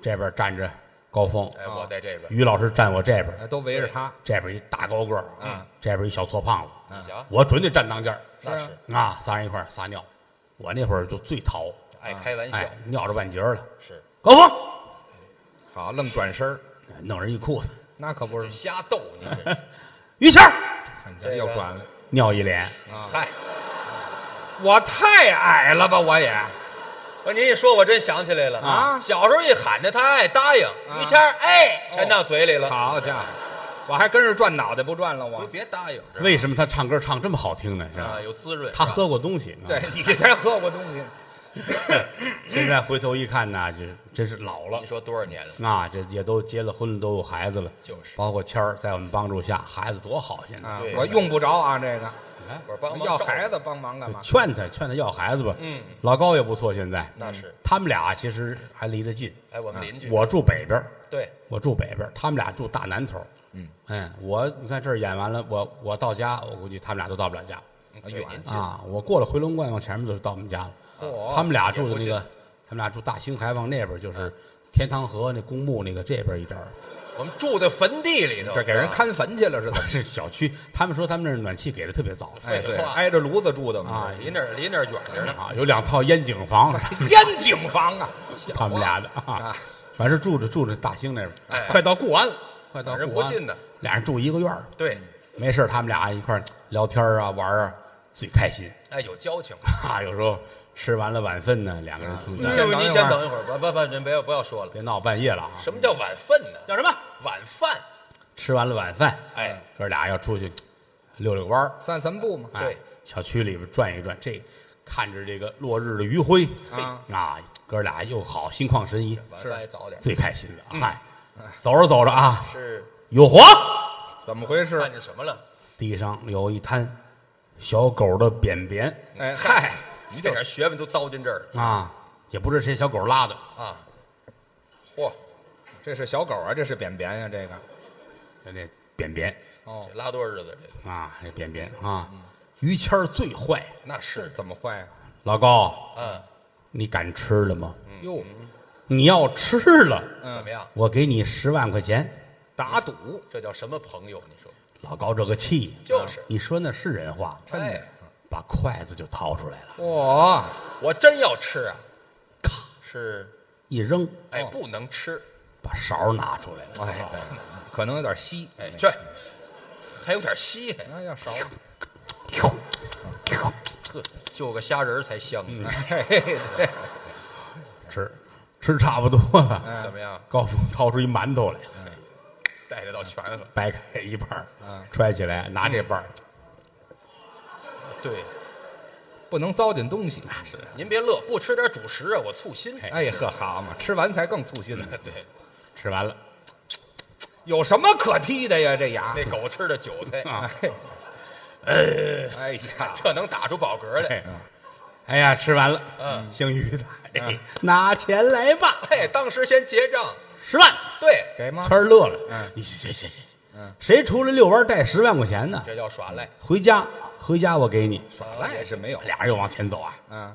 [SPEAKER 3] 这边站着高峰，
[SPEAKER 6] 哎我在这边，
[SPEAKER 3] 于老师站我这边，
[SPEAKER 4] 哎都围着他，
[SPEAKER 3] 这边一大高个儿，
[SPEAKER 6] 啊
[SPEAKER 4] 嗯，
[SPEAKER 3] 这边一小矬胖子，
[SPEAKER 6] 你瞧
[SPEAKER 3] 我准得站当间儿
[SPEAKER 6] 那
[SPEAKER 4] 是
[SPEAKER 6] 是
[SPEAKER 3] 啊，仨人一块儿撒尿。我那会儿就最淘，
[SPEAKER 6] 爱开玩笑
[SPEAKER 3] 哎，尿着半截儿了。
[SPEAKER 6] 是
[SPEAKER 3] 高峰
[SPEAKER 4] 好，愣转身儿
[SPEAKER 3] 弄人一裤子，
[SPEAKER 4] 那可不是，
[SPEAKER 6] 瞎逗你这是，
[SPEAKER 3] 于谦儿
[SPEAKER 4] 你这又转了。
[SPEAKER 3] 尿一脸，
[SPEAKER 6] 嗨，
[SPEAKER 4] 我太矮了吧，我也
[SPEAKER 6] 我您一说，我真想起来了
[SPEAKER 4] 啊
[SPEAKER 6] 小时候一喊着他爱答应，于谦儿哎全到嘴里了，
[SPEAKER 4] 好家伙，我还跟着转脑袋不转了
[SPEAKER 6] 我
[SPEAKER 4] 我
[SPEAKER 6] 说。别答应，
[SPEAKER 3] 为什么他唱歌唱这么好听呢？是吧
[SPEAKER 6] 啊？有滋润，
[SPEAKER 3] 他喝过东西，啊
[SPEAKER 4] 对，你这才喝过东西，
[SPEAKER 3] 现在回头一看呢，就是真是老了
[SPEAKER 6] 你。说多少年了？
[SPEAKER 3] 啊，这也都结了婚了，都有孩子了，
[SPEAKER 6] 就是
[SPEAKER 3] 包括谦儿在我们帮助下，孩子多好，现在、哎
[SPEAKER 4] 啊
[SPEAKER 6] *laughs* 对，
[SPEAKER 4] 我用不着啊，这个
[SPEAKER 3] 你看
[SPEAKER 6] 我说帮忙
[SPEAKER 4] 要
[SPEAKER 6] 照顾
[SPEAKER 4] 孩子帮忙干嘛
[SPEAKER 3] 就？劝他，劝他要孩子吧。
[SPEAKER 6] 嗯，
[SPEAKER 3] 老高也不错，现在
[SPEAKER 6] 那是
[SPEAKER 3] 他们俩其实还离得近，
[SPEAKER 6] 哎，我们邻居，
[SPEAKER 3] 我住北边儿，
[SPEAKER 6] 对，
[SPEAKER 3] 我住北边儿，他们俩住大南头。嗯，哎，我你看这儿演完了，我我到家，我估计他们俩都到不了家
[SPEAKER 6] 对，您近，哦
[SPEAKER 3] 啊。我过了回龙观往前面就到我们家了。啊
[SPEAKER 4] 嚯
[SPEAKER 3] 他们俩住
[SPEAKER 6] 也
[SPEAKER 3] 的
[SPEAKER 6] 不
[SPEAKER 3] 那
[SPEAKER 6] 近
[SPEAKER 3] 个，他们俩住大兴还往那边儿，就是天堂河那公墓那个这边儿一点儿。
[SPEAKER 6] 我们住在坟地里头，
[SPEAKER 4] 这给人
[SPEAKER 6] 啊
[SPEAKER 4] 看坟去了是怎么？
[SPEAKER 3] 是小区，他们说他们那儿暖气给的特别早
[SPEAKER 6] 废
[SPEAKER 4] 哎对，
[SPEAKER 6] 话
[SPEAKER 4] 挨着炉子住的嘛
[SPEAKER 3] 啊，
[SPEAKER 6] 哎离那儿离那儿远着呢，
[SPEAKER 3] 啊，有两套烟景
[SPEAKER 6] *laughs*
[SPEAKER 3] 房，
[SPEAKER 4] 烟景房啊，
[SPEAKER 3] *laughs* 他们俩的啊，反正住着住着大兴那边，
[SPEAKER 6] 哎
[SPEAKER 3] 快到嗯固安了，
[SPEAKER 4] *laughs*
[SPEAKER 3] 快到
[SPEAKER 6] 反正
[SPEAKER 3] 固
[SPEAKER 6] 哎不
[SPEAKER 3] 安
[SPEAKER 6] 近
[SPEAKER 3] 了
[SPEAKER 6] 的，
[SPEAKER 3] 俩人住一个院儿，
[SPEAKER 6] 对，
[SPEAKER 3] 没事儿他们俩一块儿聊天儿啊玩儿啊，最开心
[SPEAKER 6] 哎，有交情。
[SPEAKER 3] 啊，有时候吃完了晚饭呢，两个人从
[SPEAKER 6] 您
[SPEAKER 3] 家
[SPEAKER 4] 等
[SPEAKER 6] 先
[SPEAKER 4] 一会儿
[SPEAKER 6] 您先等一会儿，不不不，您不要不要说了。
[SPEAKER 3] 别闹半夜了啊，
[SPEAKER 6] 什么叫晚饭呢？
[SPEAKER 3] 叫什么？
[SPEAKER 6] 晚饭，
[SPEAKER 3] 吃完了晚饭，
[SPEAKER 6] 哎，
[SPEAKER 3] 哥俩要出去溜溜弯儿，
[SPEAKER 4] 散散步嘛。
[SPEAKER 3] 哎
[SPEAKER 6] 对，
[SPEAKER 3] 小区里边转一转，这看着这个落日的余晖
[SPEAKER 4] 啊
[SPEAKER 3] 啊，哥俩又好心旷神怡，
[SPEAKER 6] 晚饭也早点。
[SPEAKER 3] 最开心的。嗨，走着走着啊，
[SPEAKER 6] 是
[SPEAKER 3] 有火，
[SPEAKER 4] 怎么回事
[SPEAKER 6] 看？见什么了？
[SPEAKER 3] 地上有一滩小狗的便便
[SPEAKER 4] 哎嗨，
[SPEAKER 6] 你这点学问都糟践这儿了
[SPEAKER 3] 啊，也不知谁小狗拉的，
[SPEAKER 6] 啊！
[SPEAKER 4] 嚯，这是小狗啊，这是便便呀，这个
[SPEAKER 3] 就那便便
[SPEAKER 4] 哦
[SPEAKER 6] 这，拉多少日子？这个
[SPEAKER 3] 啊，那便便啊，于谦儿最坏，
[SPEAKER 6] 那是，
[SPEAKER 4] 怎么坏啊？
[SPEAKER 3] 老高，
[SPEAKER 6] 嗯，
[SPEAKER 3] 你敢吃了吗？
[SPEAKER 4] 哟，
[SPEAKER 3] 你要吃了，
[SPEAKER 6] 怎么样？
[SPEAKER 3] 我给你十万块钱。
[SPEAKER 4] 打赌，
[SPEAKER 6] 这叫什么朋友？你说
[SPEAKER 3] 老高这个气，
[SPEAKER 6] 就是
[SPEAKER 3] 你说那是人话，
[SPEAKER 4] 真的
[SPEAKER 6] 哎。
[SPEAKER 3] 把筷子就掏出来了，
[SPEAKER 6] 嗯
[SPEAKER 4] 嚯，
[SPEAKER 6] 我真要吃啊！
[SPEAKER 3] 咔
[SPEAKER 6] 是，
[SPEAKER 3] 一扔，
[SPEAKER 6] 哎，不能吃，
[SPEAKER 3] 把勺儿拿出来了，
[SPEAKER 4] 哎，对可能有点稀，
[SPEAKER 6] 哎，这还有点稀，
[SPEAKER 4] 哎要少，
[SPEAKER 6] 呵，就个虾仁儿才香呢。
[SPEAKER 4] 嘿嘿对，
[SPEAKER 3] 吃，吃差不多了，
[SPEAKER 4] 嗯
[SPEAKER 6] 怎么
[SPEAKER 4] 哎
[SPEAKER 6] 样？
[SPEAKER 3] 高峰掏出一馒头来，
[SPEAKER 6] 带着到全了。
[SPEAKER 3] 掰开一半儿
[SPEAKER 4] 嗯，
[SPEAKER 3] 揣起来，拿这半儿
[SPEAKER 6] 对，
[SPEAKER 4] 不能糟践东西。是，
[SPEAKER 6] 您别乐，不吃点主食啊，我醋心。
[SPEAKER 4] 哎呵，好嘛，吃完才更粗心呢。
[SPEAKER 6] 对，
[SPEAKER 3] 吃完了，
[SPEAKER 4] 有什么可踢的呀？这牙，
[SPEAKER 6] 那狗吃的韭菜，
[SPEAKER 3] 啊，
[SPEAKER 4] *laughs* 哎呀，
[SPEAKER 6] 这能打出饱嗝
[SPEAKER 4] 嗯
[SPEAKER 6] 来。
[SPEAKER 3] 哎，哎呀，吃完了，
[SPEAKER 6] 嗯，
[SPEAKER 3] 姓于的，哎拿钱来吧，
[SPEAKER 6] 哎，当时先结账，
[SPEAKER 3] 十万，
[SPEAKER 6] 对，
[SPEAKER 4] 给吗
[SPEAKER 3] 谦？儿乐了，嗯，你行行行
[SPEAKER 4] 嗯
[SPEAKER 3] 行，谁出来遛弯儿带十万块钱呢？
[SPEAKER 6] 这叫耍赖。
[SPEAKER 3] 回家，回家我给你，
[SPEAKER 4] 耍赖是没有，
[SPEAKER 3] 俩人又往前走啊，
[SPEAKER 4] 嗯，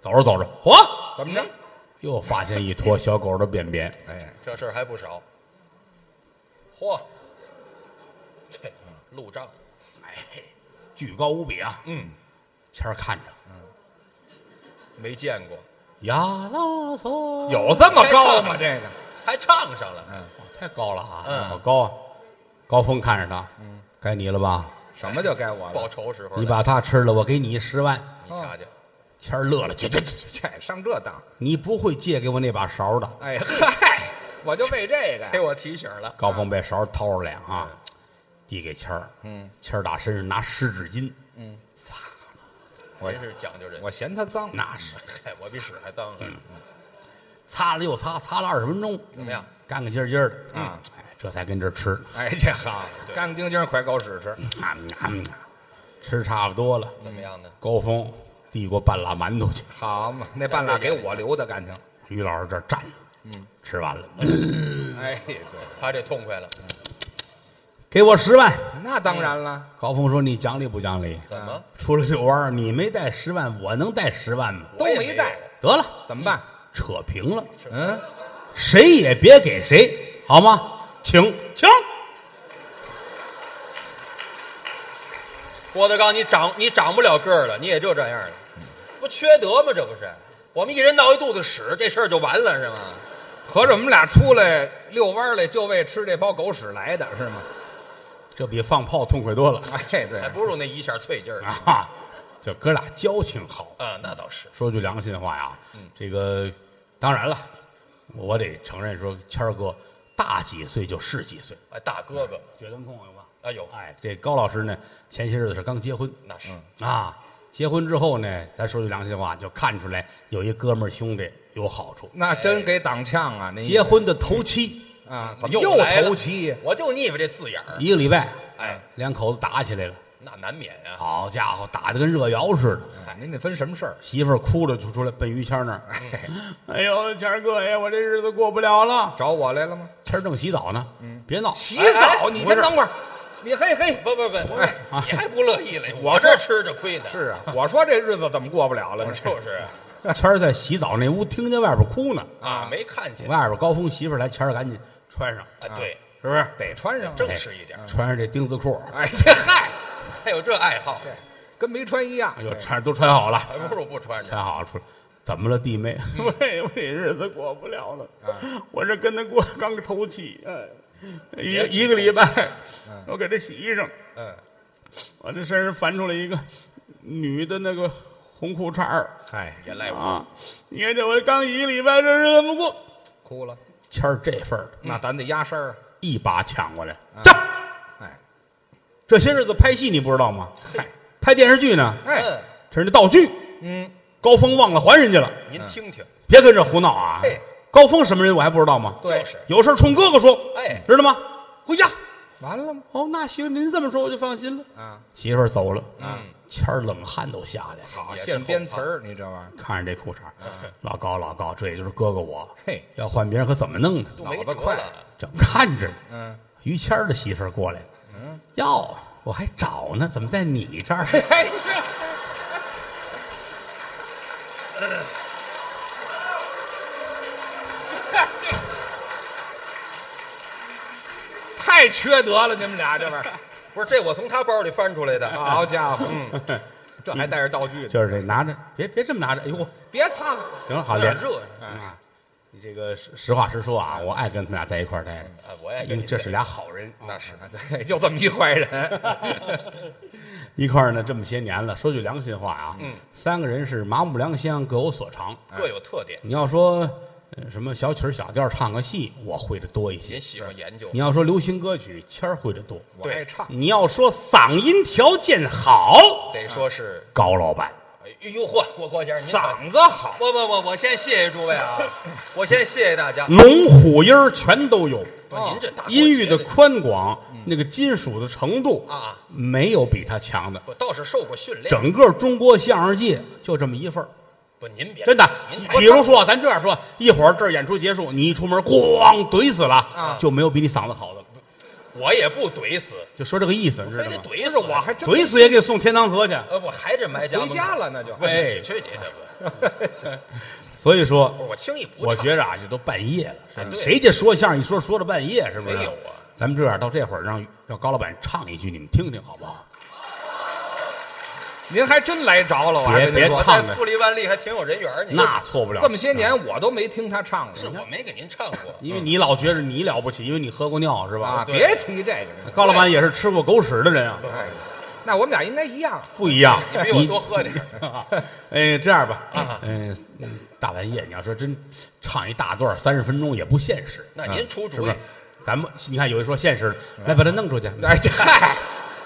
[SPEAKER 3] 走着走着，嚯，
[SPEAKER 4] 怎么着？
[SPEAKER 3] 又发现一坨小狗的便便。
[SPEAKER 4] 哎，
[SPEAKER 6] 这事儿还不少。
[SPEAKER 4] 嚯，
[SPEAKER 6] 这路障，
[SPEAKER 3] 哎，巨高无比啊！
[SPEAKER 4] 嗯，
[SPEAKER 3] 谦儿看着，
[SPEAKER 6] 没见过，
[SPEAKER 3] 呀啦嗦，
[SPEAKER 4] 有这么高的吗？这个嗯
[SPEAKER 6] 还唱上了。
[SPEAKER 3] 哇太高了啊！
[SPEAKER 6] 嗯
[SPEAKER 3] 好高啊！高峰看着他，嗯，该你了吧？
[SPEAKER 4] 什么就该我
[SPEAKER 6] 报
[SPEAKER 4] 了？
[SPEAKER 6] 仇时候来，
[SPEAKER 3] 你把它吃了，我给你十万。
[SPEAKER 6] 你瞧瞧，
[SPEAKER 4] 哦
[SPEAKER 3] 谦儿乐了，去去去去，
[SPEAKER 4] 这上这当？
[SPEAKER 3] 你不会借给我那把勺的？
[SPEAKER 4] 哎 *laughs* 嗨，我就为这个呀
[SPEAKER 6] 给我提醒了。
[SPEAKER 3] 高峰被勺掏出来啊，递给谦儿。嗯，谦儿打身上拿湿纸巾，
[SPEAKER 4] 我
[SPEAKER 6] 真是讲究人，
[SPEAKER 4] 我嗯嫌它脏，
[SPEAKER 3] 那是
[SPEAKER 6] *laughs* 嗨，我比屎还脏啊呢。
[SPEAKER 3] 擦了又擦，擦了二十分钟，
[SPEAKER 6] 怎么样？
[SPEAKER 3] 干干净净的
[SPEAKER 4] 啊！
[SPEAKER 3] 哎，这才跟这儿吃，
[SPEAKER 4] 哎，这好，干干净净，快狗屎吃。
[SPEAKER 3] 啊嗯啊嗯啊吃差不多了。
[SPEAKER 6] 怎么样呢？
[SPEAKER 3] 高峰递过半拉馒头去，
[SPEAKER 4] 好嘛，那半拉给我留的感情。
[SPEAKER 3] 于老师这儿站着，嗯，吃完了，
[SPEAKER 4] 哎，对，
[SPEAKER 6] 他这痛快了，
[SPEAKER 4] 嗯
[SPEAKER 3] 给我十万。
[SPEAKER 4] 那当然了，
[SPEAKER 3] 高峰说：“你讲理不讲理？
[SPEAKER 6] 怎么？
[SPEAKER 3] 出来遛弯儿，你没带十万，我能带十万吗？
[SPEAKER 4] 都
[SPEAKER 6] 我
[SPEAKER 4] 嗯
[SPEAKER 6] 也
[SPEAKER 4] 没带，
[SPEAKER 3] 得了，
[SPEAKER 4] 怎么办？
[SPEAKER 3] 扯平了，
[SPEAKER 4] 嗯，
[SPEAKER 3] 谁也别给谁，好吗？请请。
[SPEAKER 6] 郭德纲，你长你长不了个儿了，你也就这样了，
[SPEAKER 4] 嗯
[SPEAKER 6] 不缺德吗？这不是，我们一人闹一肚子屎，这事儿就完了是吗？
[SPEAKER 4] 嗯合着我们俩出来遛弯儿来，就为吃这包狗屎来的是吗？
[SPEAKER 3] 这比放炮痛快多了
[SPEAKER 4] 哎，这对
[SPEAKER 6] 还，不如那一下脆劲儿呢。
[SPEAKER 3] 啊！这哥俩交情好，
[SPEAKER 6] 啊，那倒是，
[SPEAKER 3] 说句良心话呀，
[SPEAKER 6] 嗯
[SPEAKER 3] 这个当然了，我得承认说，谦儿哥大几岁就是几岁，
[SPEAKER 6] 哎，大哥哥，
[SPEAKER 3] 绝灯控有吧？
[SPEAKER 6] 哎
[SPEAKER 4] 嗯
[SPEAKER 6] 呦，
[SPEAKER 3] 哎，这高老师呢，前些日子是刚结婚
[SPEAKER 6] 那是
[SPEAKER 3] 啊，结婚之后呢，咱说句良心话，就看出来有一哥们儿兄弟有好处。
[SPEAKER 4] 那真给挡呛啊！那
[SPEAKER 3] 结婚的头七
[SPEAKER 4] 啊，怎么
[SPEAKER 6] 又
[SPEAKER 4] 又
[SPEAKER 6] 来了
[SPEAKER 4] 头七？
[SPEAKER 6] 我就腻歪这字眼儿，
[SPEAKER 3] 一个礼拜，
[SPEAKER 6] 哎，
[SPEAKER 3] 两口子打起来了，
[SPEAKER 6] 那难免啊。
[SPEAKER 3] 好家伙，打得跟热窑似的。
[SPEAKER 4] 嗨，您得分什么事儿？
[SPEAKER 3] 媳妇儿哭着就出来奔于谦儿那儿， *laughs* 哎呦，谦儿哥呀，我这日子过不了了。
[SPEAKER 4] 找我来了吗？哎
[SPEAKER 3] 谦儿正洗澡呢，嗯，别闹， *laughs*
[SPEAKER 4] 洗
[SPEAKER 6] 澡
[SPEAKER 4] 你
[SPEAKER 6] 你
[SPEAKER 4] 先
[SPEAKER 6] 先
[SPEAKER 4] 等
[SPEAKER 6] 等
[SPEAKER 4] 会儿。你嘿嘿，
[SPEAKER 6] 不不不，不是你还不乐意嘞？
[SPEAKER 4] 我
[SPEAKER 6] 我这吃着亏呢。
[SPEAKER 4] 是啊， *laughs* 我说这日子怎么过不了了呢？
[SPEAKER 6] 就是
[SPEAKER 3] 谦儿在洗澡那屋听见外边哭呢，
[SPEAKER 6] 啊，没看见啊，啊
[SPEAKER 3] 外边高峰媳妇儿来，谦儿赶紧穿上，
[SPEAKER 6] 对，
[SPEAKER 3] 是不是？
[SPEAKER 4] 得穿上啊。
[SPEAKER 6] 正式一点，
[SPEAKER 3] 穿上这钉子裤，
[SPEAKER 4] 哎，这 *laughs* 嗨，
[SPEAKER 6] 还有这爱好，
[SPEAKER 4] 跟没穿一样。
[SPEAKER 3] 哎呦，穿都穿好了，
[SPEAKER 6] 还不如不穿着。
[SPEAKER 3] 穿好了出来。怎么了，弟妹？ *laughs* 我这我这日子过不了了，我这跟他过刚头七，哎，一
[SPEAKER 6] 别提
[SPEAKER 3] 一个礼拜，我给他洗衣裳，
[SPEAKER 6] 嗯，
[SPEAKER 3] 我这身上翻出来一个女的那个红裤衩儿
[SPEAKER 4] 哎，
[SPEAKER 6] 也赖我，
[SPEAKER 3] 啊！你看这我刚一个礼拜，这日子怎么过？
[SPEAKER 4] 哭了。
[SPEAKER 3] 谦儿这份儿
[SPEAKER 4] 那咱得压身儿啊。
[SPEAKER 3] 一把抢过来，站！
[SPEAKER 4] 哎
[SPEAKER 3] 这些日子拍戏你不知道吗？
[SPEAKER 4] 嗨，
[SPEAKER 3] 拍电视剧呢，
[SPEAKER 4] 哎，
[SPEAKER 3] 这是那道具，
[SPEAKER 4] 嗯，
[SPEAKER 3] 高峰忘了还人家了，
[SPEAKER 6] 您听听，
[SPEAKER 3] 别跟这胡闹啊
[SPEAKER 6] 嘿！
[SPEAKER 3] 高峰什么人我还不知道吗？
[SPEAKER 4] 对
[SPEAKER 6] 就是
[SPEAKER 3] 有事儿冲哥哥说，
[SPEAKER 6] 哎
[SPEAKER 3] 知道吗？回家。
[SPEAKER 4] 完了吗？
[SPEAKER 3] 哦，那行，您这么说我就放心了。
[SPEAKER 4] 啊，
[SPEAKER 3] 媳妇儿走了，
[SPEAKER 6] 嗯，
[SPEAKER 3] 谦儿冷汗都下来了，
[SPEAKER 4] 好，
[SPEAKER 6] 也是
[SPEAKER 4] 现编
[SPEAKER 6] 后
[SPEAKER 4] 词儿，你这玩意儿，
[SPEAKER 3] 看着这裤衩儿，老高老高，这也就是哥哥我。
[SPEAKER 4] 嘿，
[SPEAKER 3] 要换别人可怎么弄呢？
[SPEAKER 6] 都没
[SPEAKER 4] 脑子
[SPEAKER 6] 辙
[SPEAKER 4] 快
[SPEAKER 6] 了，
[SPEAKER 3] 正看着呢，
[SPEAKER 4] 嗯，
[SPEAKER 3] 于谦儿的媳妇儿过来了，哟，我还找呢，怎么在你 *laughs* 这儿？
[SPEAKER 4] 哎，这太缺德了，你们俩这玩意儿，
[SPEAKER 6] *laughs* 不是这我从他包里翻出来的，
[SPEAKER 4] 好家伙，嗯，这还带着道
[SPEAKER 6] 嗯
[SPEAKER 4] 具呢，
[SPEAKER 3] 就是这拿着，别别这么拿着，哎呦，
[SPEAKER 4] 别擦了，
[SPEAKER 3] 行了，好
[SPEAKER 6] 有点
[SPEAKER 3] 脸
[SPEAKER 6] 热。
[SPEAKER 3] 啊！你这个实实话实说啊，我爱跟他们俩在一块儿待着，
[SPEAKER 4] 呃
[SPEAKER 6] 啊，我也
[SPEAKER 3] 因
[SPEAKER 6] 跟
[SPEAKER 3] 为
[SPEAKER 6] 你
[SPEAKER 3] 这是俩好人，
[SPEAKER 4] 那是，啊对，就这么一坏人，嗯
[SPEAKER 3] *laughs* 一块儿呢这么些年了。说句良心话啊，
[SPEAKER 4] 嗯
[SPEAKER 3] 三个人是麻木良乡，各有所长。
[SPEAKER 6] 各有特点，
[SPEAKER 3] 你要说呃什么小曲儿小调儿唱个戏，我会的多一些
[SPEAKER 6] 您。喜欢研究
[SPEAKER 3] 你，要说流行歌曲，谦儿会的多。
[SPEAKER 4] 我爱唱，
[SPEAKER 3] 你要说嗓音条件好，
[SPEAKER 6] 得说是，
[SPEAKER 3] 高老板
[SPEAKER 6] 哎呦嚯，郭郭先生，您看
[SPEAKER 4] 嗓子好，
[SPEAKER 6] 不不不，我先谢谢诸位啊，我先谢谢大家。
[SPEAKER 3] 龙虎音儿全都有，
[SPEAKER 6] 不哦是，您这大过节嗯
[SPEAKER 3] 音域的宽广，那个金属的程度
[SPEAKER 6] 啊，哎
[SPEAKER 3] 没有比他强的。
[SPEAKER 6] 我倒是受过训练。
[SPEAKER 3] 整个中国相声界就这么一份儿，
[SPEAKER 6] 不，您别
[SPEAKER 3] 真的
[SPEAKER 6] 哎您。
[SPEAKER 3] 比如说，咱这样
[SPEAKER 6] 啊
[SPEAKER 3] 说，一会儿这儿演出结束，你一出门，咣怼死了，就没有比你嗓子好的了。
[SPEAKER 6] 我也不怼死，
[SPEAKER 3] 就说这个意思，知
[SPEAKER 6] 非
[SPEAKER 3] 道
[SPEAKER 6] 得
[SPEAKER 3] 吗？
[SPEAKER 6] 怼
[SPEAKER 4] 不
[SPEAKER 6] 死
[SPEAKER 4] 是，我还真
[SPEAKER 3] 怼死也给送天堂河去。
[SPEAKER 6] 呃，我还是埋家
[SPEAKER 4] 回
[SPEAKER 6] 门口
[SPEAKER 4] 家了，那就。
[SPEAKER 3] 哎
[SPEAKER 6] 去你的吧！
[SPEAKER 3] 所以说，
[SPEAKER 6] 我轻易不
[SPEAKER 3] 我
[SPEAKER 6] 唱，
[SPEAKER 3] 觉着啊，这都半夜了，是吧
[SPEAKER 6] 对
[SPEAKER 3] 谁家说相声一说说到半夜，是不是？
[SPEAKER 6] 没有啊。
[SPEAKER 3] 咱们这样，到这会儿让让高老板唱一句，你们听听好不好？
[SPEAKER 4] 您还真来着了，我还
[SPEAKER 3] 别
[SPEAKER 4] 跟
[SPEAKER 3] 别
[SPEAKER 4] 您说
[SPEAKER 6] 哎我
[SPEAKER 3] 唱
[SPEAKER 6] 在
[SPEAKER 3] 的
[SPEAKER 6] 富力万利还挺有人缘儿，你
[SPEAKER 3] 那错不了。，
[SPEAKER 4] 这么些年我都没听他唱
[SPEAKER 6] 是
[SPEAKER 4] 过
[SPEAKER 6] 我没给您唱过
[SPEAKER 3] 因为你老觉着你了不起，因为你喝过尿是吧？
[SPEAKER 4] 啊！
[SPEAKER 6] 对
[SPEAKER 4] 别提这个了，
[SPEAKER 3] 高老板也是吃过狗屎的人啊，
[SPEAKER 4] 哎那我们俩应该一样。
[SPEAKER 3] 不一样。
[SPEAKER 6] 你比我多喝点
[SPEAKER 4] 嗯
[SPEAKER 6] 儿。
[SPEAKER 3] *laughs* 哎，这样吧，嗯、大半夜你要说真唱一大段三十分钟也不现实，
[SPEAKER 6] 那
[SPEAKER 4] 嗯
[SPEAKER 6] 您出
[SPEAKER 3] 是
[SPEAKER 6] 主
[SPEAKER 3] 不
[SPEAKER 6] 意
[SPEAKER 3] 是，？咱们你看有人说现实的，来把他弄出去。
[SPEAKER 4] 哎，这嗨，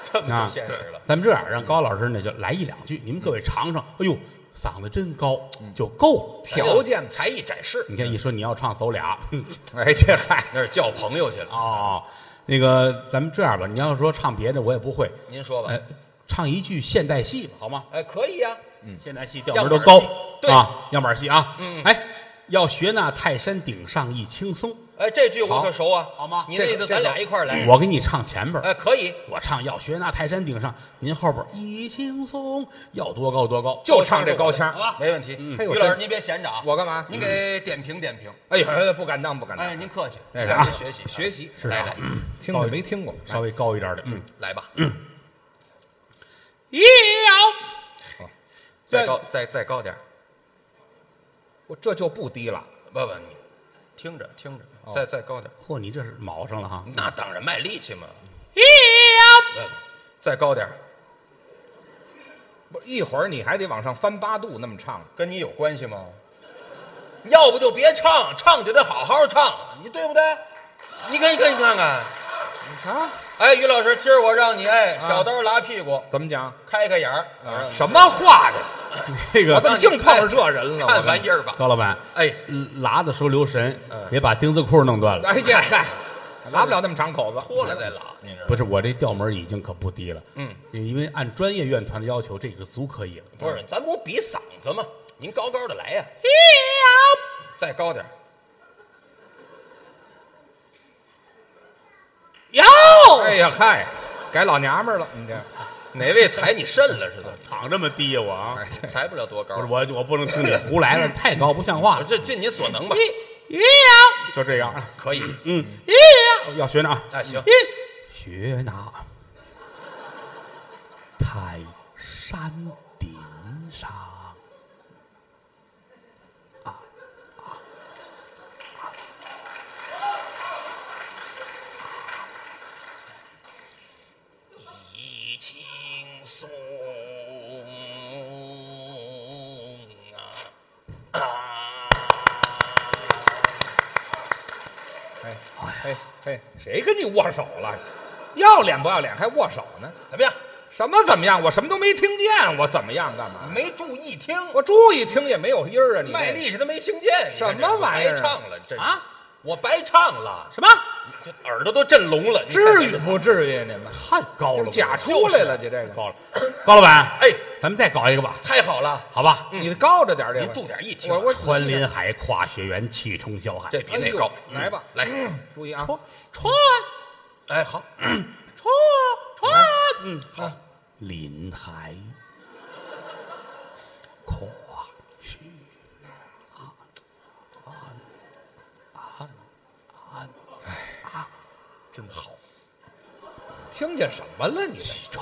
[SPEAKER 6] 这么
[SPEAKER 3] 啊
[SPEAKER 6] 就现实了。
[SPEAKER 3] *laughs* 咱们这样，让高老师呢就来一两句，你们各位尝尝。哎呦，嗓子真高，就够。
[SPEAKER 6] 哎
[SPEAKER 4] 条件
[SPEAKER 6] 才艺展示，
[SPEAKER 3] 你看一说你要唱走俩， *laughs* 哼
[SPEAKER 4] *laughs* 哎，这嗨，
[SPEAKER 6] 那是叫朋友去了。
[SPEAKER 3] 哦，那个咱们这样吧，你要说唱别的我也不会，
[SPEAKER 6] 您说吧
[SPEAKER 4] 哎
[SPEAKER 3] 呃，，唱一句现代戏吧，好吗？
[SPEAKER 6] 哎，可以呀，
[SPEAKER 3] 现代戏调门都高
[SPEAKER 6] 样板戏对
[SPEAKER 3] 啊，样板戏啊，嗯，哎，要学那泰山顶上一轻松，
[SPEAKER 6] 哎，这句我可熟啊，
[SPEAKER 3] 好吗
[SPEAKER 6] 你那意
[SPEAKER 4] 这
[SPEAKER 6] 思
[SPEAKER 4] 个这
[SPEAKER 6] 咱
[SPEAKER 4] 个
[SPEAKER 6] 俩一块儿来，
[SPEAKER 3] 我给你唱前边儿，
[SPEAKER 6] 哎，可以，
[SPEAKER 3] 我唱要学那泰山顶上，您后边儿一轻松，要多高多高，
[SPEAKER 4] 就唱这高腔
[SPEAKER 6] 好吧
[SPEAKER 4] 没问题。
[SPEAKER 6] 于
[SPEAKER 4] 嗯嘿我
[SPEAKER 6] 老师
[SPEAKER 4] 真
[SPEAKER 6] 您别闲着啊，
[SPEAKER 4] 我干嘛？
[SPEAKER 6] 您给点评点评。
[SPEAKER 4] 哎呦，不敢当，不敢当。
[SPEAKER 6] 哎，您客气，
[SPEAKER 3] 哎
[SPEAKER 6] 向
[SPEAKER 3] 啊
[SPEAKER 6] 您学习
[SPEAKER 4] 学习嗯
[SPEAKER 3] 是
[SPEAKER 6] 来
[SPEAKER 3] 啊
[SPEAKER 6] 来，
[SPEAKER 4] 听着没听
[SPEAKER 6] 哎
[SPEAKER 4] 过？
[SPEAKER 3] 稍微高一点儿的，嗯，
[SPEAKER 6] 来吧，
[SPEAKER 3] 要
[SPEAKER 6] 再高再再高点儿
[SPEAKER 4] 我这就不低了。
[SPEAKER 6] 不不，你听着听着，
[SPEAKER 4] 哦
[SPEAKER 6] 再再高点儿
[SPEAKER 3] 嚯，你这是卯上了哈，
[SPEAKER 6] 那当然卖力气嘛，
[SPEAKER 3] 要
[SPEAKER 6] 不不再高点儿
[SPEAKER 4] 不，一会儿你还得往上翻八度那么唱。
[SPEAKER 6] 跟你有关系吗？要不就别唱，唱就得好好唱，你对不对？你看，你看，你看看，
[SPEAKER 4] 啊？
[SPEAKER 6] 哎，于老师，今儿我让你哎小刀拉屁股，
[SPEAKER 4] 怎么讲？
[SPEAKER 6] 开开眼儿，
[SPEAKER 4] 啊什么话这？
[SPEAKER 3] 这
[SPEAKER 4] 我
[SPEAKER 3] 个
[SPEAKER 4] 怎么净碰上这人了？我
[SPEAKER 6] 看玩意儿吧。
[SPEAKER 3] 高老板，
[SPEAKER 6] 哎，
[SPEAKER 3] 嗯拉的时候留神，别把钉子裤弄断了。
[SPEAKER 4] 哎呀，嗨，拉不了那么长口子。
[SPEAKER 6] 哎脱了再拉，您这
[SPEAKER 3] 不是我这调门已经可不低了，嗯，因为按专业院团的要求，这个足可以了。啊
[SPEAKER 6] 不是
[SPEAKER 4] 嗯
[SPEAKER 6] 咱不比嗓子吗？您高高的来呀，再高点儿
[SPEAKER 3] 哟，
[SPEAKER 4] 哎呀，嗨，改老娘们儿了，你这。哎
[SPEAKER 6] 哪位踩你肾了是怎
[SPEAKER 4] *laughs*
[SPEAKER 6] 么
[SPEAKER 3] 躺这么低呀我啊！
[SPEAKER 6] 着？抬不了多高
[SPEAKER 3] 不是，我，我不能听你胡来了，太高不像话了。
[SPEAKER 6] 这尽你所能吧，
[SPEAKER 3] 就这样，
[SPEAKER 6] 可以。
[SPEAKER 3] 嗯，要学那啊，
[SPEAKER 6] 哎，行，
[SPEAKER 3] 学那泰山顶上啊
[SPEAKER 6] 一轻松啊！啊
[SPEAKER 4] 哎哎哎，谁跟你握手了？要脸不要脸还握手呢？
[SPEAKER 6] 怎么样？
[SPEAKER 4] 什么怎么样？我什么都没听见，我怎么样干嘛？
[SPEAKER 6] 没注意听，
[SPEAKER 4] 我注意听也没有音儿啊！你这
[SPEAKER 6] 嗯卖力气都没听见，你看
[SPEAKER 4] 什么
[SPEAKER 6] 这
[SPEAKER 4] 玩意儿啊
[SPEAKER 6] 白唱了，这
[SPEAKER 3] 啊！
[SPEAKER 6] 我白唱了，
[SPEAKER 3] 什么？
[SPEAKER 6] 这耳朵都震聋了，你看
[SPEAKER 4] 至于
[SPEAKER 6] 这个？
[SPEAKER 4] 不至于你们？
[SPEAKER 3] 太高
[SPEAKER 4] 这
[SPEAKER 3] 了，
[SPEAKER 4] 不假出来了，
[SPEAKER 3] 就
[SPEAKER 4] 你这个
[SPEAKER 3] 高了。 *coughs* 高老板，
[SPEAKER 6] 哎，
[SPEAKER 3] 咱们再搞一个吧，
[SPEAKER 6] 太好了，
[SPEAKER 3] 好吧？
[SPEAKER 4] 你高着点这
[SPEAKER 6] 您
[SPEAKER 4] 个
[SPEAKER 6] 注。点意听，
[SPEAKER 4] 我我
[SPEAKER 3] 穿林海，跨雪原，气冲霄汉。
[SPEAKER 6] 这比那高。嗯
[SPEAKER 4] 哎呦来吧
[SPEAKER 6] 来，
[SPEAKER 4] 注意啊！
[SPEAKER 3] 穿
[SPEAKER 6] 哎，好，
[SPEAKER 3] 穿穿，嗯，好。林海，跨雪
[SPEAKER 6] 真好，
[SPEAKER 4] 听见什么了？你这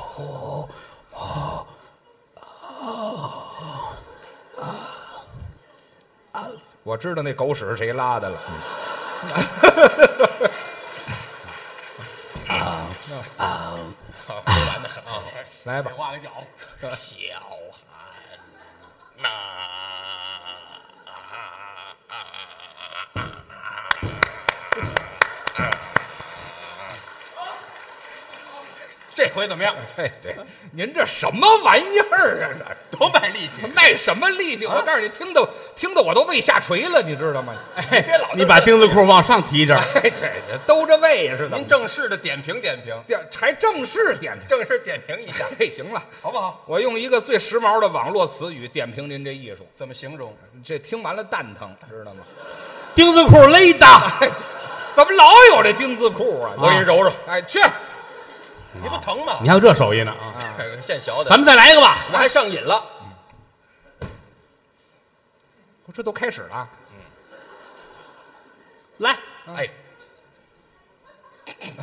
[SPEAKER 4] 我知道那狗屎是谁拉的了。
[SPEAKER 6] 好，说完了啊，
[SPEAKER 4] 来吧，
[SPEAKER 3] 画个脚，
[SPEAKER 6] 小寒呐。啊啊啊啊这回怎么样？
[SPEAKER 4] 哎，对，您这什么玩意儿啊？
[SPEAKER 6] 多卖力气
[SPEAKER 4] 这！卖什么力气？我告诉你，听得听得我都胃下垂了，你知道吗？哎，
[SPEAKER 6] 别老
[SPEAKER 3] 你把钉子裤往上提着。
[SPEAKER 4] 嘿嘿，兜着胃似的。
[SPEAKER 6] 您正式的点评点评，啊
[SPEAKER 4] 这还正式点评？
[SPEAKER 6] *laughs* 正式点评一下，
[SPEAKER 4] 嘿，行了，
[SPEAKER 6] 好不好？
[SPEAKER 4] 我用一个最时髦的网络词语点评您这艺术，
[SPEAKER 6] 怎么形容？
[SPEAKER 4] 这听完了蛋疼，知道吗？
[SPEAKER 3] 钉子裤勒的，
[SPEAKER 4] 怎么老有这钉子裤啊？
[SPEAKER 6] 我给你揉揉，
[SPEAKER 4] 哎，去，
[SPEAKER 6] 你不疼吗
[SPEAKER 3] 你？还有这手艺呢啊！
[SPEAKER 6] 现学的，
[SPEAKER 3] 咱们再来一个吧。
[SPEAKER 6] 我还上瘾了。
[SPEAKER 4] 这都开始了，
[SPEAKER 3] 来，
[SPEAKER 6] 哎，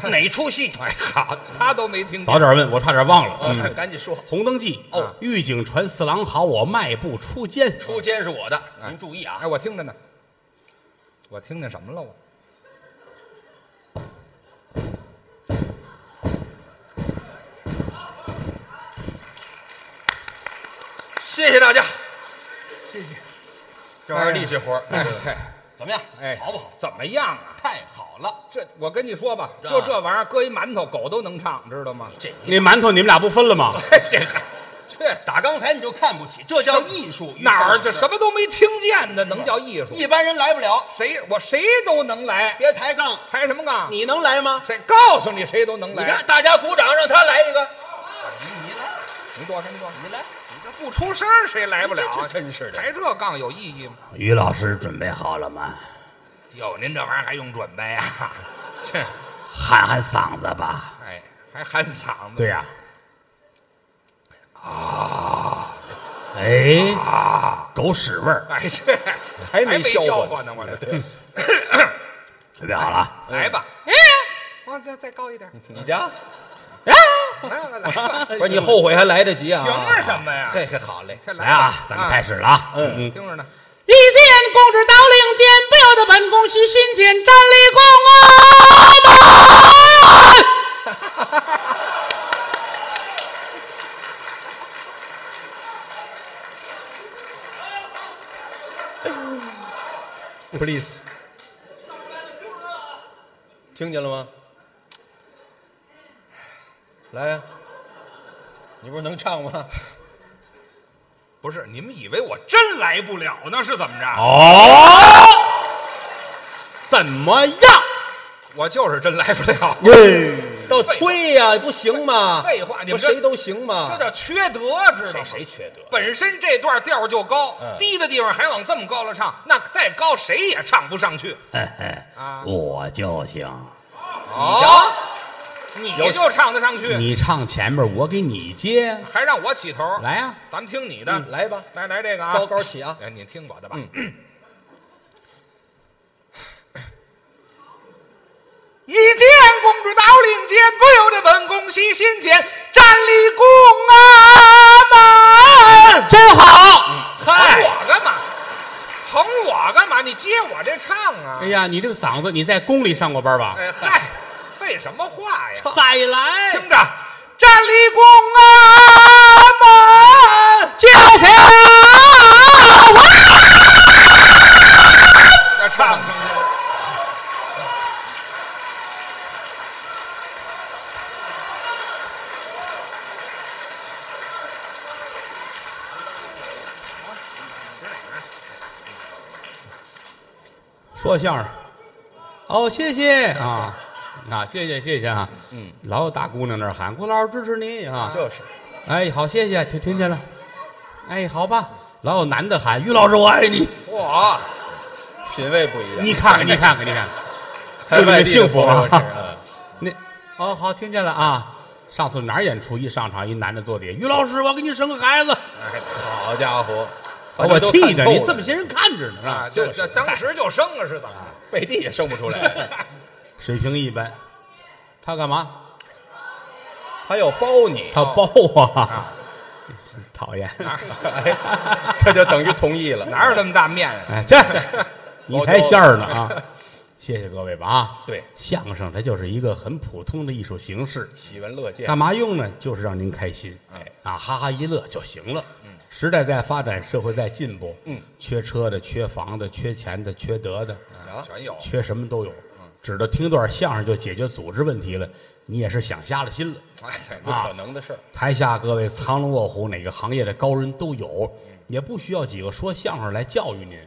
[SPEAKER 6] *laughs* 哪出戏？
[SPEAKER 4] 哎好，他都没听见。
[SPEAKER 3] 早点问，我差点忘了。嗯，
[SPEAKER 6] 哎赶紧说，
[SPEAKER 3] 红灯记
[SPEAKER 6] 哦
[SPEAKER 3] 啊狱警传四郎好，我迈步出监。
[SPEAKER 6] 出监是我的，您注意啊
[SPEAKER 4] 哎，！我听着呢，我听见什么了？我
[SPEAKER 6] 谢谢大家，
[SPEAKER 4] 谢谢。
[SPEAKER 6] 这玩意儿力气活儿，哎
[SPEAKER 4] 哎
[SPEAKER 6] 怎么样？
[SPEAKER 4] 哎，
[SPEAKER 6] 好不好？？啊
[SPEAKER 4] 怎么样啊？
[SPEAKER 6] 太好了，
[SPEAKER 4] 这我跟你说吧，
[SPEAKER 6] 这
[SPEAKER 4] 就这玩意儿搁一馒头，狗都能唱，知道吗？
[SPEAKER 6] 这
[SPEAKER 3] 那馒头你们俩不分了吗？
[SPEAKER 4] 嘿这还这
[SPEAKER 6] 打刚才你就看不起，这叫艺术。于
[SPEAKER 4] 哪儿
[SPEAKER 6] 正
[SPEAKER 4] 这什么都没听见的，能叫艺术？
[SPEAKER 6] 一般人来不了，
[SPEAKER 4] 谁我谁都能来，
[SPEAKER 6] 别抬杠，
[SPEAKER 4] 抬什么杠？
[SPEAKER 6] 你能来吗？
[SPEAKER 4] 谁告诉你谁都能
[SPEAKER 6] 你
[SPEAKER 4] 来
[SPEAKER 6] 看？大家鼓掌，让他来一个，
[SPEAKER 4] 你多少？你多少？
[SPEAKER 6] 你来，
[SPEAKER 4] 不出声儿谁来不了？
[SPEAKER 6] 这这真是的
[SPEAKER 4] 抬这杠有意义吗？
[SPEAKER 3] 于老师准备好了吗？
[SPEAKER 4] 哟，您这玩意儿还用准备啊？ *laughs* 切，
[SPEAKER 3] 喊喊嗓子吧。
[SPEAKER 4] 哎，还喊嗓子？
[SPEAKER 3] 对呀、啊。哎，狗屎味儿，
[SPEAKER 4] 哎，这还
[SPEAKER 6] 没消
[SPEAKER 4] 消
[SPEAKER 6] 化
[SPEAKER 4] 化呢，我这
[SPEAKER 3] 准备好了啊。
[SPEAKER 4] 来吧。哎，往这再高一点。
[SPEAKER 6] 你家
[SPEAKER 4] 来吧，来吧。
[SPEAKER 6] 不是你后悔还来得及啊？
[SPEAKER 4] 凭着什么呀？
[SPEAKER 6] 嘿嘿，好嘞，
[SPEAKER 4] 这
[SPEAKER 3] 来啊，咱们开
[SPEAKER 4] 始。
[SPEAKER 3] 始了啊。嗯，
[SPEAKER 4] 听着呢，
[SPEAKER 7] 一见公之到令箭，不由得本宫喜心间，站立宫啊！
[SPEAKER 4] please，
[SPEAKER 6] 听见了吗？来呀，你不是能唱吗？
[SPEAKER 4] 不是你们以为我真来不了呢？是怎么着？
[SPEAKER 3] 哦，怎么样？
[SPEAKER 4] 我就是真来不了，
[SPEAKER 6] 倒吹呀，不行吗？
[SPEAKER 4] 废话你
[SPEAKER 6] 不
[SPEAKER 4] 们这
[SPEAKER 6] 谁都行吗
[SPEAKER 4] 这？叫缺德，知道
[SPEAKER 6] 谁
[SPEAKER 4] 吗？
[SPEAKER 6] 谁缺德？
[SPEAKER 4] 本身这段调就高，低的地方还往这么高了唱，那再高谁也唱不上去。
[SPEAKER 3] 我就行。
[SPEAKER 4] 哦，你就唱得上去，
[SPEAKER 3] 你唱前面，我给你接。
[SPEAKER 4] 还让我起头？
[SPEAKER 3] 来啊呀、
[SPEAKER 4] 咱们听你的，
[SPEAKER 6] 来吧，
[SPEAKER 4] 来来这个啊，
[SPEAKER 6] 高高起啊！
[SPEAKER 4] 哎，你听我的吧。一见公主到令箭，不由得本宫喜心间，站立宫啊阿门。
[SPEAKER 3] 真好。
[SPEAKER 4] 捧
[SPEAKER 6] 哎
[SPEAKER 4] 我干嘛？捧我干嘛？你接我这唱啊
[SPEAKER 3] 哎！呀，你这个嗓子，你在宫里上过班吧？
[SPEAKER 4] 哎嗨，废什么话呀？
[SPEAKER 3] 再来
[SPEAKER 4] 听着，站立啊宫阿
[SPEAKER 6] 哦
[SPEAKER 4] 门。
[SPEAKER 3] 就行。
[SPEAKER 4] 要唱上去了。
[SPEAKER 3] 说相声。哦，谢谢啊啊，谢谢谢谢啊。嗯，老有大姑娘那儿喊，郭老师支持你啊。
[SPEAKER 6] 就是
[SPEAKER 3] 哎，好，谢谢，听听见了。哎，好吧。老有男的喊，于老师，我爱你。
[SPEAKER 4] 嚯！
[SPEAKER 6] 品味不一样，
[SPEAKER 3] 你看看，你看看，你看看，
[SPEAKER 6] 还
[SPEAKER 3] 就这么
[SPEAKER 6] 外地的
[SPEAKER 3] 幸福
[SPEAKER 6] 朋友这是
[SPEAKER 3] 啊。
[SPEAKER 6] 嗯
[SPEAKER 3] 那哦，好，听见了啊。上次哪儿演出一上场，一男的坐底，于老师，我给你生个孩子，
[SPEAKER 6] 嗯好家伙，
[SPEAKER 3] 把我气的，你这么
[SPEAKER 6] 些
[SPEAKER 3] 些人看着呢，是吧
[SPEAKER 4] 啊，这这当时就生啊，是怎么着？
[SPEAKER 6] 背地也生不出来，
[SPEAKER 3] 水平一般。他干嘛？
[SPEAKER 6] 他要包你，
[SPEAKER 3] 他包啊，讨厌。 *laughs*
[SPEAKER 6] 哎这就等于同意了。
[SPEAKER 4] 哪有这么大面啊？
[SPEAKER 3] 哎，这你才馅儿呢啊！谢谢各位吧啊！
[SPEAKER 6] 对，
[SPEAKER 3] 相声它就是一个很普通的艺术形式，
[SPEAKER 6] 喜闻乐见，啊
[SPEAKER 3] 干嘛用呢？就是让您开心，
[SPEAKER 6] 哎
[SPEAKER 3] 啊，哈哈一乐就行了。时代在发展，社会在进步，嗯，缺车的、缺房的、缺钱的、缺德的，
[SPEAKER 6] 啊
[SPEAKER 4] 全有。
[SPEAKER 3] 缺什么都有。指着听段相声就解决组织问题了，你也是想瞎了心了。
[SPEAKER 4] 哎，这
[SPEAKER 6] 不可能的事儿。
[SPEAKER 3] 台下各位藏龙卧虎，哪个行业的高人都有，也不需要几个说相声来教育您，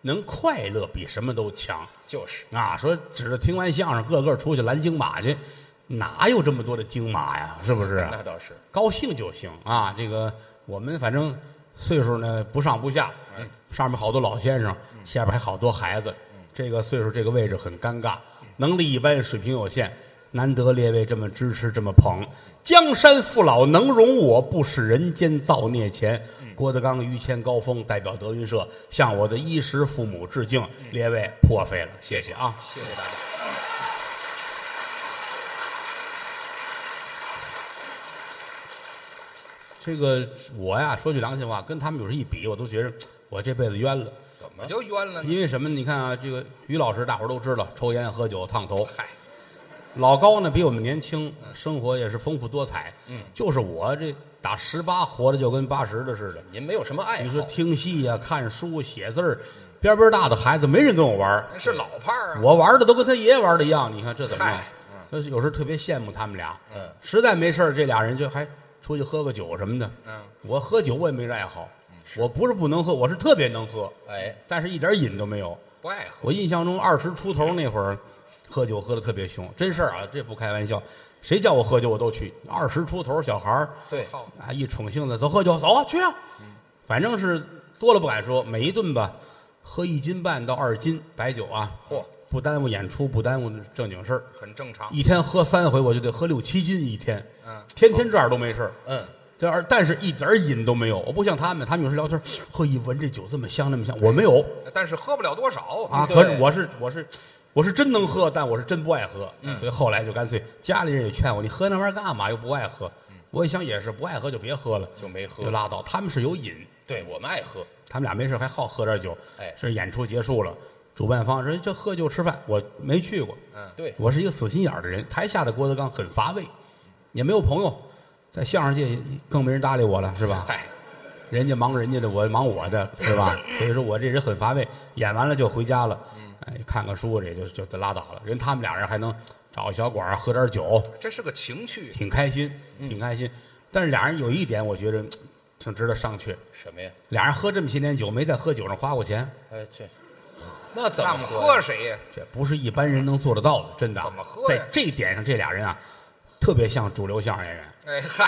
[SPEAKER 3] 能快乐比什么都强。
[SPEAKER 6] 就是
[SPEAKER 3] 啊，说指着听完相声，个个出去拦京马去，哪有这么多的京马呀？是不是？
[SPEAKER 6] 那倒是，
[SPEAKER 3] 高兴就行啊。这个我们反正岁数呢不上不下，上面好多老先生，下边还好多孩子，这个岁数这个位置很尴尬。能力一般，水平有限，难得列位这么支持，这么捧。江山父老能容我，不使人间造孽钱。郭德纲、于谦、高峰代表德云社向我的衣食父母致敬，列位破费了，谢谢啊！
[SPEAKER 4] 谢谢大家。
[SPEAKER 3] 这个我呀，说句良心话，跟他们有时一比，我都觉着我这辈子冤了。
[SPEAKER 4] 怎么就冤了呢？
[SPEAKER 3] 因为什么呢？你看啊，这个于老师大伙儿都知道，抽烟、喝酒、烫头。
[SPEAKER 4] 嗨，
[SPEAKER 3] 老高呢比我们年轻，呃生活也是丰富多彩。嗯，就是我这打十八活的就跟八十的似的。
[SPEAKER 6] 您没有什么爱
[SPEAKER 3] 你说
[SPEAKER 6] 哎好，
[SPEAKER 3] 听戏呀、看书、写字儿，边边大的孩子没人跟我玩儿
[SPEAKER 4] 那是老炮儿啊。
[SPEAKER 3] 我玩的都跟他爷爷玩的一样。你看这怎么弄
[SPEAKER 4] 嗨？
[SPEAKER 3] 就是有时候特别羡慕他们俩。
[SPEAKER 6] 嗯，
[SPEAKER 3] 实在没事儿这俩人就还出去喝个酒什么的。
[SPEAKER 4] 嗯，
[SPEAKER 3] 我喝酒我也没这爱好，我不是不能喝，我是特别能喝，
[SPEAKER 6] 哎，
[SPEAKER 3] 但是一点瘾都没有。
[SPEAKER 4] 不爱喝，
[SPEAKER 3] 我印象中二十出头那会儿，喝酒喝的特别凶，真事儿啊，这不开玩笑。谁叫我喝酒我都去。二十出头小孩儿
[SPEAKER 6] 对，
[SPEAKER 4] 好
[SPEAKER 3] 啊，一宠性子，走喝酒，走啊，去啊。
[SPEAKER 4] 嗯
[SPEAKER 3] 反正是多了不敢说，每一顿吧，喝一斤半到二斤白酒啊，
[SPEAKER 4] 嚯，
[SPEAKER 3] 不耽误演出，不耽误正经事儿。
[SPEAKER 4] 很正常。
[SPEAKER 3] 一天喝三回，我就得喝六七斤一天，
[SPEAKER 4] 嗯，
[SPEAKER 3] 天天这样都没事儿。
[SPEAKER 6] 嗯，
[SPEAKER 3] 这而但是一点儿瘾都没有，我不像他们，他们有时聊天，呵，一闻这酒这么香，那么香，我没有。
[SPEAKER 4] 但是喝不了多少
[SPEAKER 3] 啊，
[SPEAKER 6] 对
[SPEAKER 3] 可是我是我是我是真能喝，但我是真不爱喝，
[SPEAKER 6] 嗯
[SPEAKER 3] 所以后来就干脆家里人也劝我，你喝那玩意儿干嘛？又不爱喝。我一想也是，不爱喝就别喝了，
[SPEAKER 6] 嗯就没喝
[SPEAKER 3] 就拉倒。他们是有瘾，
[SPEAKER 6] 对我们爱喝，
[SPEAKER 3] 他们俩没事还好喝点酒。
[SPEAKER 6] 哎
[SPEAKER 3] 是演出结束了，主办方说哎这喝酒吃饭，我没去过。
[SPEAKER 4] 嗯，
[SPEAKER 6] 对，
[SPEAKER 3] 我是一个死心眼儿的人，台下的郭德纲很乏味，也没有朋友，在相声界更没人搭理我了，是吧？
[SPEAKER 6] 嗨，
[SPEAKER 3] 人家忙人家的，我忙我的，是吧？所以说我这人很乏味，演完了就回家了，哎，看看书也就就就拉倒了。人他们俩人还能找个小馆儿喝点酒，
[SPEAKER 4] 这是个情趣。
[SPEAKER 3] 挺开心，挺开心。但是俩人有一点，我觉得嘖挺值得商榷。
[SPEAKER 6] 什么呀？
[SPEAKER 3] 俩人喝这么些年酒，没在喝酒上花过钱，
[SPEAKER 6] 哎，这那怎
[SPEAKER 4] 那
[SPEAKER 6] 么
[SPEAKER 4] 我们
[SPEAKER 6] 呀
[SPEAKER 4] 喝谁呀？
[SPEAKER 3] 这不是一般人能做得到的，真的啊。
[SPEAKER 4] 怎么喝呀
[SPEAKER 3] 在这一点上，这俩人啊，特别像主流相声演员。
[SPEAKER 4] 哎嗨，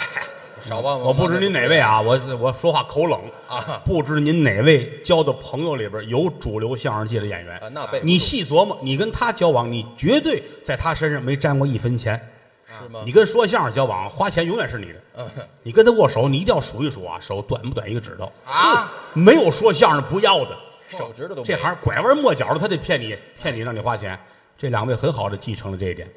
[SPEAKER 6] 少帮忙
[SPEAKER 3] 我不知您哪位啊，我我说话口冷
[SPEAKER 6] 哦啊
[SPEAKER 3] 不知您哪位交的朋友里边有主流相声界的演员
[SPEAKER 6] 啊，那背不
[SPEAKER 3] 你
[SPEAKER 6] 住
[SPEAKER 3] 细琢磨，你跟他交往，你绝对在他身上没沾过一分钱。
[SPEAKER 6] 啊是吗？
[SPEAKER 3] 你跟说相声交往，花钱永远是你的。
[SPEAKER 6] 嗯
[SPEAKER 3] 你跟他握手，你一定要数一数啊，手短不短一个指头
[SPEAKER 4] 啊？
[SPEAKER 3] 没有说相声不要的，
[SPEAKER 6] 手指头都没
[SPEAKER 3] 这行拐弯抹角的，他得骗你，骗你让你花钱。这两位很好的继承了这一点。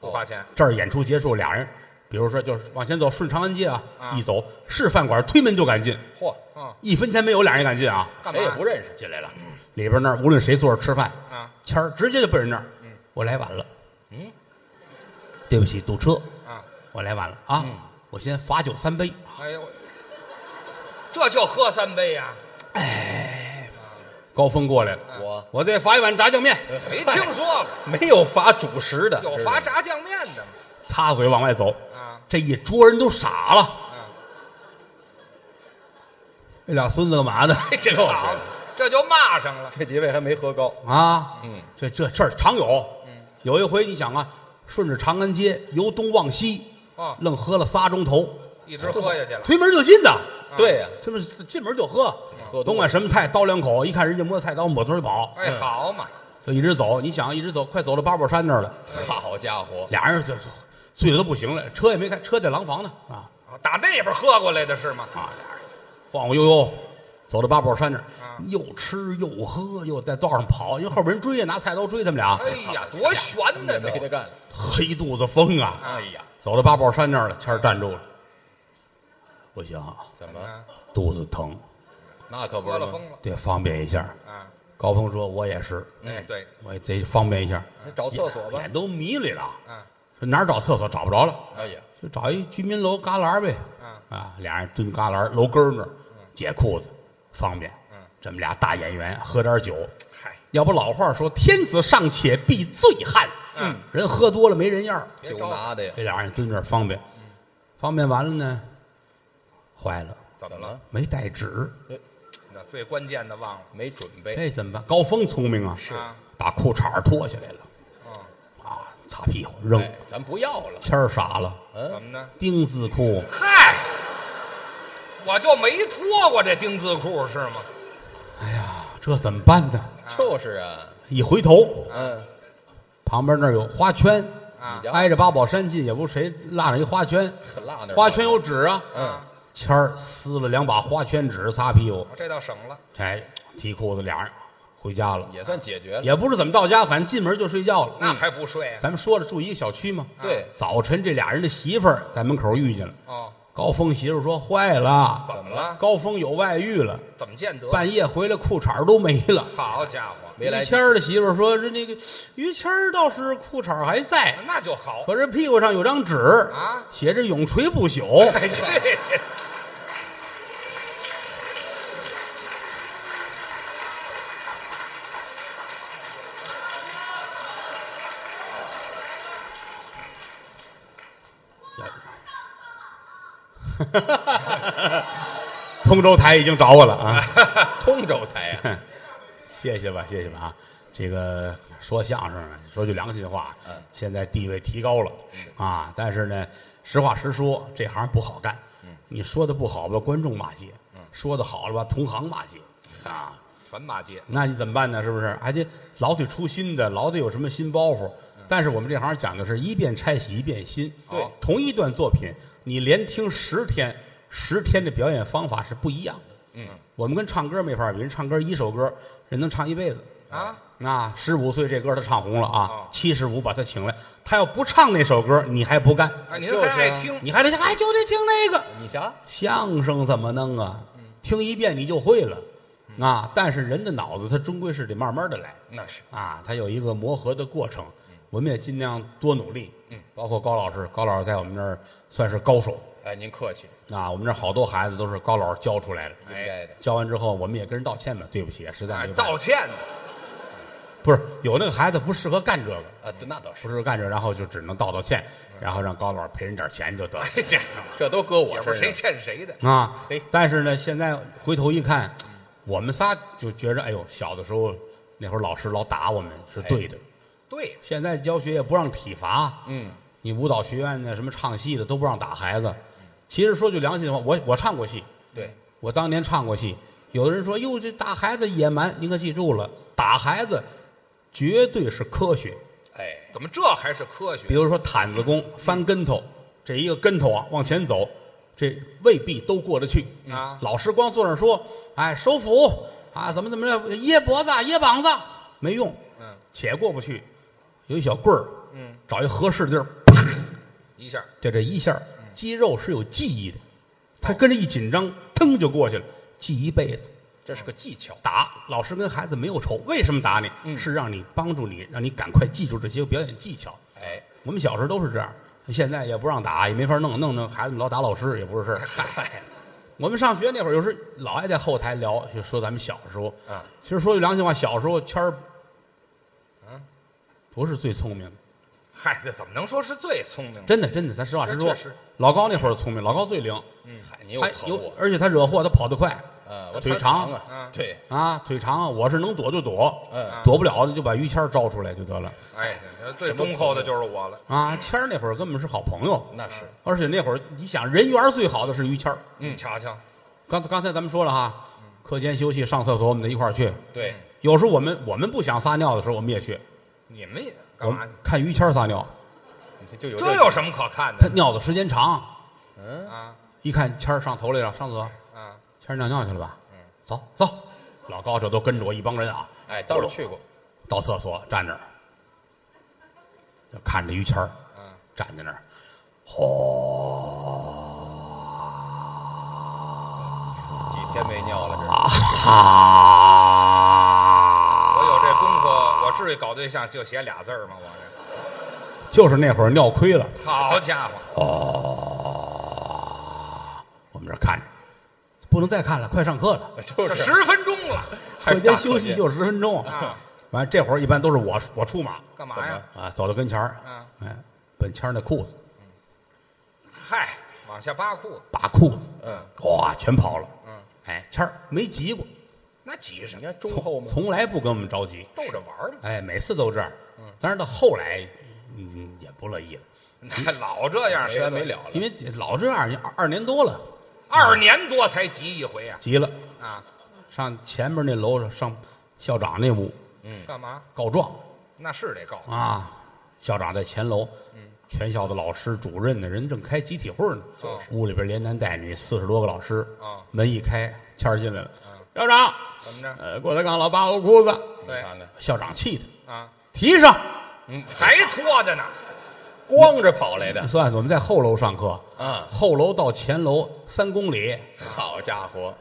[SPEAKER 4] 不花钱。
[SPEAKER 3] 这儿演出结束，俩人，比如说就是往前走，顺长安街啊，
[SPEAKER 4] 啊
[SPEAKER 3] 一走是饭馆，推门就敢进，
[SPEAKER 6] 嚯，
[SPEAKER 4] 嗯，
[SPEAKER 3] 一分钱没有，俩人也敢进啊。
[SPEAKER 4] 干嘛
[SPEAKER 6] 谁也不认识，
[SPEAKER 3] 进来了，里边那儿无论谁坐着吃饭，
[SPEAKER 4] 啊
[SPEAKER 3] 谦儿直接就奔人那儿，我来晚了，
[SPEAKER 6] 嗯，
[SPEAKER 3] 对不起，堵车，
[SPEAKER 4] 啊！嗯
[SPEAKER 3] 我来晚了啊，我先罚酒三杯，
[SPEAKER 4] 哎呦，这就喝三杯呀？
[SPEAKER 3] 高峰过来了，
[SPEAKER 4] 啊
[SPEAKER 6] 我
[SPEAKER 3] 我再罚一碗炸酱面，
[SPEAKER 4] 没听说过，
[SPEAKER 6] *laughs* 没有罚主食的，
[SPEAKER 4] 有
[SPEAKER 6] 知道
[SPEAKER 4] 罚
[SPEAKER 6] 吗
[SPEAKER 4] 炸酱面的吗？
[SPEAKER 3] 擦嘴往外走，
[SPEAKER 4] 啊，
[SPEAKER 3] 这一桌人都傻了，这俩孙子干嘛的？
[SPEAKER 4] 这好，这就骂上了。
[SPEAKER 6] 这几位还没喝高，
[SPEAKER 3] 啊，
[SPEAKER 6] 嗯，
[SPEAKER 3] 这这事儿常有。有一回你想啊，顺着长安街由东往西，
[SPEAKER 4] 哦
[SPEAKER 3] 愣喝了仨钟头，
[SPEAKER 4] 一直喝下去了。
[SPEAKER 3] 推门就进的，
[SPEAKER 4] 啊
[SPEAKER 6] 对呀，
[SPEAKER 3] 这不是进门就喝，
[SPEAKER 6] 喝多了
[SPEAKER 3] 甭管什么菜，叨两口，一看人家摸菜刀，抹腿跑，
[SPEAKER 4] 哎，
[SPEAKER 6] 嗯
[SPEAKER 4] 好嘛，
[SPEAKER 3] 就一直走。你想，一直走，快走到八宝山那儿了，
[SPEAKER 6] 好家伙，
[SPEAKER 3] 俩人就醉的都不行了，车也没开，车在廊坊呢啊
[SPEAKER 4] 哦打那边喝过来的是吗？
[SPEAKER 3] 啊，俩人晃晃悠悠。走到八宝山那儿
[SPEAKER 4] 啊，
[SPEAKER 3] 又吃又喝，又在道上跑，因为后边人追呀，啊拿菜刀追他们俩，
[SPEAKER 4] 哎呀，多悬呢！
[SPEAKER 6] 没得
[SPEAKER 4] 这
[SPEAKER 6] 干了，
[SPEAKER 3] 喝一肚子风啊！
[SPEAKER 4] 哎
[SPEAKER 6] 呀，
[SPEAKER 3] 走到八宝山那儿了，谦儿站住了，不行啊，
[SPEAKER 6] 怎么？
[SPEAKER 3] 肚子疼，
[SPEAKER 6] 那可不
[SPEAKER 4] 喝
[SPEAKER 6] 是
[SPEAKER 4] 了
[SPEAKER 6] 吗
[SPEAKER 4] 疯了
[SPEAKER 3] 得方便一下。
[SPEAKER 4] 啊！
[SPEAKER 3] 高峰说：“我也是，
[SPEAKER 4] 哎，对，
[SPEAKER 3] 我也得方便一下。
[SPEAKER 6] 找厕所吧
[SPEAKER 3] 眼，都迷里了，
[SPEAKER 4] 啊
[SPEAKER 3] 说哪儿找厕所找不着了，
[SPEAKER 6] 哎呀，
[SPEAKER 3] 就找一居民楼旮旯呗。
[SPEAKER 4] 啊
[SPEAKER 3] 啊，俩人蹲旮旯楼根儿那儿解裤子，方便。这么俩大演员喝点酒，
[SPEAKER 4] 嗨，
[SPEAKER 3] 要不老话说天子尚且必醉汉，
[SPEAKER 4] 嗯，
[SPEAKER 3] 人喝多了没人样儿。
[SPEAKER 4] 别
[SPEAKER 6] 酒
[SPEAKER 4] 着急
[SPEAKER 6] 拿的呀，
[SPEAKER 3] 这俩人蹲那儿方便，方便完了呢，坏了，
[SPEAKER 4] 怎么了？
[SPEAKER 3] 没带纸，
[SPEAKER 4] 那最关键的忘了。
[SPEAKER 6] 没准备，
[SPEAKER 3] 这怎么办？高峰聪明啊，是
[SPEAKER 4] 啊
[SPEAKER 3] 把裤衩儿脱下来了，
[SPEAKER 4] 嗯，
[SPEAKER 3] 啊，擦屁股扔。
[SPEAKER 6] 哎，咱不要了，嗯
[SPEAKER 3] 谦儿傻了，
[SPEAKER 4] 怎么呢？
[SPEAKER 3] 丁字裤
[SPEAKER 4] 嗯嗨，我就没脱过这丁字裤是吗？
[SPEAKER 3] 这怎么办呢？
[SPEAKER 6] 就是啊，
[SPEAKER 3] 一回头，
[SPEAKER 6] 嗯，
[SPEAKER 3] 旁边那儿有花圈
[SPEAKER 4] 啊
[SPEAKER 6] 你瞧
[SPEAKER 3] 挨着八宝山近也不是谁落上一花圈，
[SPEAKER 6] 很辣那儿
[SPEAKER 3] 花圈有纸啊，
[SPEAKER 6] 嗯，
[SPEAKER 3] 谦儿撕了两把花圈纸擦屁股，
[SPEAKER 4] 哦这倒省了。
[SPEAKER 3] 哎，提裤子俩人回家了，
[SPEAKER 6] 也算解决了。
[SPEAKER 3] 也不知怎么到家，反正进门就睡觉了。嗯
[SPEAKER 4] 那还不睡啊？
[SPEAKER 3] 咱们说了住一个小区嘛，
[SPEAKER 6] 对
[SPEAKER 3] 早晨这俩人的媳妇儿在门口遇见了，
[SPEAKER 4] 哦，
[SPEAKER 3] 高峰媳妇说坏了，
[SPEAKER 4] 怎么了？
[SPEAKER 3] 高峰有外遇了，
[SPEAKER 4] 怎么见得？
[SPEAKER 3] 半夜回来裤衩儿都没了。
[SPEAKER 4] 好家伙，
[SPEAKER 6] 没来
[SPEAKER 3] 于
[SPEAKER 6] 及
[SPEAKER 3] 谦儿的媳妇儿说：“这那个于谦儿倒是裤衩儿还在，
[SPEAKER 4] 那就好。
[SPEAKER 3] 可是屁股上有张纸
[SPEAKER 4] 啊
[SPEAKER 3] 写着‘永垂不朽’。
[SPEAKER 4] 哎，这
[SPEAKER 3] 通州台已经找我了啊！
[SPEAKER 6] 通州台啊呀、
[SPEAKER 3] 谢谢吧，谢谢吧啊！这个说相声呢，说句良心话，现在地位提高了啊，但是呢，实话实说，这行不好干。你说的不好吧，观众骂街；说的好了吧，同行骂街。啊，
[SPEAKER 4] *laughs* 全骂街，
[SPEAKER 3] 那你怎么办呢？是不是？还得老得出新的，老得有什么新包袱。但是我们这行讲的是一遍拆洗一遍新。
[SPEAKER 6] 对
[SPEAKER 3] 同一段作品，你连听十天，十天的表演方法是不一样的。嗯，我们跟唱歌没法比，人唱歌一首歌，人能唱一辈子
[SPEAKER 4] 啊。
[SPEAKER 3] 那十五岁这歌他唱红了
[SPEAKER 4] 哦
[SPEAKER 3] 啊，七十五把他请来，他要不唱那首歌，你还不干，
[SPEAKER 4] 哎，您
[SPEAKER 6] 就是
[SPEAKER 4] 还
[SPEAKER 6] 啊
[SPEAKER 4] 爱听？
[SPEAKER 3] 你还得哎就得听那个。
[SPEAKER 6] 你瞧，
[SPEAKER 3] 相声怎么弄啊？听一遍你就会了，啊！但是人的脑子，它终归是得慢慢的来
[SPEAKER 4] 那是
[SPEAKER 3] 啊，它有一个磨合的过程。我们也尽量多努力，嗯，包括高老师，高老师在我们那儿算是高手
[SPEAKER 6] 哎，您客气，
[SPEAKER 3] 啊。我们这儿好多孩子都是高老师教出来的，
[SPEAKER 6] 应该的。
[SPEAKER 3] 教完之后我们也跟人道歉吧，对不起，实在
[SPEAKER 4] 哎
[SPEAKER 3] 没办法
[SPEAKER 4] 道歉呢。
[SPEAKER 3] 不是有那个孩子不适合干这个，
[SPEAKER 6] 啊，对，那倒是
[SPEAKER 3] 不，适合干这个，然后就只能道道歉，然后让高老师赔人点钱就得了。
[SPEAKER 4] 这
[SPEAKER 6] 这都搁我
[SPEAKER 4] 嗯也
[SPEAKER 6] 身
[SPEAKER 4] 不是
[SPEAKER 6] 上。
[SPEAKER 4] 谁欠谁的。
[SPEAKER 3] 啊
[SPEAKER 6] 嘿。
[SPEAKER 3] 但是呢，现在回头一看，我们仨就觉着，哎呦，小的时候那会儿老师老打我们是对的，
[SPEAKER 4] 对，
[SPEAKER 3] 现在教学也不让体罚，
[SPEAKER 6] 哎嗯，
[SPEAKER 3] 你舞蹈学院的什么唱戏的都不让打孩子。其实说句良心的话，我我唱过戏，
[SPEAKER 6] 对，
[SPEAKER 3] 我当年唱过戏。有的人说，哟，这打孩子野蛮，您可记住了，打孩子绝对是科学。
[SPEAKER 6] 哎，
[SPEAKER 4] 怎么这还是科学
[SPEAKER 3] 比？如说毯子功、翻跟头，这一个跟头啊往前走，这未必都过得去
[SPEAKER 6] 嗯
[SPEAKER 4] 啊
[SPEAKER 3] 老师光坐那儿说，哎，收腹啊，怎么怎么着，掖脖子、掖膀子，没用，
[SPEAKER 4] 嗯，
[SPEAKER 3] 且过不去。有一小棍儿，嗯，找一合适的地儿，*clears throat*
[SPEAKER 4] 一下
[SPEAKER 3] 就这一下，
[SPEAKER 6] 嗯
[SPEAKER 3] 肌肉是有记忆的，
[SPEAKER 6] 哦
[SPEAKER 3] 他跟着一紧张，腾就过去了，记一辈子。
[SPEAKER 6] 这是个技巧。嗯
[SPEAKER 3] 打老师跟孩子没有仇，为什么打你？是让你帮助你，让你赶快记住这些表演技巧。
[SPEAKER 6] 哎，
[SPEAKER 3] 我们小时候都是这样，现在也不让打，也没法弄，弄弄孩子们老打老师也不是事儿。
[SPEAKER 6] 嗨，
[SPEAKER 3] 我们上学那会儿，有时候老爱在后台聊，就说咱们小时候。
[SPEAKER 6] 啊，
[SPEAKER 3] 其实说句良心话，小时候谦儿，不是最聪明的，
[SPEAKER 4] 嗨，这怎么能说是最聪明的？
[SPEAKER 3] 真的真的，咱实话实说
[SPEAKER 4] 这确实。
[SPEAKER 3] 老高那会儿聪明，老高最灵，
[SPEAKER 6] 嗨，嗯你又
[SPEAKER 3] 还
[SPEAKER 6] 捧
[SPEAKER 3] 有
[SPEAKER 6] 我，
[SPEAKER 3] 而且他惹祸，他跑得快
[SPEAKER 6] 啊，我
[SPEAKER 3] 腿
[SPEAKER 6] 腿
[SPEAKER 3] 长
[SPEAKER 6] 啊
[SPEAKER 4] 啊，
[SPEAKER 6] 对，
[SPEAKER 3] 啊，腿长啊，我是能躲就躲，
[SPEAKER 6] 嗯
[SPEAKER 3] 躲不了的就把于谦儿招出来就得了
[SPEAKER 4] 哎，最忠厚的就是我了。
[SPEAKER 3] 啊。谦儿那会儿跟我们是好朋友，
[SPEAKER 6] 那是
[SPEAKER 3] 而且那会儿你想人缘儿最好的是于谦儿。
[SPEAKER 4] 嗯，瞧瞧，
[SPEAKER 3] 刚才刚才咱们说了哈，课间休息上厕所我们得一块儿去。
[SPEAKER 6] 对，
[SPEAKER 3] 有时候我们我们不想撒尿的时候，我们也去。
[SPEAKER 4] 嗯你们也
[SPEAKER 3] 我
[SPEAKER 4] 干嘛
[SPEAKER 3] 们？看于谦儿撒尿，
[SPEAKER 6] 就有
[SPEAKER 4] 这有什么可看
[SPEAKER 3] 他
[SPEAKER 4] 的
[SPEAKER 3] 尿的时间长，
[SPEAKER 4] 啊
[SPEAKER 3] 一看谦儿上头来了，上厕所，
[SPEAKER 4] 啊？
[SPEAKER 3] 谦儿尿尿去了吧？嗯，走走，老高这都跟着我一帮人啊，
[SPEAKER 6] 哎，倒是去过，
[SPEAKER 3] 到厕所站那儿，就看着于谦儿
[SPEAKER 4] 啊，
[SPEAKER 3] 站在那儿，
[SPEAKER 6] 几
[SPEAKER 4] 啊
[SPEAKER 6] 天没尿了，这
[SPEAKER 4] 我啊有这功夫，我至于搞对象就写俩字儿吗？我
[SPEAKER 3] *laughs*
[SPEAKER 4] 这
[SPEAKER 3] 就是那会儿尿亏了。
[SPEAKER 4] 好啊家伙，
[SPEAKER 3] 哦，我们这儿看着，不能再看了，快上课了。
[SPEAKER 6] 是就
[SPEAKER 4] 这
[SPEAKER 6] 是
[SPEAKER 4] 十分钟了，
[SPEAKER 6] 还
[SPEAKER 3] 课
[SPEAKER 6] 是
[SPEAKER 3] 间
[SPEAKER 6] 大
[SPEAKER 3] 休息就十分钟
[SPEAKER 4] 啊。
[SPEAKER 3] 完了，这会儿一般都是我我出马
[SPEAKER 4] 干嘛呀？
[SPEAKER 3] 啊，走到跟前儿
[SPEAKER 4] 啊，
[SPEAKER 3] 哎，奔谦儿那裤子，
[SPEAKER 4] 嗨，往下扒裤子，
[SPEAKER 3] 扒裤子，
[SPEAKER 6] 嗯，
[SPEAKER 3] 哗，全跑了。
[SPEAKER 4] 嗯，
[SPEAKER 3] 哎，谦儿没急过，
[SPEAKER 4] 那急什
[SPEAKER 6] 你
[SPEAKER 4] 么？
[SPEAKER 6] 看忠厚吗？
[SPEAKER 3] 从来不跟我们着急。
[SPEAKER 4] 逗着玩 *laughs* 儿呢，
[SPEAKER 3] 哎，每次都这样。但是到后来，嗯，也不乐意了，
[SPEAKER 4] 那老这样，
[SPEAKER 6] 没
[SPEAKER 4] 谁
[SPEAKER 6] 完
[SPEAKER 4] 乐
[SPEAKER 6] 没
[SPEAKER 4] 意？
[SPEAKER 6] 了了
[SPEAKER 3] 因，为老这样，二二年多了，
[SPEAKER 4] 二年多才急一回啊！
[SPEAKER 3] 急了，
[SPEAKER 4] 啊，
[SPEAKER 3] 上前面那楼上上校长那屋
[SPEAKER 6] 嗯
[SPEAKER 4] 干嘛？
[SPEAKER 3] 告状
[SPEAKER 4] 那是得告诉
[SPEAKER 3] 啊，校长在前楼，全校的老师、主任呢，人正开集体会呢，
[SPEAKER 4] 就是
[SPEAKER 3] 屋里边连男带女四十多个老师，
[SPEAKER 4] 啊
[SPEAKER 3] 门一开，谦儿进来了，校长，
[SPEAKER 4] 怎么着？
[SPEAKER 3] 呃，郭德纲老扒我裤子，
[SPEAKER 4] 对
[SPEAKER 6] 看看，
[SPEAKER 3] 校长气的，
[SPEAKER 4] 啊，
[SPEAKER 3] 提上，
[SPEAKER 4] 嗯，还拖着呢，
[SPEAKER 6] 光着跑来的
[SPEAKER 3] 算我们在后楼上课，
[SPEAKER 4] 嗯
[SPEAKER 6] 啊！
[SPEAKER 3] 后楼到前楼三公里，
[SPEAKER 6] 好家伙，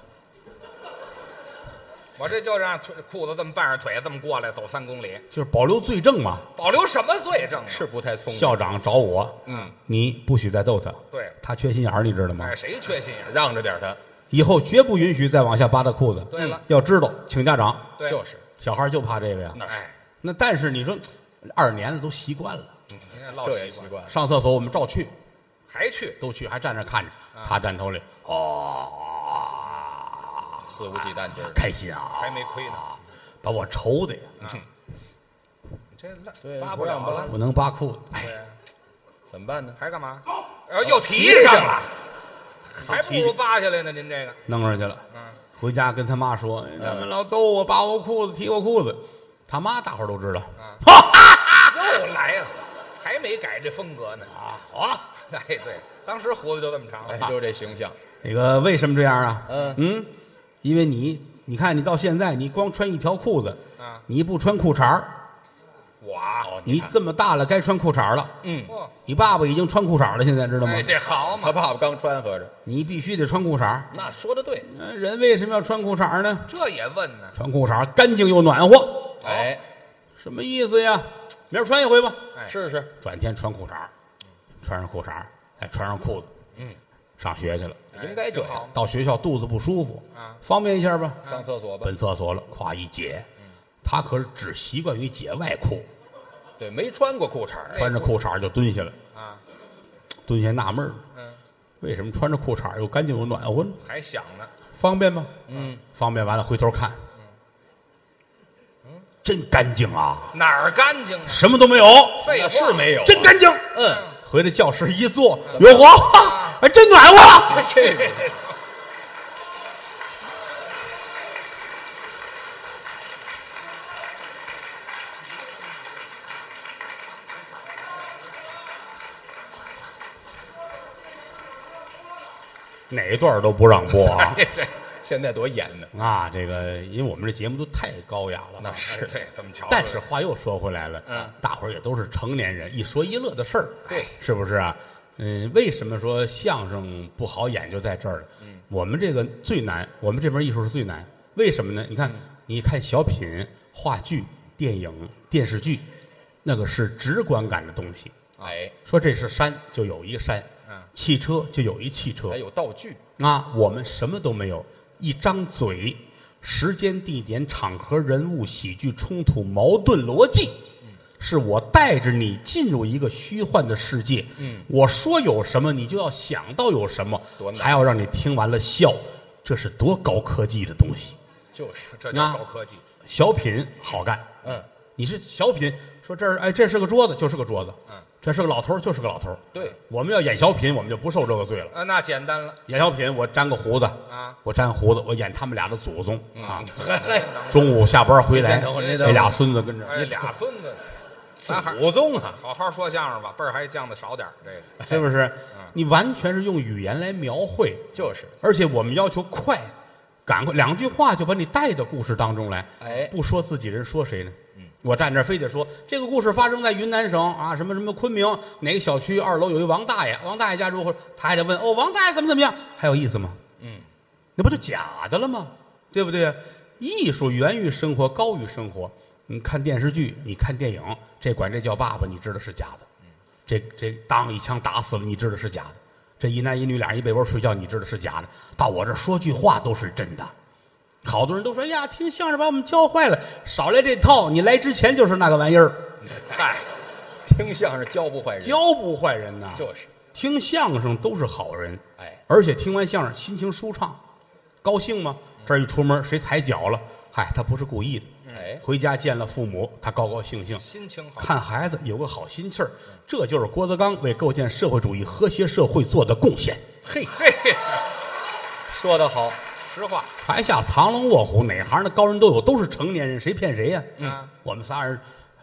[SPEAKER 4] 我这就让腿裤子这么半着腿这么过来走三公里，
[SPEAKER 3] 就是保留罪证嘛。
[SPEAKER 4] 保留什么罪证啊？
[SPEAKER 6] 是不太聪明，
[SPEAKER 3] 校长找我，
[SPEAKER 4] 嗯，
[SPEAKER 3] 你不许再逗他，
[SPEAKER 4] 对，
[SPEAKER 3] 他缺心眼儿，你知道吗
[SPEAKER 4] 哎，？谁缺心眼儿？
[SPEAKER 6] 让着点他。
[SPEAKER 3] 以后绝不允许再往下扒他裤子。嗯
[SPEAKER 4] 对了
[SPEAKER 3] 要知道，请家长。
[SPEAKER 4] 对，
[SPEAKER 6] 就是，
[SPEAKER 3] 小孩儿就怕这个呀。
[SPEAKER 4] 哎，
[SPEAKER 3] 那但是你说，二年了都习惯了，
[SPEAKER 4] 你看老
[SPEAKER 6] 这也
[SPEAKER 4] 习
[SPEAKER 6] 习
[SPEAKER 4] 惯，
[SPEAKER 6] 惯了。
[SPEAKER 3] 上厕所我们照去，
[SPEAKER 4] 还去，
[SPEAKER 3] 都去，还站那看着，
[SPEAKER 4] 啊
[SPEAKER 3] 他站头里，哦，
[SPEAKER 6] 肆无忌惮劲儿。
[SPEAKER 3] 开心啊，
[SPEAKER 4] 还没啊亏
[SPEAKER 6] 哦
[SPEAKER 4] 呢。
[SPEAKER 3] 把我愁的呀，
[SPEAKER 4] 这烂
[SPEAKER 6] 对
[SPEAKER 4] 扒不了
[SPEAKER 6] 不让
[SPEAKER 4] 了，
[SPEAKER 3] 不能扒裤子。哎，
[SPEAKER 4] 对，
[SPEAKER 6] 怎么办呢？
[SPEAKER 4] 还干嘛？然后
[SPEAKER 6] 哦
[SPEAKER 4] 又提上了，还不如扒下来呢。您这个，
[SPEAKER 3] 弄上去了，
[SPEAKER 4] 嗯，
[SPEAKER 3] 回家跟他妈说，他们老逗我，扒我裤子，提我裤子。他妈大伙儿都知道，
[SPEAKER 4] 啊又来了，还没改这风格呢。 *laughs*
[SPEAKER 3] 啊，好啊，
[SPEAKER 4] 哎，对，当时胡子就这么长
[SPEAKER 6] 哎，
[SPEAKER 4] 了，
[SPEAKER 6] 就这形象，
[SPEAKER 3] 那个为什么这样啊？
[SPEAKER 6] 嗯
[SPEAKER 3] 因为你，你看你到现在，你光穿一条裤子，
[SPEAKER 4] 啊
[SPEAKER 3] 你不穿裤衩儿，
[SPEAKER 4] 我啊，
[SPEAKER 6] 哦
[SPEAKER 3] 你这么大了该穿裤衩儿了。
[SPEAKER 6] 嗯，
[SPEAKER 4] 嚯
[SPEAKER 3] 你爸爸已经穿裤衩儿了，现在知道吗
[SPEAKER 4] 哎，？这好
[SPEAKER 6] 他
[SPEAKER 4] 嘛，
[SPEAKER 6] 爸爸刚穿合着，
[SPEAKER 3] 你必须得穿裤衩儿。
[SPEAKER 6] 那说的对，
[SPEAKER 3] 呃人为什么要穿裤衩儿呢？
[SPEAKER 4] 这也问呢。
[SPEAKER 3] 穿裤衩儿干净又暖和，
[SPEAKER 6] 哎，
[SPEAKER 3] 什么意思呀？明儿穿一回吧。
[SPEAKER 4] 哎
[SPEAKER 6] 试试，
[SPEAKER 3] 转天穿裤衩儿，穿上裤衩儿，再穿上裤子，
[SPEAKER 6] 嗯，
[SPEAKER 3] 上学去了。
[SPEAKER 6] 应该这
[SPEAKER 4] 哎挺好
[SPEAKER 6] 样。
[SPEAKER 3] 到学校肚子不舒服
[SPEAKER 4] 啊，
[SPEAKER 3] 方便一下吧，
[SPEAKER 6] 上厕所吧
[SPEAKER 3] 奔，厕所了，咵一解。他可是只习惯于解外裤，
[SPEAKER 6] 对，没穿过裤衩儿，
[SPEAKER 3] 穿着裤衩儿就蹲下了，
[SPEAKER 4] 啊，
[SPEAKER 3] 蹲下纳闷儿，
[SPEAKER 4] 嗯，
[SPEAKER 3] 为什么穿着裤衩儿又干净又暖和呢？
[SPEAKER 4] 还想呢，
[SPEAKER 3] 方便吗？
[SPEAKER 6] 嗯，
[SPEAKER 3] 方便完了回头看，
[SPEAKER 6] 嗯
[SPEAKER 3] 真干净啊，
[SPEAKER 4] 哪儿干净啊？
[SPEAKER 3] 什么都没有，
[SPEAKER 4] 废话
[SPEAKER 6] 那是没有啊，
[SPEAKER 3] 真干净。
[SPEAKER 6] 嗯，啊
[SPEAKER 3] 回来教室一坐，有火，还真暖和。
[SPEAKER 6] 这个
[SPEAKER 3] 哪一段都不让播
[SPEAKER 6] *laughs*
[SPEAKER 3] 啊
[SPEAKER 4] 哎，对，
[SPEAKER 6] 现在多严呢，
[SPEAKER 3] 啊！这个，因为我们这节目都太高雅了。啊
[SPEAKER 6] 那
[SPEAKER 4] 哎
[SPEAKER 6] 是
[SPEAKER 4] 对，这么巧，
[SPEAKER 3] 但是话又说回来了，
[SPEAKER 4] 嗯，
[SPEAKER 3] 大伙儿也都是成年人，一说一乐的事儿，
[SPEAKER 4] 对，
[SPEAKER 3] 是不是啊？嗯，为什么说相声不好演就在这儿了？嗯，我们这个最难，我们这门艺术是最难，为什么呢？你看，你看小品、话剧、电影、电视剧，那个是直观感的东西。
[SPEAKER 6] 哎，
[SPEAKER 3] 说这是山，就有一山；
[SPEAKER 4] 嗯，
[SPEAKER 3] 汽车就有一汽车
[SPEAKER 2] 哎
[SPEAKER 6] 还。有道具，
[SPEAKER 3] 啊，我们什么都没有，一张嘴，时间、地点、场合、人物、喜剧冲突、矛盾、逻辑，是我带着你进入一个虚幻的世界。嗯，我说有什么，你就要想到有什么
[SPEAKER 6] 多，难
[SPEAKER 3] 还要让你听完了笑，这是多高科技的东西。
[SPEAKER 6] 就是，
[SPEAKER 4] 这叫高科技，
[SPEAKER 3] 小品好干，
[SPEAKER 6] 嗯，
[SPEAKER 3] 你是小品，说这儿哎，这是个桌子，就是个桌子，
[SPEAKER 4] 嗯，
[SPEAKER 3] 这是个老头儿，就是个老头儿。
[SPEAKER 6] 对，
[SPEAKER 3] 我们要演小品，我们就不受这个罪了。
[SPEAKER 4] 啊，那简单了
[SPEAKER 3] 演小品，我粘个胡子
[SPEAKER 4] 啊，
[SPEAKER 3] 我粘胡子，我演他们俩的祖宗啊。
[SPEAKER 6] 嘿，
[SPEAKER 3] 中午下班回来
[SPEAKER 6] 你先等会儿你，先等
[SPEAKER 3] 这
[SPEAKER 6] 会儿
[SPEAKER 3] 俩孙子跟着，
[SPEAKER 4] 哎，
[SPEAKER 6] *laughs*
[SPEAKER 4] 俩孙子，咱还
[SPEAKER 6] 祖宗啊，
[SPEAKER 4] 好好说相声吧，辈儿还降的少点儿这
[SPEAKER 3] 是不
[SPEAKER 4] 个
[SPEAKER 3] 是？你完全是用语言来描绘，
[SPEAKER 6] 就是，
[SPEAKER 3] 而且我们要求快，赶快两句话就把你带到故事当中来。
[SPEAKER 6] 哎嗯
[SPEAKER 3] 不说自己人，说谁呢？我站这儿非得说这个故事发生在云南省啊，什么什么昆明哪个小区二楼有一王大爷，王大爷家如何？他还得问哦，王大爷怎么怎么样，还有意思吗？
[SPEAKER 6] 嗯，
[SPEAKER 3] 那不就假的了吗？对不对？艺术源于生活，高于生活。你看电视剧，你看电影，这管这叫爸爸，你知道是假的。
[SPEAKER 6] 嗯
[SPEAKER 3] 这这当一枪打死了，你知道是假的。这一男一女俩人一被窝睡觉，你知道是假的。到我这儿说句话都是真的。好多人都说：“哎呀，听相声把我们教坏了，少来这套！你来之前就是那个玩意儿，
[SPEAKER 6] 嗨，听相声教不坏人，
[SPEAKER 3] 教不坏人呐。
[SPEAKER 6] 就是，
[SPEAKER 3] 听相声都是好人，
[SPEAKER 6] 哎，
[SPEAKER 3] 而且听完相声心情舒畅，高兴吗？这儿一出门谁踩脚了？嗨，他不是故意的。
[SPEAKER 4] 嗯
[SPEAKER 6] 哎，
[SPEAKER 3] 回家见了父母，他高高兴兴。
[SPEAKER 4] 心情好，
[SPEAKER 3] 看孩子有个好心气儿，这就是郭德纲为构建社会主义和谐社会做的贡献。
[SPEAKER 6] 嘿，
[SPEAKER 4] 嘿，
[SPEAKER 6] 说得好，
[SPEAKER 4] 实话，
[SPEAKER 3] 台下藏龙卧虎，哪行的高人都有，都是成年人，谁骗谁呀、
[SPEAKER 4] 嗯，
[SPEAKER 3] 我们仨人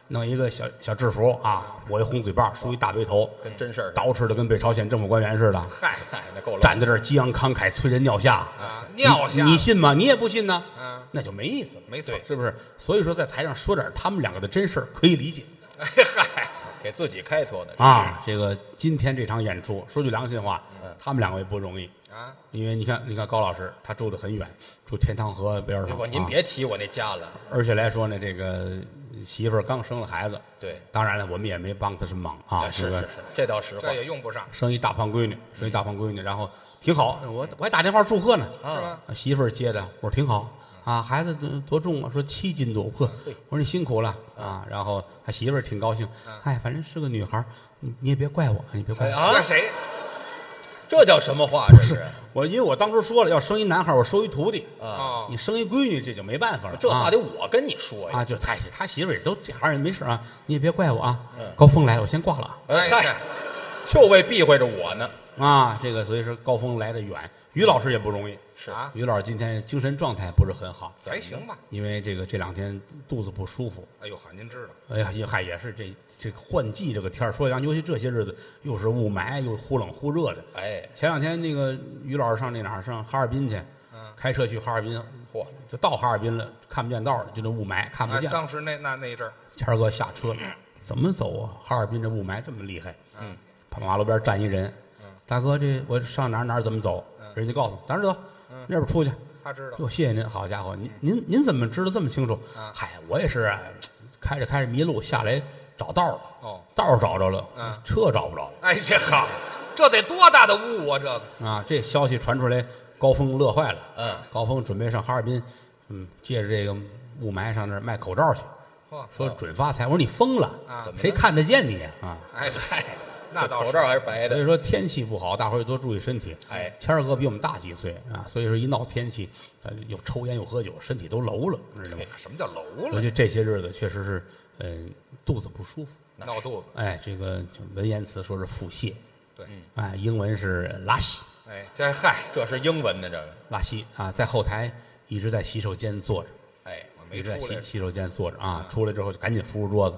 [SPEAKER 3] 弄一个小小制服啊，我一红嘴巴，梳一大背头，
[SPEAKER 6] 跟真事儿似的。
[SPEAKER 3] 捯饬的跟北朝鲜政府官员似的，
[SPEAKER 4] 嗨，
[SPEAKER 6] 那够了。
[SPEAKER 3] 站在这儿激昂慷慨，催人尿下
[SPEAKER 4] 啊尿下
[SPEAKER 3] 你你信吗？你也不信呢，
[SPEAKER 6] 啊
[SPEAKER 4] 嗯，
[SPEAKER 3] 那就没意思了，
[SPEAKER 4] 没错
[SPEAKER 3] 是不是？所以说在台上说点他们两个的真事儿可以理解
[SPEAKER 6] 嗯
[SPEAKER 4] 哎嗨，
[SPEAKER 6] 给自己开脱的。
[SPEAKER 3] 啊。这个今天这场演出，说句良心话，
[SPEAKER 6] 嗯
[SPEAKER 3] 他们两个也不容易，
[SPEAKER 4] 啊，
[SPEAKER 3] 因为你看，你看高老师他住的很远，住天堂河边上，
[SPEAKER 6] 不，哎您
[SPEAKER 3] 啊
[SPEAKER 6] 别提我那家了。
[SPEAKER 3] 而且来说呢，这个媳妇儿刚生了孩子，
[SPEAKER 6] 对，
[SPEAKER 3] 当然了，我们也没帮她什么忙啊，
[SPEAKER 6] 是
[SPEAKER 3] 这个
[SPEAKER 6] 是是，这倒实话
[SPEAKER 4] 这。也用不上
[SPEAKER 3] 生一大胖闺女，生一大胖闺女，然后挺好，我我还打电话祝贺呢，
[SPEAKER 4] 是吧？
[SPEAKER 3] 啊媳妇儿接的，我说挺好啊，孩子多多重啊？说七斤多，呵，我说你辛苦了啊，然后他媳妇儿挺高兴，哎，反正是个女孩儿，你你也别怪我，你别怪我，
[SPEAKER 6] 啊
[SPEAKER 4] 说，谁？
[SPEAKER 6] 这叫什么话？
[SPEAKER 4] *laughs*
[SPEAKER 6] 这是
[SPEAKER 3] 我因为我当初说了要生一男孩儿，我收一徒弟，
[SPEAKER 6] 啊，
[SPEAKER 4] 哦
[SPEAKER 3] 你，生一闺女这就没办法了，
[SPEAKER 6] 这
[SPEAKER 3] 啊
[SPEAKER 6] 话得我跟你说呀。
[SPEAKER 3] 啊，就他他媳妇儿也都这行人没事啊，你也别怪我啊。高峰来了，我先挂了啊
[SPEAKER 6] 哎，
[SPEAKER 4] 哎
[SPEAKER 6] 嗨，就为避讳着我呢。
[SPEAKER 3] 啊。这个所以说高峰来的远，于老师也不容易。
[SPEAKER 4] 是啊，
[SPEAKER 3] 于老师今天精神状态不是很好，
[SPEAKER 4] 还行吧。
[SPEAKER 3] 因为这个这两天肚子不舒服。
[SPEAKER 4] 哎呦呵，您知道，
[SPEAKER 3] 哎呀，也嗨也是这这个换季这个天儿，说讲尤其这些日子又是雾霾又忽冷忽热的。
[SPEAKER 6] 哎，
[SPEAKER 3] 前两天那个于老师上那哪儿上哈尔滨去，开车去哈尔滨，
[SPEAKER 6] 嚯，
[SPEAKER 3] 就到哈尔滨了，看不见道了，就那雾霾看不
[SPEAKER 4] 啊，
[SPEAKER 3] 见。
[SPEAKER 4] 当时那那那一阵儿，
[SPEAKER 3] 谦儿哥下车了，怎么走啊？哈尔滨这雾霾这么厉害，
[SPEAKER 6] 嗯，
[SPEAKER 3] 跑马路边站一人，大哥，这我上哪儿哪儿怎么走？人家告诉我，咱这走，那边出去。
[SPEAKER 4] 他知道
[SPEAKER 6] 嗯
[SPEAKER 3] 哟，谢谢您，好家伙，您您您怎么知道这么清楚？嗨，我也是啊，开着开着迷路下来找道了，
[SPEAKER 4] 哦，
[SPEAKER 3] 道儿找着了，
[SPEAKER 4] 嗯
[SPEAKER 3] 车找不着了
[SPEAKER 4] 哎，这好，这得多大的误啊！这个
[SPEAKER 3] 啊！这消息传出来，高峰乐坏了，
[SPEAKER 6] 嗯，
[SPEAKER 3] 高峰准备上哈尔滨，嗯，借着这个雾霾上那儿卖口罩去，
[SPEAKER 4] 嚯，
[SPEAKER 3] 说准发财。我说你疯了
[SPEAKER 4] 啊
[SPEAKER 3] 谁看得见你啊啊？
[SPEAKER 4] 哎嗨，那倒
[SPEAKER 6] 口
[SPEAKER 4] 是
[SPEAKER 6] 罩还是白
[SPEAKER 3] 所
[SPEAKER 4] *laughs*
[SPEAKER 6] 的。
[SPEAKER 3] 以说天气不好，大伙儿也多注意身体。
[SPEAKER 6] 哎
[SPEAKER 3] 谦儿哥比我们大几岁啊，所以说一闹天气，呃，又抽烟又喝酒，身体都楼了，知道吗？
[SPEAKER 4] 什么叫楼
[SPEAKER 3] 尤
[SPEAKER 4] 了？
[SPEAKER 3] 其这些日子确实是，嗯、肚子不舒服。
[SPEAKER 4] 闹肚子，
[SPEAKER 3] 哎，这个就文言词说是腹泻，
[SPEAKER 4] 对，嗯
[SPEAKER 3] 哎，英文是拉稀，
[SPEAKER 4] 哎，这嗨，
[SPEAKER 6] 这是英文的这个，
[SPEAKER 3] 拉稀啊，在后台一直在洗手间坐着，
[SPEAKER 6] 哎，
[SPEAKER 4] 我
[SPEAKER 3] 一
[SPEAKER 4] 没
[SPEAKER 3] 直在
[SPEAKER 4] 出
[SPEAKER 3] 洗
[SPEAKER 4] 来，嗯
[SPEAKER 3] 洗手间坐着啊，出来之后就赶紧扶住桌子，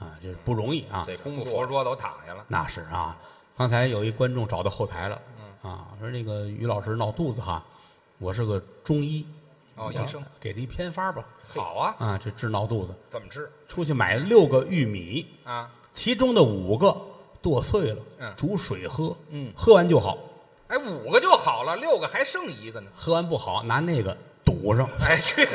[SPEAKER 3] 啊，这不容易啊，
[SPEAKER 6] 得工
[SPEAKER 4] 不扶
[SPEAKER 6] 作。
[SPEAKER 4] 桌子我躺下了。
[SPEAKER 3] 那是啊，刚才有一观众找到后台了，啊，说那个于老师闹肚子哈，我是个中医，
[SPEAKER 4] 哦，
[SPEAKER 3] 啊
[SPEAKER 4] 医生，
[SPEAKER 3] 给他一偏方吧，
[SPEAKER 4] 好啊，
[SPEAKER 3] 啊，这治闹肚子，
[SPEAKER 4] 怎么治
[SPEAKER 3] 出去买六个玉米，
[SPEAKER 6] 哎
[SPEAKER 4] 啊？
[SPEAKER 3] 其中的五个剁碎了，
[SPEAKER 4] 嗯
[SPEAKER 3] 煮水喝，嗯，喝完就好，
[SPEAKER 4] 哎，五个就好了，六个还剩一个呢。
[SPEAKER 3] 喝完不好拿那个堵上，
[SPEAKER 4] 哎，去，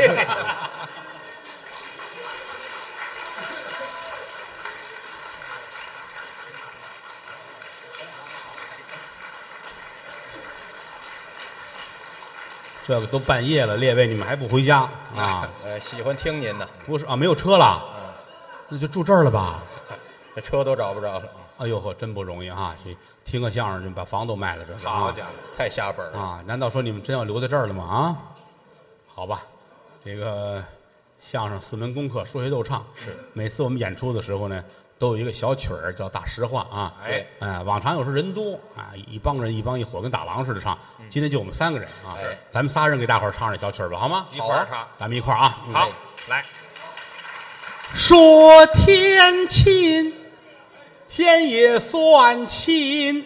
[SPEAKER 3] 这个都半夜了，列位你们还不回家啊？
[SPEAKER 6] *laughs* 哎，喜欢听您的，
[SPEAKER 3] 不是啊，没有车了，
[SPEAKER 4] 嗯
[SPEAKER 3] 那就住这儿了吧？
[SPEAKER 6] 这车都找不着了，
[SPEAKER 3] 哎呦呵，真不容易啊！这听个相声就把房都卖了，这是啊
[SPEAKER 4] 好家伙，
[SPEAKER 6] 嗯太下本了。
[SPEAKER 3] 啊！难道说你们真要留在这儿了吗？啊，好吧，这个相声四门功课，说学逗唱是。每次我们演出的时候呢，都有一个小曲儿叫大实话啊。
[SPEAKER 4] 哎
[SPEAKER 3] 哎，往常有时候人多啊，一帮人一帮一伙跟打狼似的唱。
[SPEAKER 4] 嗯
[SPEAKER 3] 今天就我们三个人啊，
[SPEAKER 6] 是
[SPEAKER 3] 咱们仨人给大伙儿唱这小曲儿吧，好吗？
[SPEAKER 4] 哎一块儿唱。
[SPEAKER 3] 咱们一块儿啊。嗯
[SPEAKER 6] 哎
[SPEAKER 4] 好，来，
[SPEAKER 3] 说天亲，天也算亲，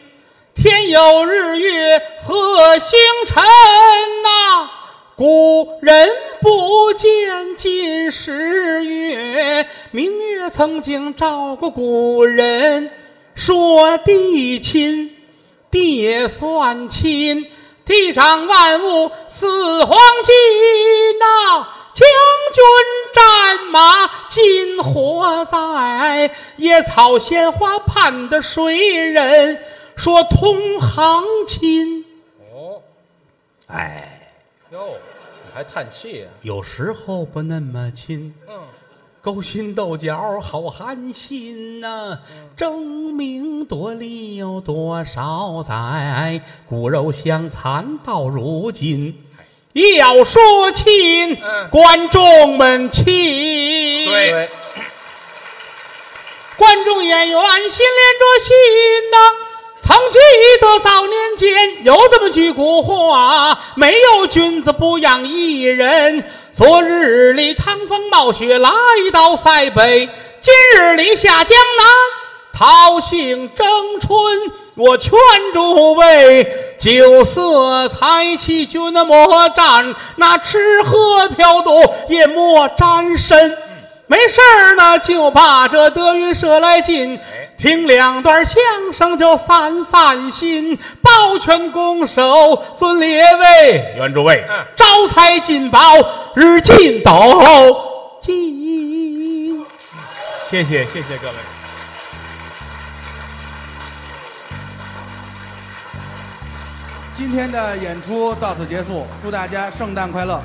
[SPEAKER 3] 天有日月和星辰呐、古人不见近时月，明月曾经照过古人。说地亲，地也算亲，地长万物似黄金呐、将军战马今何在？野草鲜花盼的谁人？说同行亲。
[SPEAKER 4] 哦，
[SPEAKER 3] 哎，
[SPEAKER 4] 哟，
[SPEAKER 6] 你还叹气啊？
[SPEAKER 3] 有时候不那么亲，
[SPEAKER 4] 嗯，
[SPEAKER 3] 勾心斗角好寒心呐、争名夺利有多少载？骨肉相残到如今。要说亲，
[SPEAKER 4] 哎嗯
[SPEAKER 3] 观众们亲。
[SPEAKER 4] 对
[SPEAKER 6] 对，
[SPEAKER 7] 观众演员心连着心呐、曾记得早年间有这么句古话：没有君子不养艺人。
[SPEAKER 3] 昨日里趟风冒雪来到塞北，今日里下江南桃杏争春。我劝诸位，酒色财气均莫沾，那吃喝嫖赌也莫沾身。没事儿呢，就把这德云社来进，
[SPEAKER 6] 哎
[SPEAKER 3] 听两段相声就散散心，抱拳拱手尊列位，
[SPEAKER 6] 愿诸位
[SPEAKER 8] 嗯，
[SPEAKER 3] 招财进宝日进斗金。
[SPEAKER 6] 谢谢谢谢各位。
[SPEAKER 2] 今天的演出到此结束，祝大家圣诞快乐！